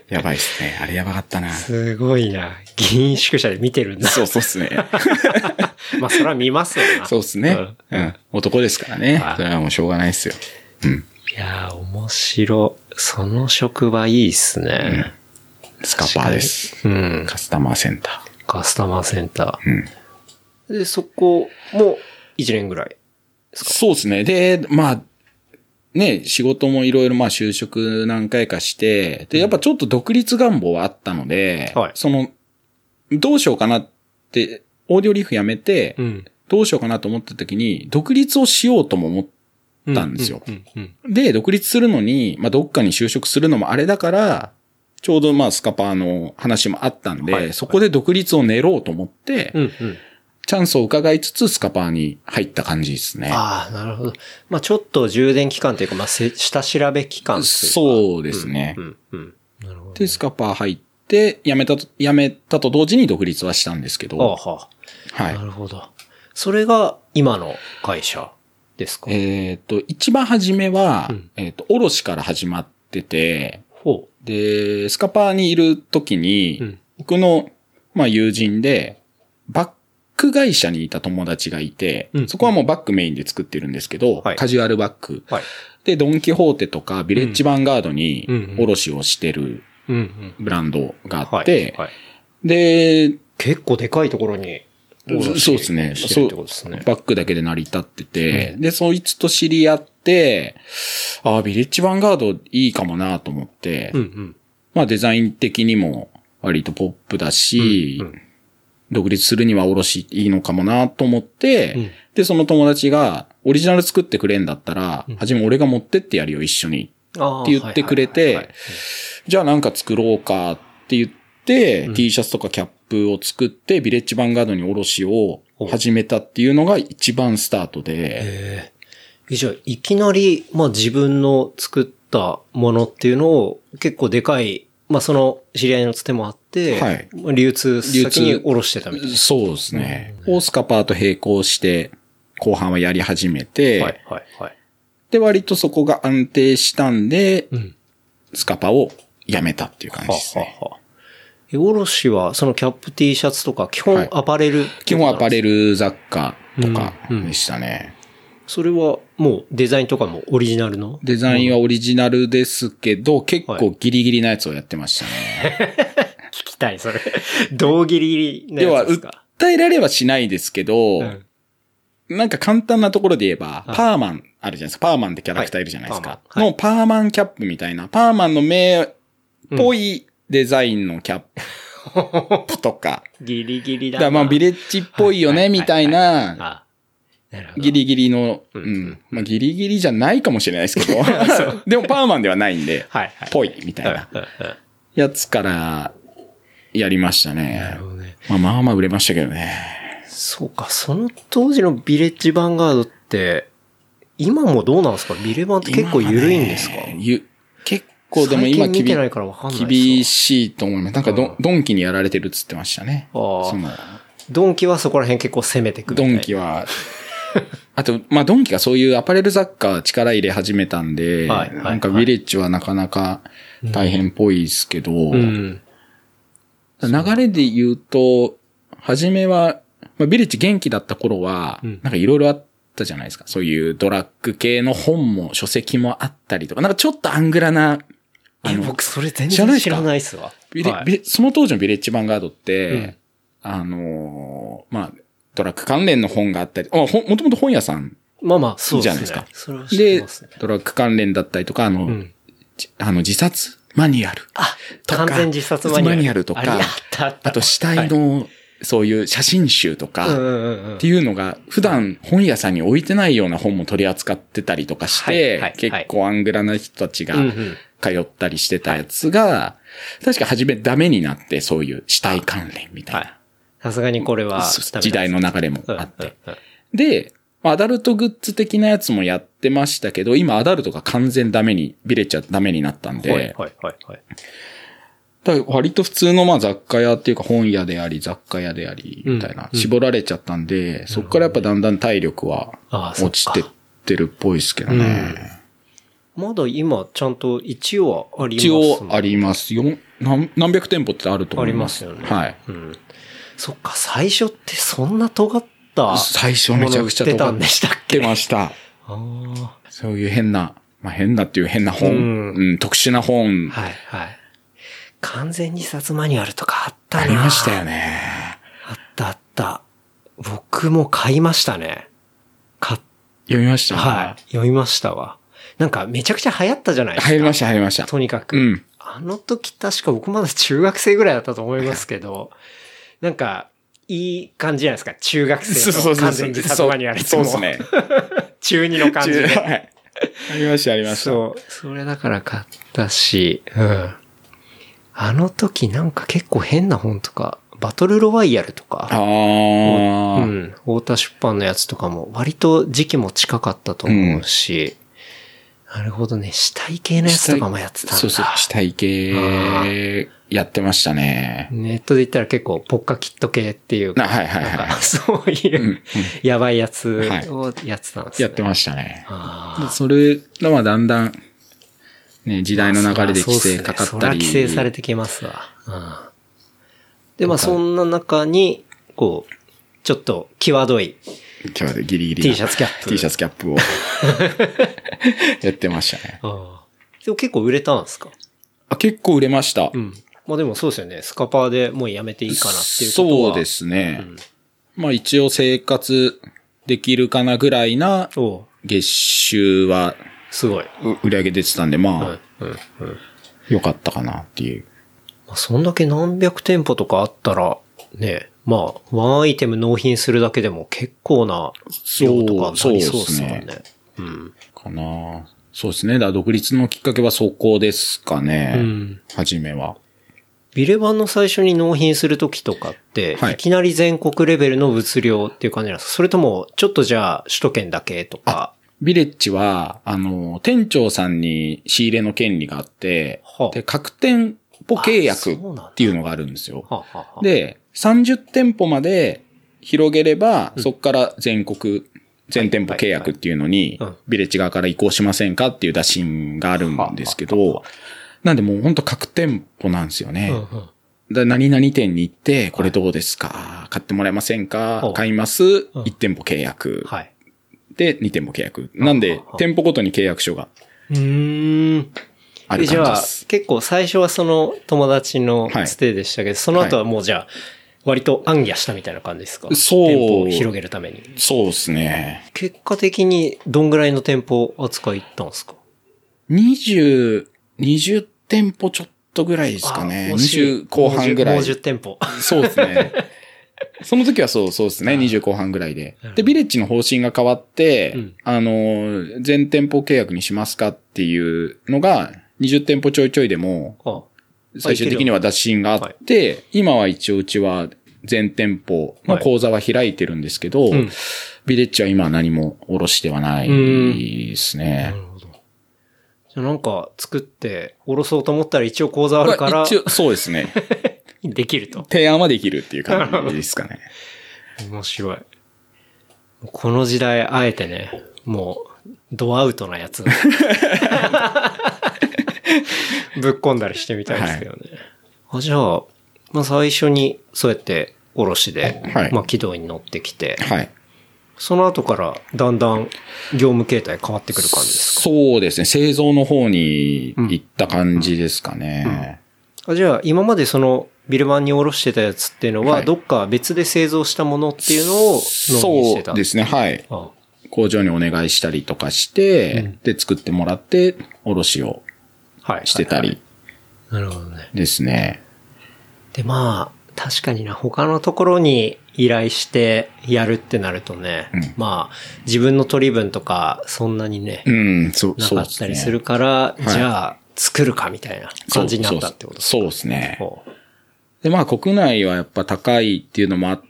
S3: やばいっすね。あれやばかったな。
S2: すごいな。議員宿舎で見てるんだ。
S3: そうそうっすね。
S2: *laughs* まあ、それは見ますよな。
S3: *laughs* そうですね。うん。男ですからね
S2: は。い
S3: それはもうしょうがないですよ。
S2: いやー、面白。その職場いいっすね。
S3: スカパーです。
S2: うん。
S3: カスタマーセンタ
S2: カスタマーセンタ
S3: ー。うん。
S2: ー。で、そこも1年ぐらい。
S3: そうですね。で、まあ、ね、仕事もいろいろまあ就職何回かして、で、やっぱちょっと独立願望はあったので、
S2: はい
S3: その、どうしようかなって、オーディオリーフやめて、
S2: ん。
S3: どうしようかなと思った時に、独立をしようとも思ったんですよ。
S2: うん。うん。
S3: で、独立するのに、まあ、どっかに就職するのもあれだから、ちょうどまあ、スカパーの話もあったんで、
S2: はい
S3: そこで独立を練ろうと思って、
S2: うん。うん。
S3: チャンスを伺いつつ、スカパーに入った感じですね。
S2: ああ、なるほど。まあ、ちょっと充電期間というか、まあ、せ下調べ期間というか。
S3: そうですね。
S2: うん。うん。なるほど。
S3: で、スカパー入って、辞めたと、辞めたと同時に独立はしたんですけ
S2: ああ、
S3: ど、
S2: は
S3: は
S2: あ。
S3: い
S2: な。るほど。それが今の会社ですか
S3: えっ、と、一番初めは、
S2: うん
S3: えっ、と、卸から始まってて、
S2: ほ
S3: で、スカパーにいる時に、
S2: うん
S3: 僕の、まあ、友人で、バック会社にいた友達がいて、
S2: うん
S3: そこはもうバックメインで作ってるんですけど、
S2: はい
S3: カジュアルバック。
S2: う。はい。
S3: で、ドン・キホーテとかビレッジヴァンガードに
S2: うんうんうん
S3: 卸をしてる
S2: うん。うん。
S3: ブランドがあ
S2: は
S3: っ
S2: い。
S3: て、
S2: はい。
S3: で、
S2: 結構でかいところに、
S3: そうですね。
S2: してる
S3: そ
S2: ってことです
S3: う、
S2: ね。
S3: バックだけで成り立ってて、で、そいつと知り合って、ああ、ビレッジヴァンガードいいかもなと思って、
S2: うんうん。
S3: まあデザイン的にも割とポップだし、
S2: うんうん
S3: 独立するにはおろしいいのかもなと思って、
S2: うん
S3: で、その友達がオリジナル作ってくれんだったら、はじめ俺が持ってってやるよ、一緒に
S2: っ
S3: って言ってくれて、じゃあなんか作ろうかって言って、
S2: うん
S3: T シャツとかキャップを作って、ビレッジヴァンガードに卸しを始めたっていうのが一番スタートで、
S2: ええじゃあ、いきなり、まあ自分の作ったものっていうのを結構でかい、まあその知り合いのつてもあって、
S3: はい
S2: 流通先に
S3: 流通
S2: 下ろしてたみたい
S3: そうですね。オースカパーと並行して、後半はやり始めて、
S2: な。はい、はい、はい。
S3: で、割とそこが安定したんで、
S2: うん。
S3: スカパをやめたっていう感じですね。
S2: はははえおろしは、そのキャップ T シャツとか、基
S3: は
S2: 本
S3: い
S2: アパレル、
S3: 基本アパ
S2: ル。
S3: レル雑貨とかでしたね。
S2: それはもうデザインとかもオリジナルの
S3: デザインはオリジナルですけど、結構ギリギリなやつをやってましたね。
S2: 聞きたい、それ。 *laughs* 胴切りの
S3: で
S2: や
S3: は、
S2: つですか。
S3: 訴えられはしないですけど、
S2: うん
S3: なんか簡単なところで言えば、
S2: はい
S3: パーマンあるじゃないですか。パーマンってキャラクターいるじゃないで
S2: は
S3: す
S2: い
S3: か。
S2: パーマンは
S3: のパーマンキャップみたいな、パーマンの目っぽいデザインのキャップと
S2: *laughs*
S3: か。
S2: ギリギリだ
S3: だ
S2: な。
S3: からまあビレッジっぽいよ
S2: は
S3: ね、
S2: いはい
S3: みたいな、
S2: あなるほど。
S3: ギリギリの、う
S2: うん
S3: ん。まあギリギリじゃないかもしれないですけど、
S2: *laughs*
S3: *laughs* でもパーマンではないんで、
S2: はい、はい。
S3: ぽい、みたいな。やつから、やりました
S2: な
S3: ね
S2: る。ほどね。
S3: まあまあまあ売れましたけどね。
S2: そうか、その当時のビレッジヴァンガードって、今もどうなんですかビレバンって結構緩いんですか、
S3: 今はねゆ結構でも
S2: 最
S3: 今
S2: 近見
S3: 厳
S2: てないからわかんないですよ
S3: 厳しいと思います。なんか
S2: う
S3: ド
S2: ん
S3: ドンキにやられてるっつってましたね。
S2: あー
S3: その
S2: ドンキはそこら辺結構攻めてくる
S3: ドンキ
S2: は。
S3: は、 *laughs* あと、まあ、ドンキがそういうアパレル雑貨力入れ始めたんで、
S2: はいはい
S3: なんかヴィレッジはなかなか大変っぽいですけど、
S2: うん。
S3: 流れで言うと、初めは、まあ、ビレッジ元気だった頃は、
S2: うん
S3: なんかいろいろあったじゃないですか。そういうドラッグ系の本も書籍もあったりとか、なんかちょっとアングラな、あ
S2: え、
S3: の
S2: 僕それ全
S3: 知らな
S2: 然
S3: いっす
S2: 知
S3: から
S2: ないっすわ。
S3: ビレ
S2: はい
S3: ビレその当時のビレッジヴァンガードって、あのーまあ、ドラッグ関連の本があったり、あほんもともと本屋さん
S2: まあまあ、そうですね。
S3: じゃないで
S2: それは知って
S3: で
S2: ますね。、
S3: ドラッグ関連だったりとか、あの、
S2: うん。
S3: じあの自殺マニュアル。
S2: あ、
S3: とか
S2: 完全自殺マニュアル。
S3: マニュアルとか
S2: あれあったあった。
S3: あと死体の、そういう写真集とか、
S2: うんうんうん
S3: っていうのが、普段本屋さんに置いてないような本も取り扱ってたりとかし
S2: はいはい
S3: て、結構アングラな人たちが
S2: うんうん
S3: 通ったりしてたやつが、確か初めダメになって、そういう死体関連みたい
S2: はい。さすがにこれは
S3: な、
S2: ダメだ、
S3: 時代の流れも
S2: うんうん
S3: あって。
S2: うん
S3: で、まあアダルトグッズ的なやつもやってましたけど、今アダルトが完全ダメに、ビレッジはダメになったん
S2: はい
S3: で、
S2: はいはいはい。
S3: だから割と普通のまあ雑貨屋っていうか本屋であり雑貨屋でありみたいな、
S2: うん
S3: 絞られちゃったんで、そこからやっぱだんだん体力は
S2: ああそっ
S3: 落
S2: か
S3: ちてってるっぽいですけどね。
S2: まだ今、ちゃんと一応はあります
S3: 一
S2: もんね
S3: 応ありますよ。何何百店舗ってあると思います。
S2: ありますよね
S3: はい。
S2: うん。そっか、最初ってそんな尖った。
S3: 最初めちゃくちゃ
S2: もの売ってたんでしたっけ
S3: 尖ってました。
S2: あー
S3: そういう変な、まあ変なっていう変な本、
S2: う
S3: うんん、特殊な本
S2: はいはい。完全自殺マニュアルとかあったな
S3: ありましたよね。
S2: あったあった。僕も買いましたね。買っ
S3: 読みました。
S2: はい。読みましたわ。なんかめちゃくちゃ流行ったじゃないですか。
S3: 入りました、入りました。
S2: とにかく。
S3: うん。
S2: あの時確か僕まだ中学生ぐらいだったと思いますけ
S3: *laughs*
S2: ど、なんか、いい感じじゃないですか。中学生の完全自殺マニュアルって
S3: そ
S2: も
S3: う
S2: う
S3: ですね。
S2: *laughs* 中二の感じ
S3: 中
S2: で。
S3: はいありました、ありました。
S2: そう。それだから買ったし、うん。あの時なんか結構変な本とか、バトルロワイヤルと
S3: あ
S2: か、う
S3: あ、
S2: ん。太田出版のやつとかも割と時期も近かったと思うし、なるほどね。死体系のやつとかもやってたんだ。
S3: そうそう、死体系やってましたね。
S2: ネットで言ったら結構ポッカキット系っていう
S3: な
S2: か、
S3: はいはい
S2: なん
S3: は
S2: か *laughs* そうい
S3: い。うん
S2: う
S3: う
S2: んやばいやつ
S3: はい
S2: をやってたんですね。
S3: やってましたね。
S2: あ
S3: で
S2: ー
S3: それがまあだんだん、ね、時代の流れで規制かか
S2: そ
S3: っ
S2: りゃ
S3: たり。
S2: 規制されてきますわ。うんで、まあそんな中に、こう、ちょっと際どい
S3: 今日はギリギリな。
S2: T シャツキャップ。
S3: T シャツキャ
S2: *laughs*
S3: ップをやってましたね。
S2: あーでも結構売れたんですか
S3: あ結構売れました。
S2: うん。まあでもそうですよね。スカパーでもうやめていいかなっていうことは。
S3: そうで。すね。まあ一応生活できるかなぐらいな
S2: おう
S3: 月収は
S2: すごい。
S3: う売り上げ出てたんで、
S2: うん。
S3: ま
S2: うん。うん。
S3: あ良かったかなっていう。
S2: まあ、そんだけ何百店舗とかあったら、ね、まあ、ワンアイテム納品するだけでも結構な量とかになりそうですもんね。
S3: かなそうですね。だから独立のきっかけはそこですかね。
S2: うん
S3: 初めは。
S2: ビレ版の最初に納品するときとかって、
S3: はい
S2: い、きなり全国レベルの物量っていう感じなんですかそれとも、ちょっとじゃあ、首都圏だけとか。
S3: ビレッジは、あの、店長さんに仕入れの権利があって、
S2: はあ
S3: で、各店舗契
S2: あ
S3: 約
S2: そうなんだ
S3: っていうのがあるんですよ。
S2: はあはあはあ、
S3: で、30店舗まで広げれば、そこから全国、全店舗契約っていうのに
S2: はいはいはい、
S3: ビレッジ側から移行しませんかっていう打診があるんですけど、なんでもう本当各店舗なんですよね。
S2: うんうん
S3: だ何々店に行って、これどうですか買ってもらえません
S2: ほ
S3: か
S2: う
S3: 買います
S2: ん
S3: ?1 店舗契約。
S2: はい。
S3: で、2店舗契約。なんで、店舗ごとに契約書が
S2: うーん。
S3: ある
S2: じ
S3: 感じ
S2: ゃあ
S3: です、。
S2: 結構最初はその友達の
S3: はい
S2: ステイでしたけど、その後はもうじゃあ、割と暗夜したみたいな感じですか
S3: そう
S2: 店舗を広げるために。
S3: そうですね。
S2: 結果的に、どんぐらいの店舗扱い行ったんですか
S3: 20、20店舗ちょっとぐらいですかね。
S2: あ惜しい
S3: 20後半ぐら
S2: も。
S3: いう
S2: 10もう10店舗。
S3: そうですね。
S2: *laughs*
S3: その時はそう、そうですね。20後半ぐらいで
S2: なるほ。ど
S3: で、ビレッジの方針が変わって、
S2: うん
S3: あの、全店舗契約にしますかっていうのが、20店舗ちょいちょいでも、
S2: あ
S3: 最終的には打診があって、今は一応うちは全店舗の口座は開いてるんですけど、
S2: うん
S3: ビレッジは今は何もおろしてはないです
S2: な
S3: ね
S2: る。ほど。じゃあなんか作って、おろそうと思ったら一応口座あるから、
S3: 一応そうですね。
S2: できると。
S3: 提案はできるっていう感じですかね。
S2: 面白い。この時代、あえてね、もう、ドアウトなや
S3: *laughs*
S2: つ。ぶっ込んだりしてみたいですけどね。あじゃあ、まあ、最初に、そうやって、おろしで、
S3: はい
S2: まあ、軌道に乗ってきて、
S3: *laughs* はい。
S2: その後から、だんだん、業務形態変わってくる感じです
S3: そうですね。製造の方に行った感じですかね。
S2: か。あじゃあ、今までその、ビル版におろしてたやつっていうのは、
S3: はい
S2: どっか別で製造したものっていうのを納品して
S3: そ
S2: た
S3: うですね。はい。
S2: あ
S3: 工場にお願いしたりとかして、
S2: うん
S3: で、作ってもらって、卸を
S2: はい。
S3: してたり
S2: はい。なるほどね。
S3: ですね。
S2: で、まあ、確かにな、他のところに依頼してやるってなるとね、
S3: うん
S2: まあ、自分の取り分とか、そんなにね、
S3: うん、そう、
S2: な
S3: そう
S2: か
S3: で
S2: った
S3: す
S2: り
S3: ね。
S2: するから、
S3: い
S2: じゃあ、作るかみたいな感じになったってこと
S3: そうそうですね。
S2: ほう
S3: で、まあ国内はやっぱ高いっていうのもあっ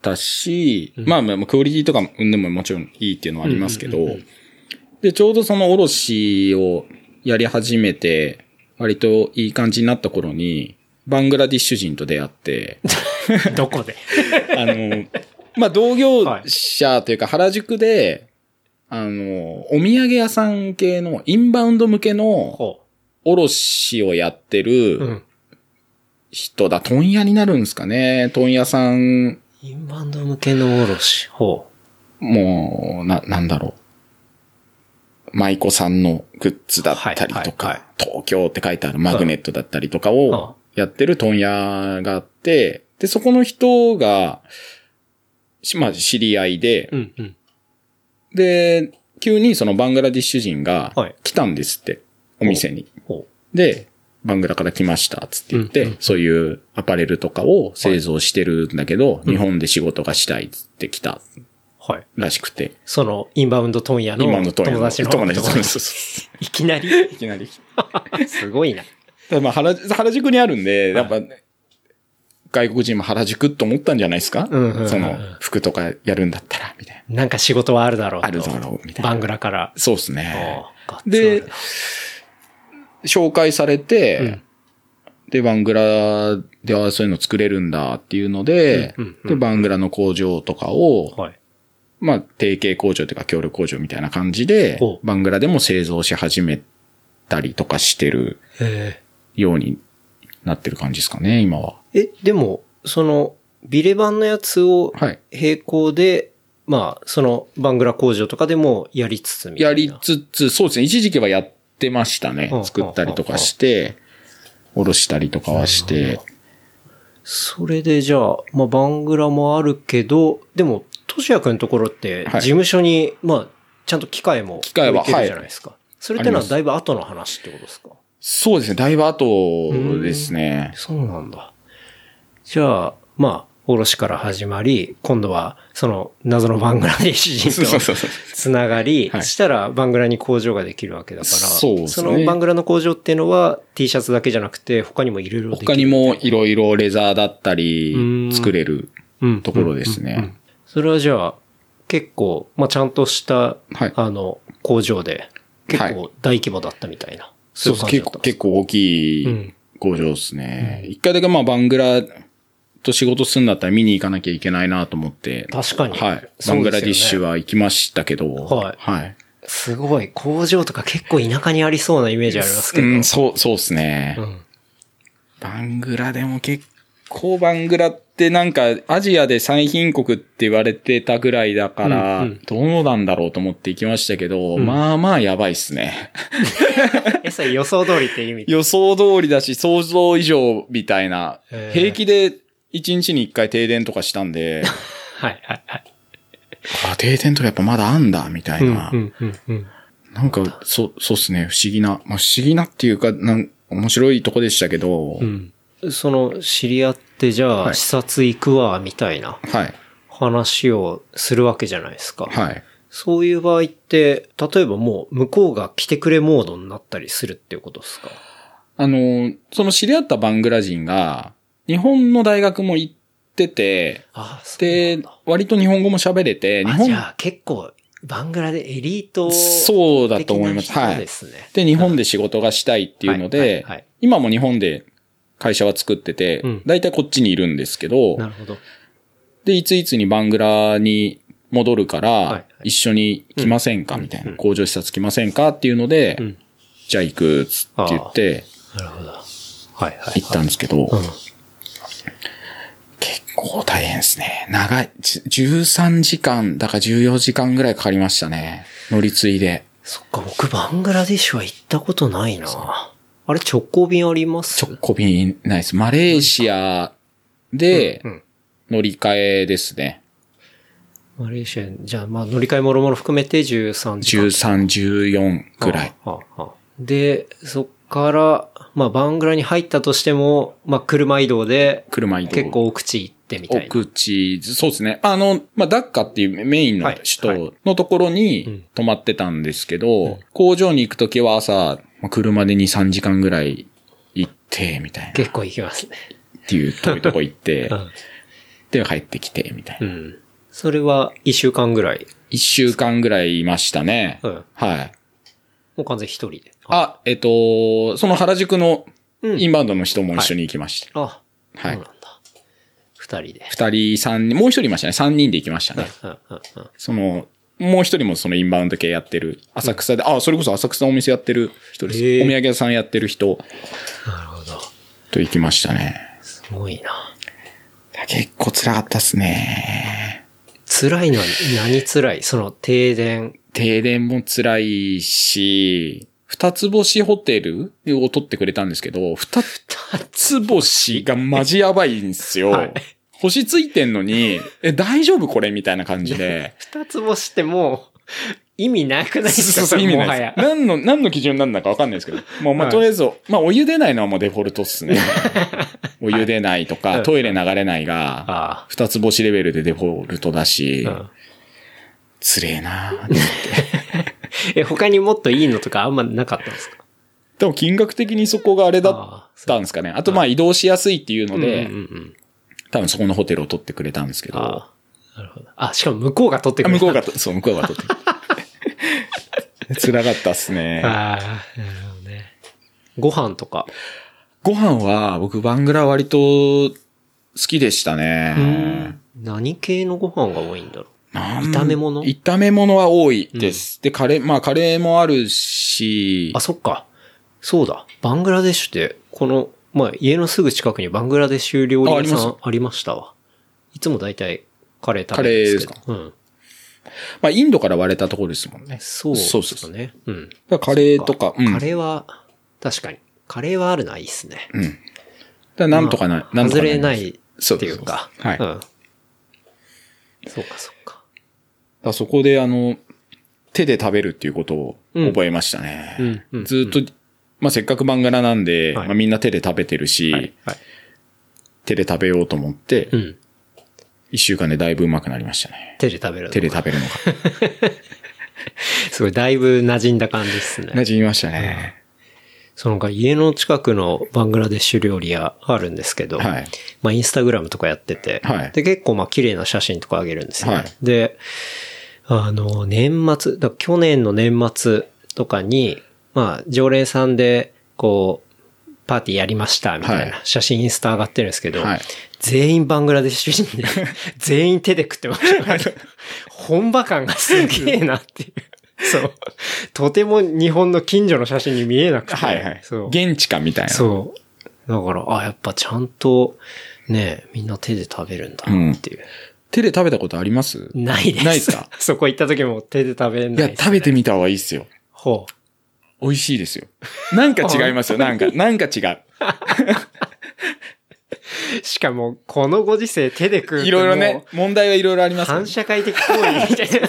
S3: たし、まあまあまあクオリティとかもうんでももちろんいいっていうのはありますけど、で、ちょうどその卸をやり始めて、割といい感じになった頃に、バングラディッシュ人と出会 *laughs* って、
S2: どこで
S3: あの、まあ同業者というか原宿で、あの、お土産屋さん系のインバウンド向けの
S2: ほ
S3: 卸をやって
S2: う。う
S3: る
S2: ん。
S3: 人だ、問屋になるんですかね。問屋さん
S2: インバウンド向けの卸。ほ
S3: もう、な、なんだろう。舞妓さんのグッズだったり
S2: はい
S3: と
S2: はいはい
S3: か、東京って書いてあるマグネットだったりとかをやってる問屋があって、で、そこの人が、しまあ、知り合いで
S2: う。う、んうん。
S3: で、急にそのバングラディッシュ人が
S2: はい
S3: 来たんですって、お店に。
S2: ほ
S3: で、バングラから来ました、つって言っ
S2: うんう
S3: て、そういうアパレルとかを製造してるんだけど、日本で仕事がしたいっつって来た
S2: う。はい。
S3: らしくて。
S2: その、インバウンド問屋の
S3: 今の
S2: 友
S3: と
S2: 達の
S3: 友達
S2: とこ
S3: そう
S2: ろに
S3: そうそ
S2: いきなり
S3: ういきなり。
S2: *laughs* すごいな。
S3: ただまあ原原宿にあるんで、やっぱ、外国人も原宿と思ったんじゃないですか、
S2: うんうんうんうん
S3: その、服とかやるんだったら、みたい
S2: なんか仕事はあるだろうと
S3: な。あるだろう、みたい
S2: バ
S3: な。
S2: ングラから。
S3: そうですね。
S2: ほう
S3: で、、紹介されて、で、バングラではそういうの作れるんだっていうので、
S2: うんうんうん
S3: で、バングラの工場とかを、
S2: はい。
S3: まあ、提携工場というか協力工場みたいな感じで
S2: ほ、う
S3: バングラでも製造し始めたりとかしてる
S2: え
S3: ようになってる感じですかね、今は。
S2: でも、その、ビレ版のやつを
S3: はい。
S2: 並行で、まあ、その、バングラ工場とかでもやりつつみたいな。
S3: やりつつ、そうですね、一時期はやってましたね
S2: う。ん
S3: 作ったりとかして、おろしたりとかはして、
S2: それでじゃあ、まあ、バングラもあるけど、でも、としやくんのところって、事
S3: はい
S2: 務所に、まあ、ちゃんと機械も置い
S3: 機
S2: て
S3: 械は
S2: るじゃないですか。それっての
S3: あ
S2: は
S3: ります
S2: だいぶ後の話ってことですか
S3: そうですね、だいぶ後ですね。
S2: そうなんだ。じゃあ、まあ、卸から始まり、今度はその謎のバングラデシ
S3: そうそ
S2: 人
S3: う
S2: と
S3: そうそう。
S2: つながり、
S3: はい
S2: したらバングラに工場ができるわけだから、
S3: そうですね
S2: のバングラの工場っていうのは T シャツだけじゃなくて他にもいろいろできる。
S3: 他にもいろいろレザーだった
S2: う
S3: り
S2: ん
S3: 作れる
S2: うん
S3: ところですね。
S2: うんうんうんそれはじゃあ結構、まあ、ちゃんとした、
S3: はい
S2: あの工場で結
S3: は
S2: 構大規模だったみたいな。
S3: そうそう、結構、結構大きい工場ですね。一、回だけまあバングラと仕事するんだったら見に行かなきゃいけないなと思って。
S2: 確かにそ
S3: はい。バ
S2: うですよね
S3: ングラディッシュは行きましたけど。
S2: はい
S3: はい。
S2: すごい。工場とか結構田舎にありそうなイメージありますけど。
S3: うん、そう、そうですね、
S2: うん
S3: バングラでも結構バングラってなんかアジアで産品国って言われてたぐらいだから、
S2: うんうん
S3: どうなんだろうと思って行きましたけど、まあまあやばいっすね。 *laughs*
S2: え、それ予想通りって意味
S3: 予想通りだし、想像以上みたいな
S2: へ。ー
S3: 平気で1日に1回停電とかした
S2: *laughs*
S3: んで、
S2: はいはいはい。
S3: あ、停電とかやっぱまだあんだ、みたいな。
S2: うんうんうん。
S3: なんか、そう、そうっすね。不思議な。まあ、不思議なっていうか、なん、面白いとこでしたけど、
S2: うん。その、知り合って、じゃ
S3: は
S2: あ、
S3: い
S2: 視察行くわ、みたいな
S3: はい。
S2: 話をするわけじゃないですか。
S3: はい。
S2: そういう場合って、例えばもう、向こうが来てくれモードになったりするっていうことですか
S3: あの、その知り合ったバングラ人が、日本の大学も行ってて、
S2: ああ、そうなん
S3: で
S2: だ。、
S3: 割と日本語も喋れて、日
S2: あ、じ
S3: 本、
S2: ゃあ、結構、バングラでエリート
S3: そうだと思います
S2: 的な
S3: はい
S2: 人ですね。
S3: で、日本で仕事がしたいっていうの
S2: はいはい
S3: で
S2: はい、
S3: 今も日本で会社は作ってて
S2: うん、
S3: 大体こっちにいるんですけど、
S2: なるほど。
S3: で、いついつにバングラに戻るか
S2: いはい
S3: ら、一緒に来ませんかみたいな、工場視察来ませんかっていうので
S2: ん、
S3: じゃあ行くっつって言って、
S2: なるほど。はいはい。
S3: 行ったんですけ
S2: うん、
S3: ど結構大変ですね。長い。じ13時間、だから14時間ぐらいかかりましたね。乗り継いで。
S2: そっか、僕、バングラディッシュは行ったことないな。あれ、直行便あります
S3: 直行便ないです。マレーシアで
S2: うんうん
S3: 乗り換えですね。
S2: マレーシア、じゃあ、まあ、乗り換えもろもろ含めて13時間。
S3: 13、14ぐらい。
S2: はあはあで、そっから、まあ、バングラに入ったとしても、まあ、車移動で、
S3: 車移動。
S2: 結構奥地行ってみたいな。
S3: 奥地、そうですね。あの、まあ、ダッカっていうメインの
S2: はい
S3: 首
S2: は
S3: 都のところ
S2: うん
S3: に泊まってたんですけど、工場に行くときは朝、まあ車で2、3時間ぐらい行って、みたいな。
S2: 結構行きますね。
S3: っていう遠いとこ
S2: *laughs*
S3: 行って
S2: う、ん。
S3: で帰ってきて、みたいうな。
S2: ん。それは、1週間ぐらい。
S3: 1週間ぐらいいましたね。
S2: うん
S3: はい。
S2: もう完全一人で。
S3: あ、えっと、その原宿の
S2: うん
S3: インバウンドの人も一緒に行きました。
S2: あ、
S3: はい
S2: そうなんだ。二人で。
S3: 二、人、三人、もう一人いましたね。三人で行きましたね。
S2: うんうんうん。
S3: その、もう一人もそのインバウンド系やってる、浅草で、あ、それこそ浅草のお店やってる人です。
S2: へー
S3: お土産屋さんやってる人
S2: なるほど。
S3: と行きましたね。
S2: すごいな。
S3: 結構辛かったっすね。
S2: 辛いのは何辛いその停電。
S3: 停電も辛いし、二つ星ホテルを取ってくれたんですけど、二つ星がマジやばいんですよ。
S2: はい
S3: 星ついてんのに、え、大丈夫これみたいな感じで。
S2: 二つ星ってもう、意味なくないですか
S3: そうそう意味ない
S2: もはや
S3: です。何の、何の基準なんだかわかんないですけど。まあま
S2: は
S3: あ、
S2: い
S3: とりあえず、まあ、お湯出ないのはもうデフォルトっ
S2: *laughs*
S3: すね。お湯出ないと
S2: は
S3: か、
S2: い
S3: トイレ流れないが、
S2: あ
S3: 二つ星レベルでデフォルトだし
S2: あ、うん。
S3: つれえな
S2: え、他にもっといいのとかあんまなかったんですか
S3: でも金額的にそこがあれだ
S2: ああ
S3: ったんですかね。あと、まあ、移動しやすいっていうので
S2: うんう、んうん。
S3: 多分そこのホテルを取ってくれたんですけど、あ
S2: ああ。なるほど。あ、しかも向こうが取ってくれ
S3: 向
S2: た
S3: こうがと、そう、向こうが取ってく
S2: *laughs*
S3: れた。辛かったっすね。
S2: ああ、なるほどね。ご飯とか。
S3: ご飯は、僕、バングラ割と好きでしたね。
S2: 何系のご飯が多いんだろ
S3: なん
S2: 炒め物
S3: 炒め物は多いです。で、カレー、まあ、カレーもあるし
S2: うあ、、そっか。そうだ。バングラデシュって、この、まあ、家のすぐ近くにバングラデシュ料理屋さんありましたわ。いつも大体カレー食べるんですけど。
S3: カレーです
S2: かうん。
S3: まあ、インドから割れたところですもんね。
S2: そう
S3: そう
S2: で
S3: そう
S2: す
S3: そう
S2: ね。うん。
S3: だからカレーとか、うん。
S2: カレーは、確かに。カレーはあるのはいいっすね。
S3: うん。だからなんとかな、なんと
S2: 外
S3: か
S2: れな
S3: だか
S2: い
S3: そ
S2: っ
S3: う
S2: てい
S3: そうそう
S2: うか。
S3: はい
S2: うん。そうか、そうか。
S3: らそこで、あの、手で食べるっていうことを覚えましたね。
S2: うんうん
S3: ずっと、まあ、せっかくバングラなんで、
S2: はい
S3: まあ、みんな手で食べてるし、
S2: はい。はい。
S3: 手で食べようと思って、
S2: うん。
S3: 一週間でだいぶうまくなりましたね。
S2: 手で食べるの
S3: 手で食べ
S2: *laughs*
S3: るのが。
S2: すごい、だいぶ馴染んだ感じですね。
S3: 馴染みましたね。
S2: そのなんか家の近くのバングラデシュ料理屋あるんですけど、
S3: はい
S2: まあインスタグラムとかやってて、
S3: はい
S2: で結構まあ綺麗な写真とかあげるんですよ、
S3: はい
S2: で、あの、年末、だから去年の年末とかに、まあ常連さんで、こう、パーティーやりましたみたい
S3: は
S2: ない写真インスタ上がってるんですけど、
S3: はい
S2: 全員バングラデシュ人
S3: *laughs*
S2: で、全員手で食ってました。本場感がすげえなっていう。そう。とても日本の近所の写真に見えなくて。
S3: はいはい
S2: そう。。
S3: 現地感みたいな。
S2: そう。だから、あ、やっぱちゃんと、ね、みんな手で食べるんだなっていう。
S3: 手で食べたことあります
S2: ないです。
S3: ないですか
S2: *laughs* そこ行った時も手で食べない
S3: い
S2: です、
S3: や、食べてみた方がいいですよ。
S2: ほう。
S3: 美味し
S2: *laughs*
S3: いですよ。なんか違いますよ。なんか、なんか違う。
S2: しかも、このご時世手で食うと
S3: いろいろね、問題はいろいろあり
S2: もう
S3: ますよ
S2: 反社会的行為みたい
S3: *laughs*
S2: な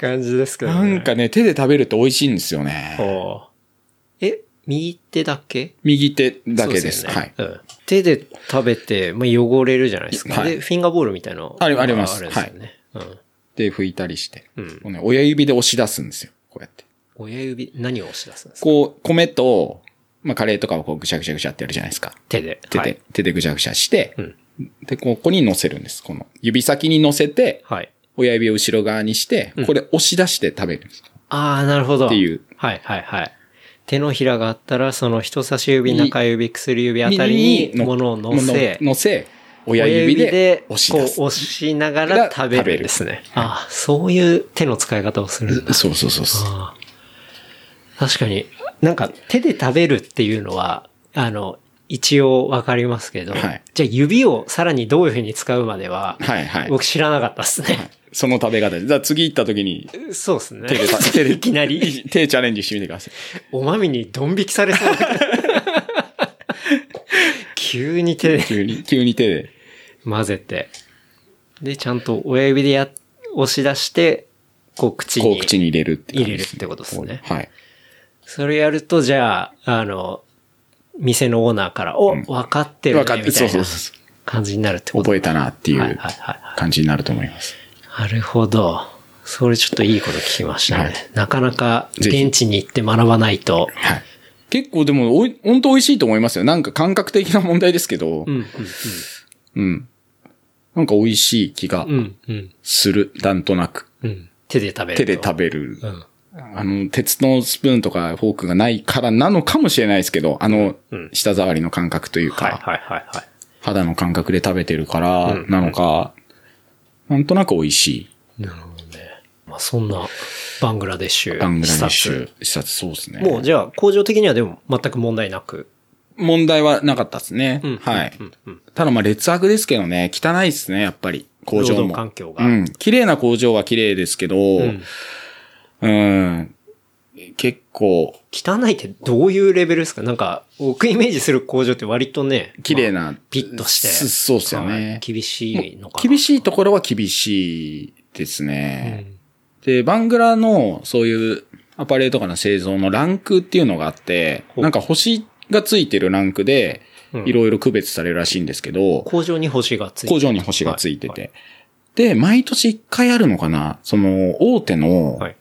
S2: 感じですけど、
S3: な
S2: ね。
S3: んかね、手で食べると美味しいんですよね。
S2: ほう。え、右手だけ
S3: 右手だけです。
S2: そうよ
S3: は
S2: ね
S3: い。
S2: うん手で食べて、まあ、汚れるじゃないですか。
S3: はい
S2: で、フィンガーボールみたいなのが
S3: ありあります
S2: あるんですよね。うん。
S3: で、拭いたりして。
S2: うん
S3: もうね親指で押し出すんですよ。こうやって。
S2: 親指、何を押し出すんですか
S3: こう、米と、まあ、カレーとかをこう、ぐしゃぐしゃぐしゃってやるじゃないですか。
S2: 手で。
S3: 手で、
S2: はい。
S3: 手でぐしゃぐしゃして、
S2: うん
S3: で、ここに乗せるんです。この、指先に乗せて、
S2: はい。
S3: 親指を後ろ側にして
S2: うん、
S3: これ押し出して食べるんです。
S2: ああ、なるほど。
S3: っていう。
S2: はい、はい、はい。手のひらがあったら、その人差し指、中指、薬指あたりに
S3: の
S2: 物を乗せ、
S3: 乗せ、親指で押し
S2: こう
S3: 出す。
S2: 押しながら食べるんですね。ああ、そういう手の使い方をするんだ。
S3: そうそうそうそう。
S2: ああ確かに、なんか手で食べるっていうのは、あの、一応わかりますけど、
S3: はい
S2: じゃあ指をさらにどういうふうに使うまでは、
S3: はいはい。
S2: 僕知らなかったですね。
S3: その食べ方です。じゃあ次行った時に、
S2: そうですね。
S3: 手で食べ、手で、
S2: *laughs* いきなり、
S3: 手チャレンジしてみてください。
S2: おまみにドン引きされそうだけど急に手で
S3: 急に、急に手で。
S2: 混ぜて、で、ちゃんと親指でや、押し出して、こう口
S3: こ
S2: に。
S3: う口に入れるって感じ
S2: 入れるってことですね
S3: はい。
S2: それやると、じゃあ、あの、店のオーナーから、お、
S3: ん
S2: 分かってるね、
S3: 分かって
S2: みたい
S3: そう
S2: な
S3: そうそう
S2: 感じになるってこと。
S3: 覚えたなってい
S2: はいはいうはいは
S3: 感じになると思います。
S2: い。なるほど。それちょっといいこと聞きましたね。
S3: はい
S2: なかなか
S3: ぜひ
S2: 現地に行って学ばないと。
S3: はい。結構でも、おい、本当美味しいと思いますよ。なんか感覚的な問題ですけど
S2: う、ん、
S3: うん。なんか美味しい気が
S2: うん、うん、うん、
S3: する。なんとなく。
S2: うん。手で食べると。
S3: 手で食べる。
S2: うん。
S3: あの、鉄のスプーンとかフォークがないからなのかもしれないですけど、あの
S2: うん、
S3: 舌触りの感覚という
S2: はい
S3: か、
S2: はいはいはい。
S3: 肌の感覚で食べてるから
S2: うん
S3: なのか、なんとなく美味しい。
S2: なるほどね。まあそんな、バングラデシュ、
S3: バングラデ
S2: 視
S3: シ
S2: 察
S3: ュ、視察そうですね。
S2: もうじゃあ、工場的にはでも全く問題なく。
S3: 問題はなかったですね。
S2: うん
S3: はい。
S2: うんうん。
S3: ただまあ劣悪ですけどね、汚いですね、やっぱり。工場
S2: 労
S3: も。
S2: 働環境が
S3: うん。綺麗な工場は綺麗ですけど、
S2: うん。
S3: うん。結構、
S2: 汚いってどういうレベルですかなんか、僕イメージする工場って割とね、
S3: 綺麗
S2: な。
S3: な。
S2: ピッとして
S3: すそうっすよ
S2: はい
S3: ね。
S2: 厳しいのかな。
S3: 厳
S2: し
S3: しいところは厳しいです
S2: い
S3: ね。で、バングラのそういうアパレルとかの製造のランクっていうのがあって、
S2: ほう
S3: なんか星がついてるランクで、いろいろ区別されるらしいんですけど、
S2: 工場に星がついて
S3: 工場に星がついてて。
S2: はい
S3: で、毎年一回あるのかなその、大手の、
S2: はい。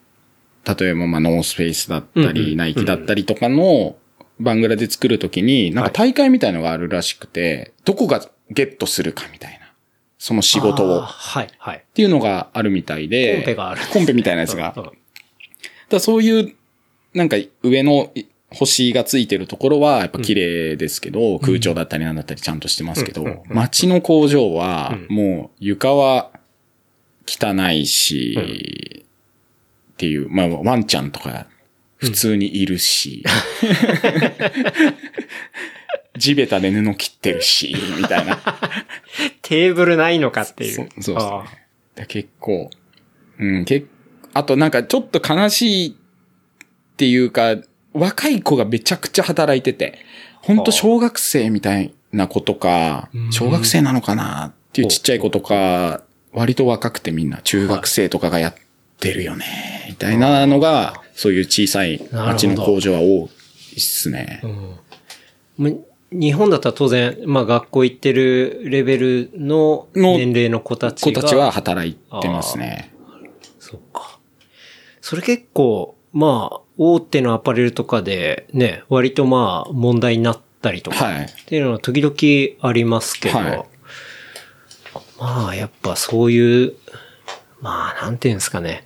S3: 例えば、まあ、ノースフェイスだった
S2: うんう
S3: り、
S2: ん
S3: ナイキだったりとかの、バングラで作るときに、なんか大会みたいのがあるらしくて、どこがゲットするかみたいな、その仕事
S2: あー
S3: を、っ
S2: はい、はい。
S3: ていうのがあるみたいで、
S2: コンペがあるんですね
S3: コンペみたいなやつ
S2: *laughs*
S3: が。
S2: うん
S3: だ
S2: う
S3: か
S2: ん
S3: らそういう、なんか上のい星がついてるところは、やっぱ綺麗ですけど、空調だったりなんだったりちゃんとしてますけど、
S2: うんうんうん
S3: 街の工場は
S2: う、
S3: もう床は汚いし、っていう、まあ、ワンちゃんとか、普通にいるし、 *laughs* 地べたで布切ってるし、みたいな。
S2: テーブルないのかっていう。
S3: そうそうっすね
S2: あー
S3: で結構、うん、結あとなんかちょっと悲しいっていうか、若い子がめちゃくちゃ働いてて、ほんと小学生みたいな子とか
S2: うん、
S3: 小学生なのかなっていうちっちゃい子とか、割と若くてみんな中学生とかがやってるよね、みたいなのが、そういう小さい町の工場は多いっすね。
S2: うん。む日本だったら当然、まあ学校行ってるレベルの
S3: の
S2: 年齢の子たち
S3: 子
S2: が。
S3: たちは働いてますね。
S2: そっか。それ結構、まあ、大手のアパレルとかでね、割とまあ問題になったりとか、
S3: はい
S2: っていうのは時々ありますけど、
S3: はい
S2: まあやっぱそういう、まあなんていうんですかね、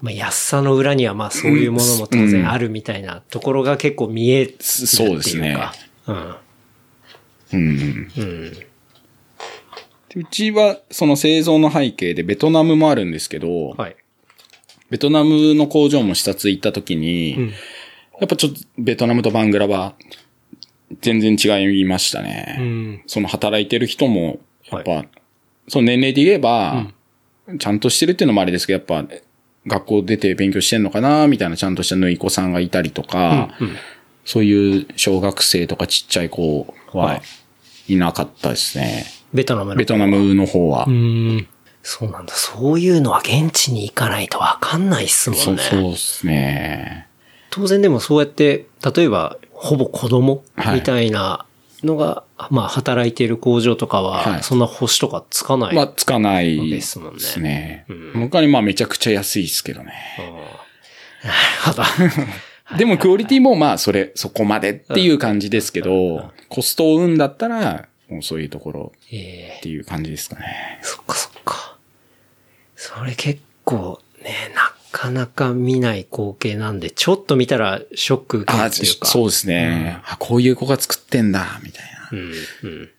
S2: まあ安さの裏にはまあそういうものも当
S3: うん
S2: 然あるみたいなところが結構見えるって
S3: そそうです
S2: いう
S3: ね
S2: か、うん。
S3: うん。
S2: うん。
S3: でうちは、その製造の背景でベトナムもあるんですけど、
S2: はい。
S3: ベトナムの工場も視察行った時に、
S2: うん。
S3: やっぱちょっとベトナムとバングラは全然違いましたね。
S2: うん。
S3: その働いてる人も、やっぱ、その年齢で言えば、ちゃんとしてるっていうのもあれですけど、やっぱ、学校出て勉強してんのかなみたいなちゃんとした縫い子さんがいたりとか、そういう小学生とかちっちゃい子
S2: は
S3: はいいなかったですね。
S2: ベトナムの
S3: ベトナムの方は。
S2: うん。そうなんだ。そういうのは現地に行かないとわかんないっすも
S3: そ
S2: ん
S3: う
S2: ね。
S3: そうですね。
S2: 当然でもそうやって、例えば、ほぼ子供
S3: はい
S2: みたいなのが、まあ、働いている工場とかは、
S3: はい
S2: そんな星とかつかない。
S3: まあ、つかない
S2: で
S3: ですす
S2: もんね
S3: ね。
S2: うん
S3: 他にまあめちゃくちゃ安いですけどね。
S2: うん *laughs* なるほど。
S3: でもクオリティもまあそれ、そこまでっていう感じですけど、コストを生んだったら、もうそういうところ
S2: え
S3: っていう感じですかね
S2: ー。そっかそっか。それ結構ね、なかなか見ない光景なんで、ちょっと見たらショック受ける
S3: あ
S2: っていうか。
S3: そうですね、あ。こういう子が作ってんだ、みたいな。
S2: うん。うん。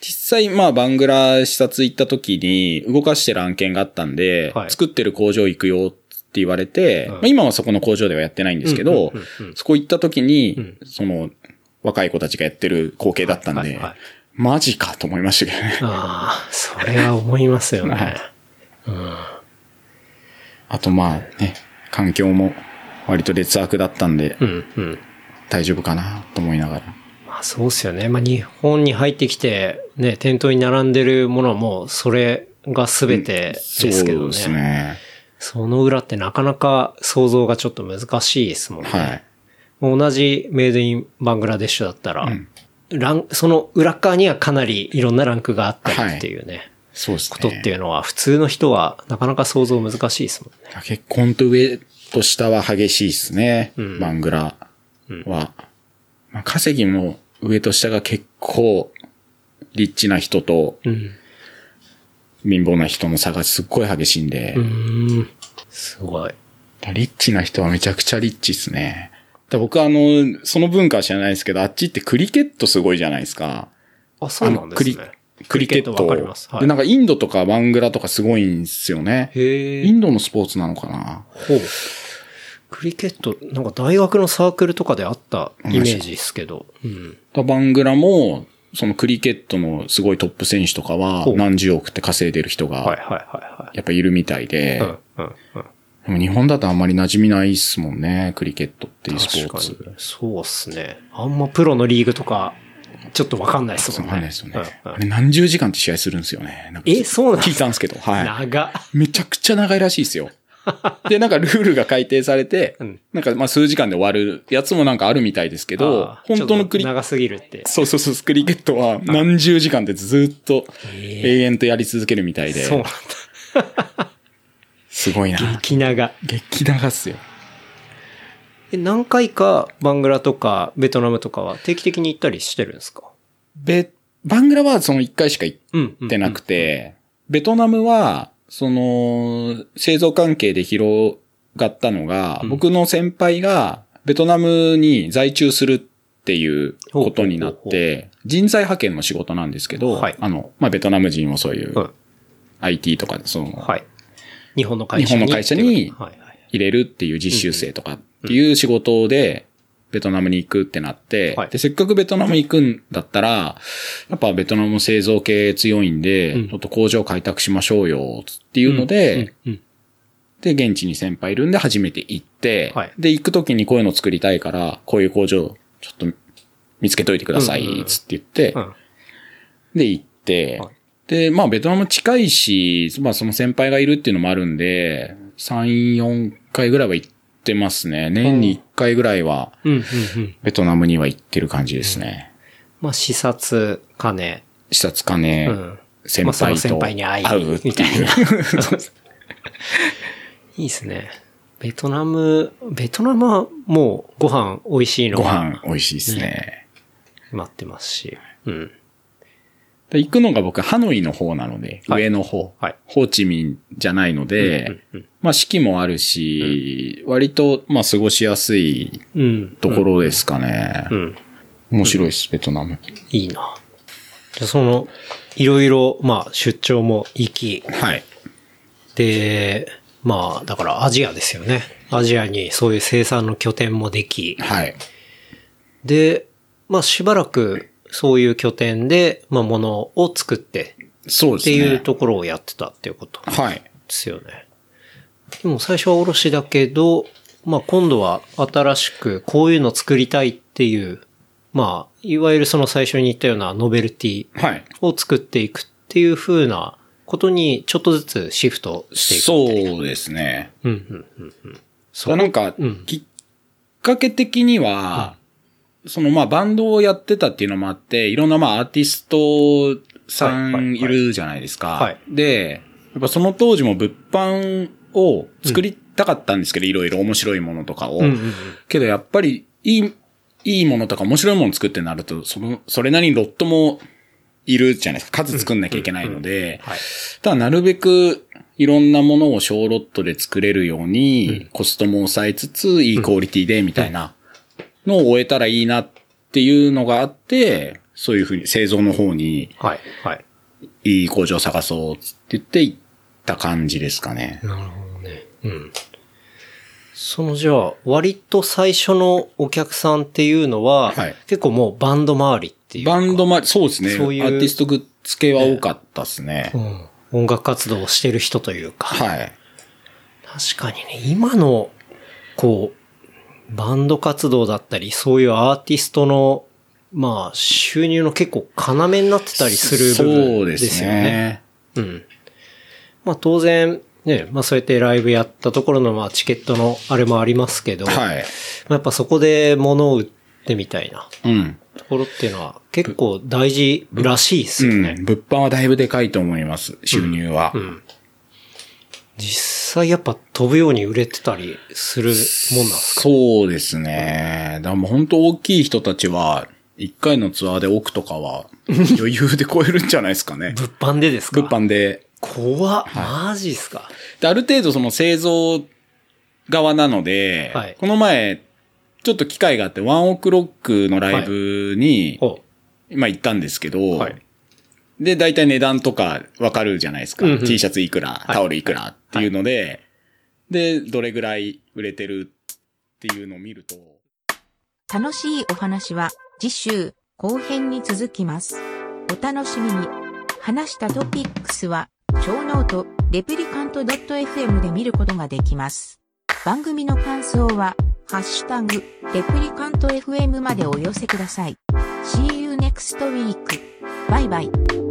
S3: 実際まあバングラ視察行った時に動かしてる案件があったんで、
S2: はい
S3: 作ってる工場行くよって言われて、
S2: うん
S3: まあ、今はそこの工場ではやってないんですけど、
S2: うんうんうんうん
S3: そこ行った時に、
S2: うん
S3: その若い子たちがやってる光景だったんで、
S2: はいはいはい
S3: マジかと思いましたけどね。
S2: ああ、それは思いますよね。
S3: はいあとまあね、環境も割と劣悪だったんで
S2: う、ん、うん。
S3: 大丈夫かなと思いながら。
S2: まあそうっすよね。まあ日本に入ってきて、ね、店頭に並んでるものはもうそれが全てですけ
S3: そう
S2: どね。
S3: です
S2: そ
S3: ね。
S2: の裏ってなかなか想像がちょっと難しいですもんね。
S3: はい。
S2: 同じメイドインバングラデシュだったら、
S3: うん
S2: ランその裏側にはかなりいろんなランクがあったりっていうね、
S3: そうですね。
S2: ことっていうのは普通の人はなかなか想像難しいですもんね。
S3: 結婚と上と下は激しいですね。
S2: ん
S3: バングラは。まあ、稼ぎも上と下が結構、リッチな人と
S2: うん。
S3: 貧乏な人の差がすっごい激しいんで、
S2: うーん。すごい。
S3: リッチな人はめちゃくちゃリッチですね。だ僕はあの、その文化は知らないですけど、あっちってクリケットすごいじゃないですか。
S2: あ、そうなんです
S3: あの
S2: ね。
S3: クリケット。
S2: わかります。は
S3: で、
S2: い
S3: な。んかインドとかバングラとかすごいんですよね。
S2: へ
S3: イ
S2: え。
S3: ンドのスポーツなのかな
S2: ほう。クリケット、なんか大学のサークルとかであったイメージですけど。うん。
S3: だバングラも、そのクリケットのすごいトップ選手とかは
S2: ほう
S3: 何十億って稼いでる人
S2: はいはい
S3: が
S2: は
S3: やっぱいるみたいで
S2: い、はい。うんうんうん。
S3: でも日本だとあんまり馴染みないっすもんね、クリケットっていうス
S2: 確か
S3: ポー
S2: に
S3: ツ。。
S2: そうっすね。あんまプロのリーグとか、ちょっとわかんないっす
S3: そう
S2: もん
S3: わ
S2: ね。
S3: かんないですよね。
S2: うんう
S3: あ
S2: ん
S3: れ何十時間って試合するんですよね。なんか
S2: え、そうなん
S3: 聞いたんですけど、はい。
S2: 長っ。
S3: めちゃくちゃ長いらしいですよ。で、なんかルールが改定されて、
S2: うん
S3: なんかまあ数時間で終わるやつもなんかあるみたいですけど
S2: あ、ー
S3: 本当のクリ
S2: ちょっと長すぎるって。
S3: そうそうそう、クリケットは何十時間でずっと
S2: え
S3: 永遠とやり続けるみたい
S2: え。
S3: で、
S2: そうなん
S3: *laughs* すごい
S2: だ。
S3: な。
S2: 激長。
S3: 激長っすよ。
S2: え、何回かバングラとかベトナムとかは定期的に行ったりしてるんですか
S3: ベ、バングラはその一回しか行
S2: うんうんうん。
S3: ってなくて、ベトナムは、その、製造関係で広がったのが、
S2: うん
S3: 僕の先輩がベトナムに在中するっていうことになっ
S2: ほうほう
S3: て、人材派遣の仕事なんですけど、
S2: はい
S3: あの、まあ、ベトナム人もそういううん IT とか、その、
S2: はい。日本の会社に。
S3: 日本の会社に
S2: はいはい。
S3: 入れるっていう実習生とかっていう仕事で、ベトナムに行くってなって、
S2: はい
S3: で、せっかくベトナム行くんだったら、やっぱベトナムも製造系強いんで、
S2: うん
S3: ちょっと工場開拓しましょうよ、っていうので、
S2: うんうん
S3: で、現地に先輩いるんで初めて行って、
S2: はい
S3: で、行く時にこういうの作りたいから、こういう工場、ちょっと見つけといてくださ
S2: うんうんう
S3: い
S2: ん、
S3: つって言って、
S2: うん。うん
S3: で、行って、
S2: はい
S3: で、まあ、ベトナム近いし、まあ、その先輩がいるっていうのもあるんで、3、4回ぐらいは行ってますね。年に1回ぐらいは、
S2: うんうん。
S3: ベトナムには行ってる感じですね。
S2: まあ視察、金、
S3: 視察かね、
S2: うん *laughs*
S3: 先
S2: まあそ
S3: 輩
S2: の
S3: と
S2: 先輩に会い
S3: 会う
S2: みたい *laughs* な
S3: そうです
S2: いいですね。ベトナム、ベトナムはもうご飯美味しいの
S3: ご
S2: が
S3: 飯美味しいですね。
S2: 待ってますし。うん。
S3: で行くのが僕、ハノイの方なので、
S2: はい
S3: 上の方、
S2: はい
S3: ホーチミンじゃないので、
S2: うんうん
S3: まあ四季もあるし、割と、まあ過ごしやすい
S2: うん。
S3: ところですかね。
S2: うん。
S3: 面白いです、ベトナム。
S2: いいな。じゃあその、いろいろ、まあ出張も行き、
S3: はい。
S2: で、まあだからアジアですよね。アジアにそういう生産の拠点もでき、
S3: はい。
S2: で、まあしばらくそういう拠点で、まあ物を作って
S3: そうで
S2: っ
S3: す
S2: て
S3: ね。
S2: いうところをやってたっていうこと。
S3: はい。
S2: ですよね。でも最初は卸だけど、まあ今度は新しくこういうの作りたいっていう、まあ、いわゆるその最初に言ったようなノベルティ
S3: はい。
S2: を作っていくっていう風なことにちょっとずつシフトしていく。
S3: そうですね。
S2: う。うんうんうん。
S3: それなんか、
S2: うん
S3: きっかけ的には、そのまあバンドをやってたっていうのもあって、いろんなまあアーティストさ
S2: はいはい
S3: ん
S2: はい
S3: いるじゃないですか。
S2: はい
S3: で、やっぱその当時も物販を作りたかったんですけど、いろいろ面白いものとか
S2: う
S3: を。
S2: んうんうん
S3: けどやっぱり、いい、いいものとか面白いもの作ってなると、その、それなりにロットもいるじゃないですか。数作んなきゃいけないので、
S2: はい。
S3: ただなるべくいろんなものを小ロットで作れるように、コストも抑えつつ、いいクオリティで、みたいなのを終えたらいいなっていうのがあって、そういうふうに製造の方に
S2: はい。はい。
S3: いい工場を探そうって言って行った感じですかね。
S2: なるほどね。うん。そのじゃあ、割と最初のお客さんっていうのは、
S3: はい
S2: 結構もうバンド周りっていうか。
S3: バンドま、そうですね。
S2: そういう
S3: アーティストグッズ系は多かったですね。
S2: うん、音楽活動をしてる人というか。
S3: はい。
S2: 確かにね、今の、こう、バンド活動だったり、そういうアーティストの、まあ、収入の結構要になってたりする部
S3: そう
S2: 分
S3: で
S2: ですすよね。
S3: ね。
S2: うん。まあ、当然、ね、まあ、そうやってライブやったところの、まあ、チケットのあれもありますけど、ま
S3: はい。
S2: あやっぱそこで物を売ってみたいな
S3: うん。
S2: ところっていうのは結構大事らしいです
S3: う
S2: よ
S3: ん
S2: ね。。
S3: 物販はだいぶでかいと思います。収入は。
S2: うん。実際やっぱ飛ぶように売れてたりするもんなんですか
S3: そうですね。だからもう本当大きい人たちは、一回のツアーで億とかは、余裕で超えるんじゃないですかね。
S2: *laughs* 物販でですか
S3: 物販で。
S2: 怖っマジっすか
S3: で、ある程度その製造側なので、
S2: はい
S3: この前、ちょっと機会があって、ワンオクロックのライブに、
S2: お
S3: 今行ったんですけど、
S2: はい
S3: で、大体値段とかわかるじゃないですか。
S2: うんうん
S3: T シャツいくら、
S2: い
S3: タオルいくらっていうので、で、どれぐらい売れてるっていうのを見ると、
S4: 楽しいお話は次週後編に続きます。お楽しみに。話したトピックスは、超ノート、レプリカント .fm で見ることができます。番組の感想は、ハッシュタグ、レプリカント fm までお寄せください。See you next week. バイバイ。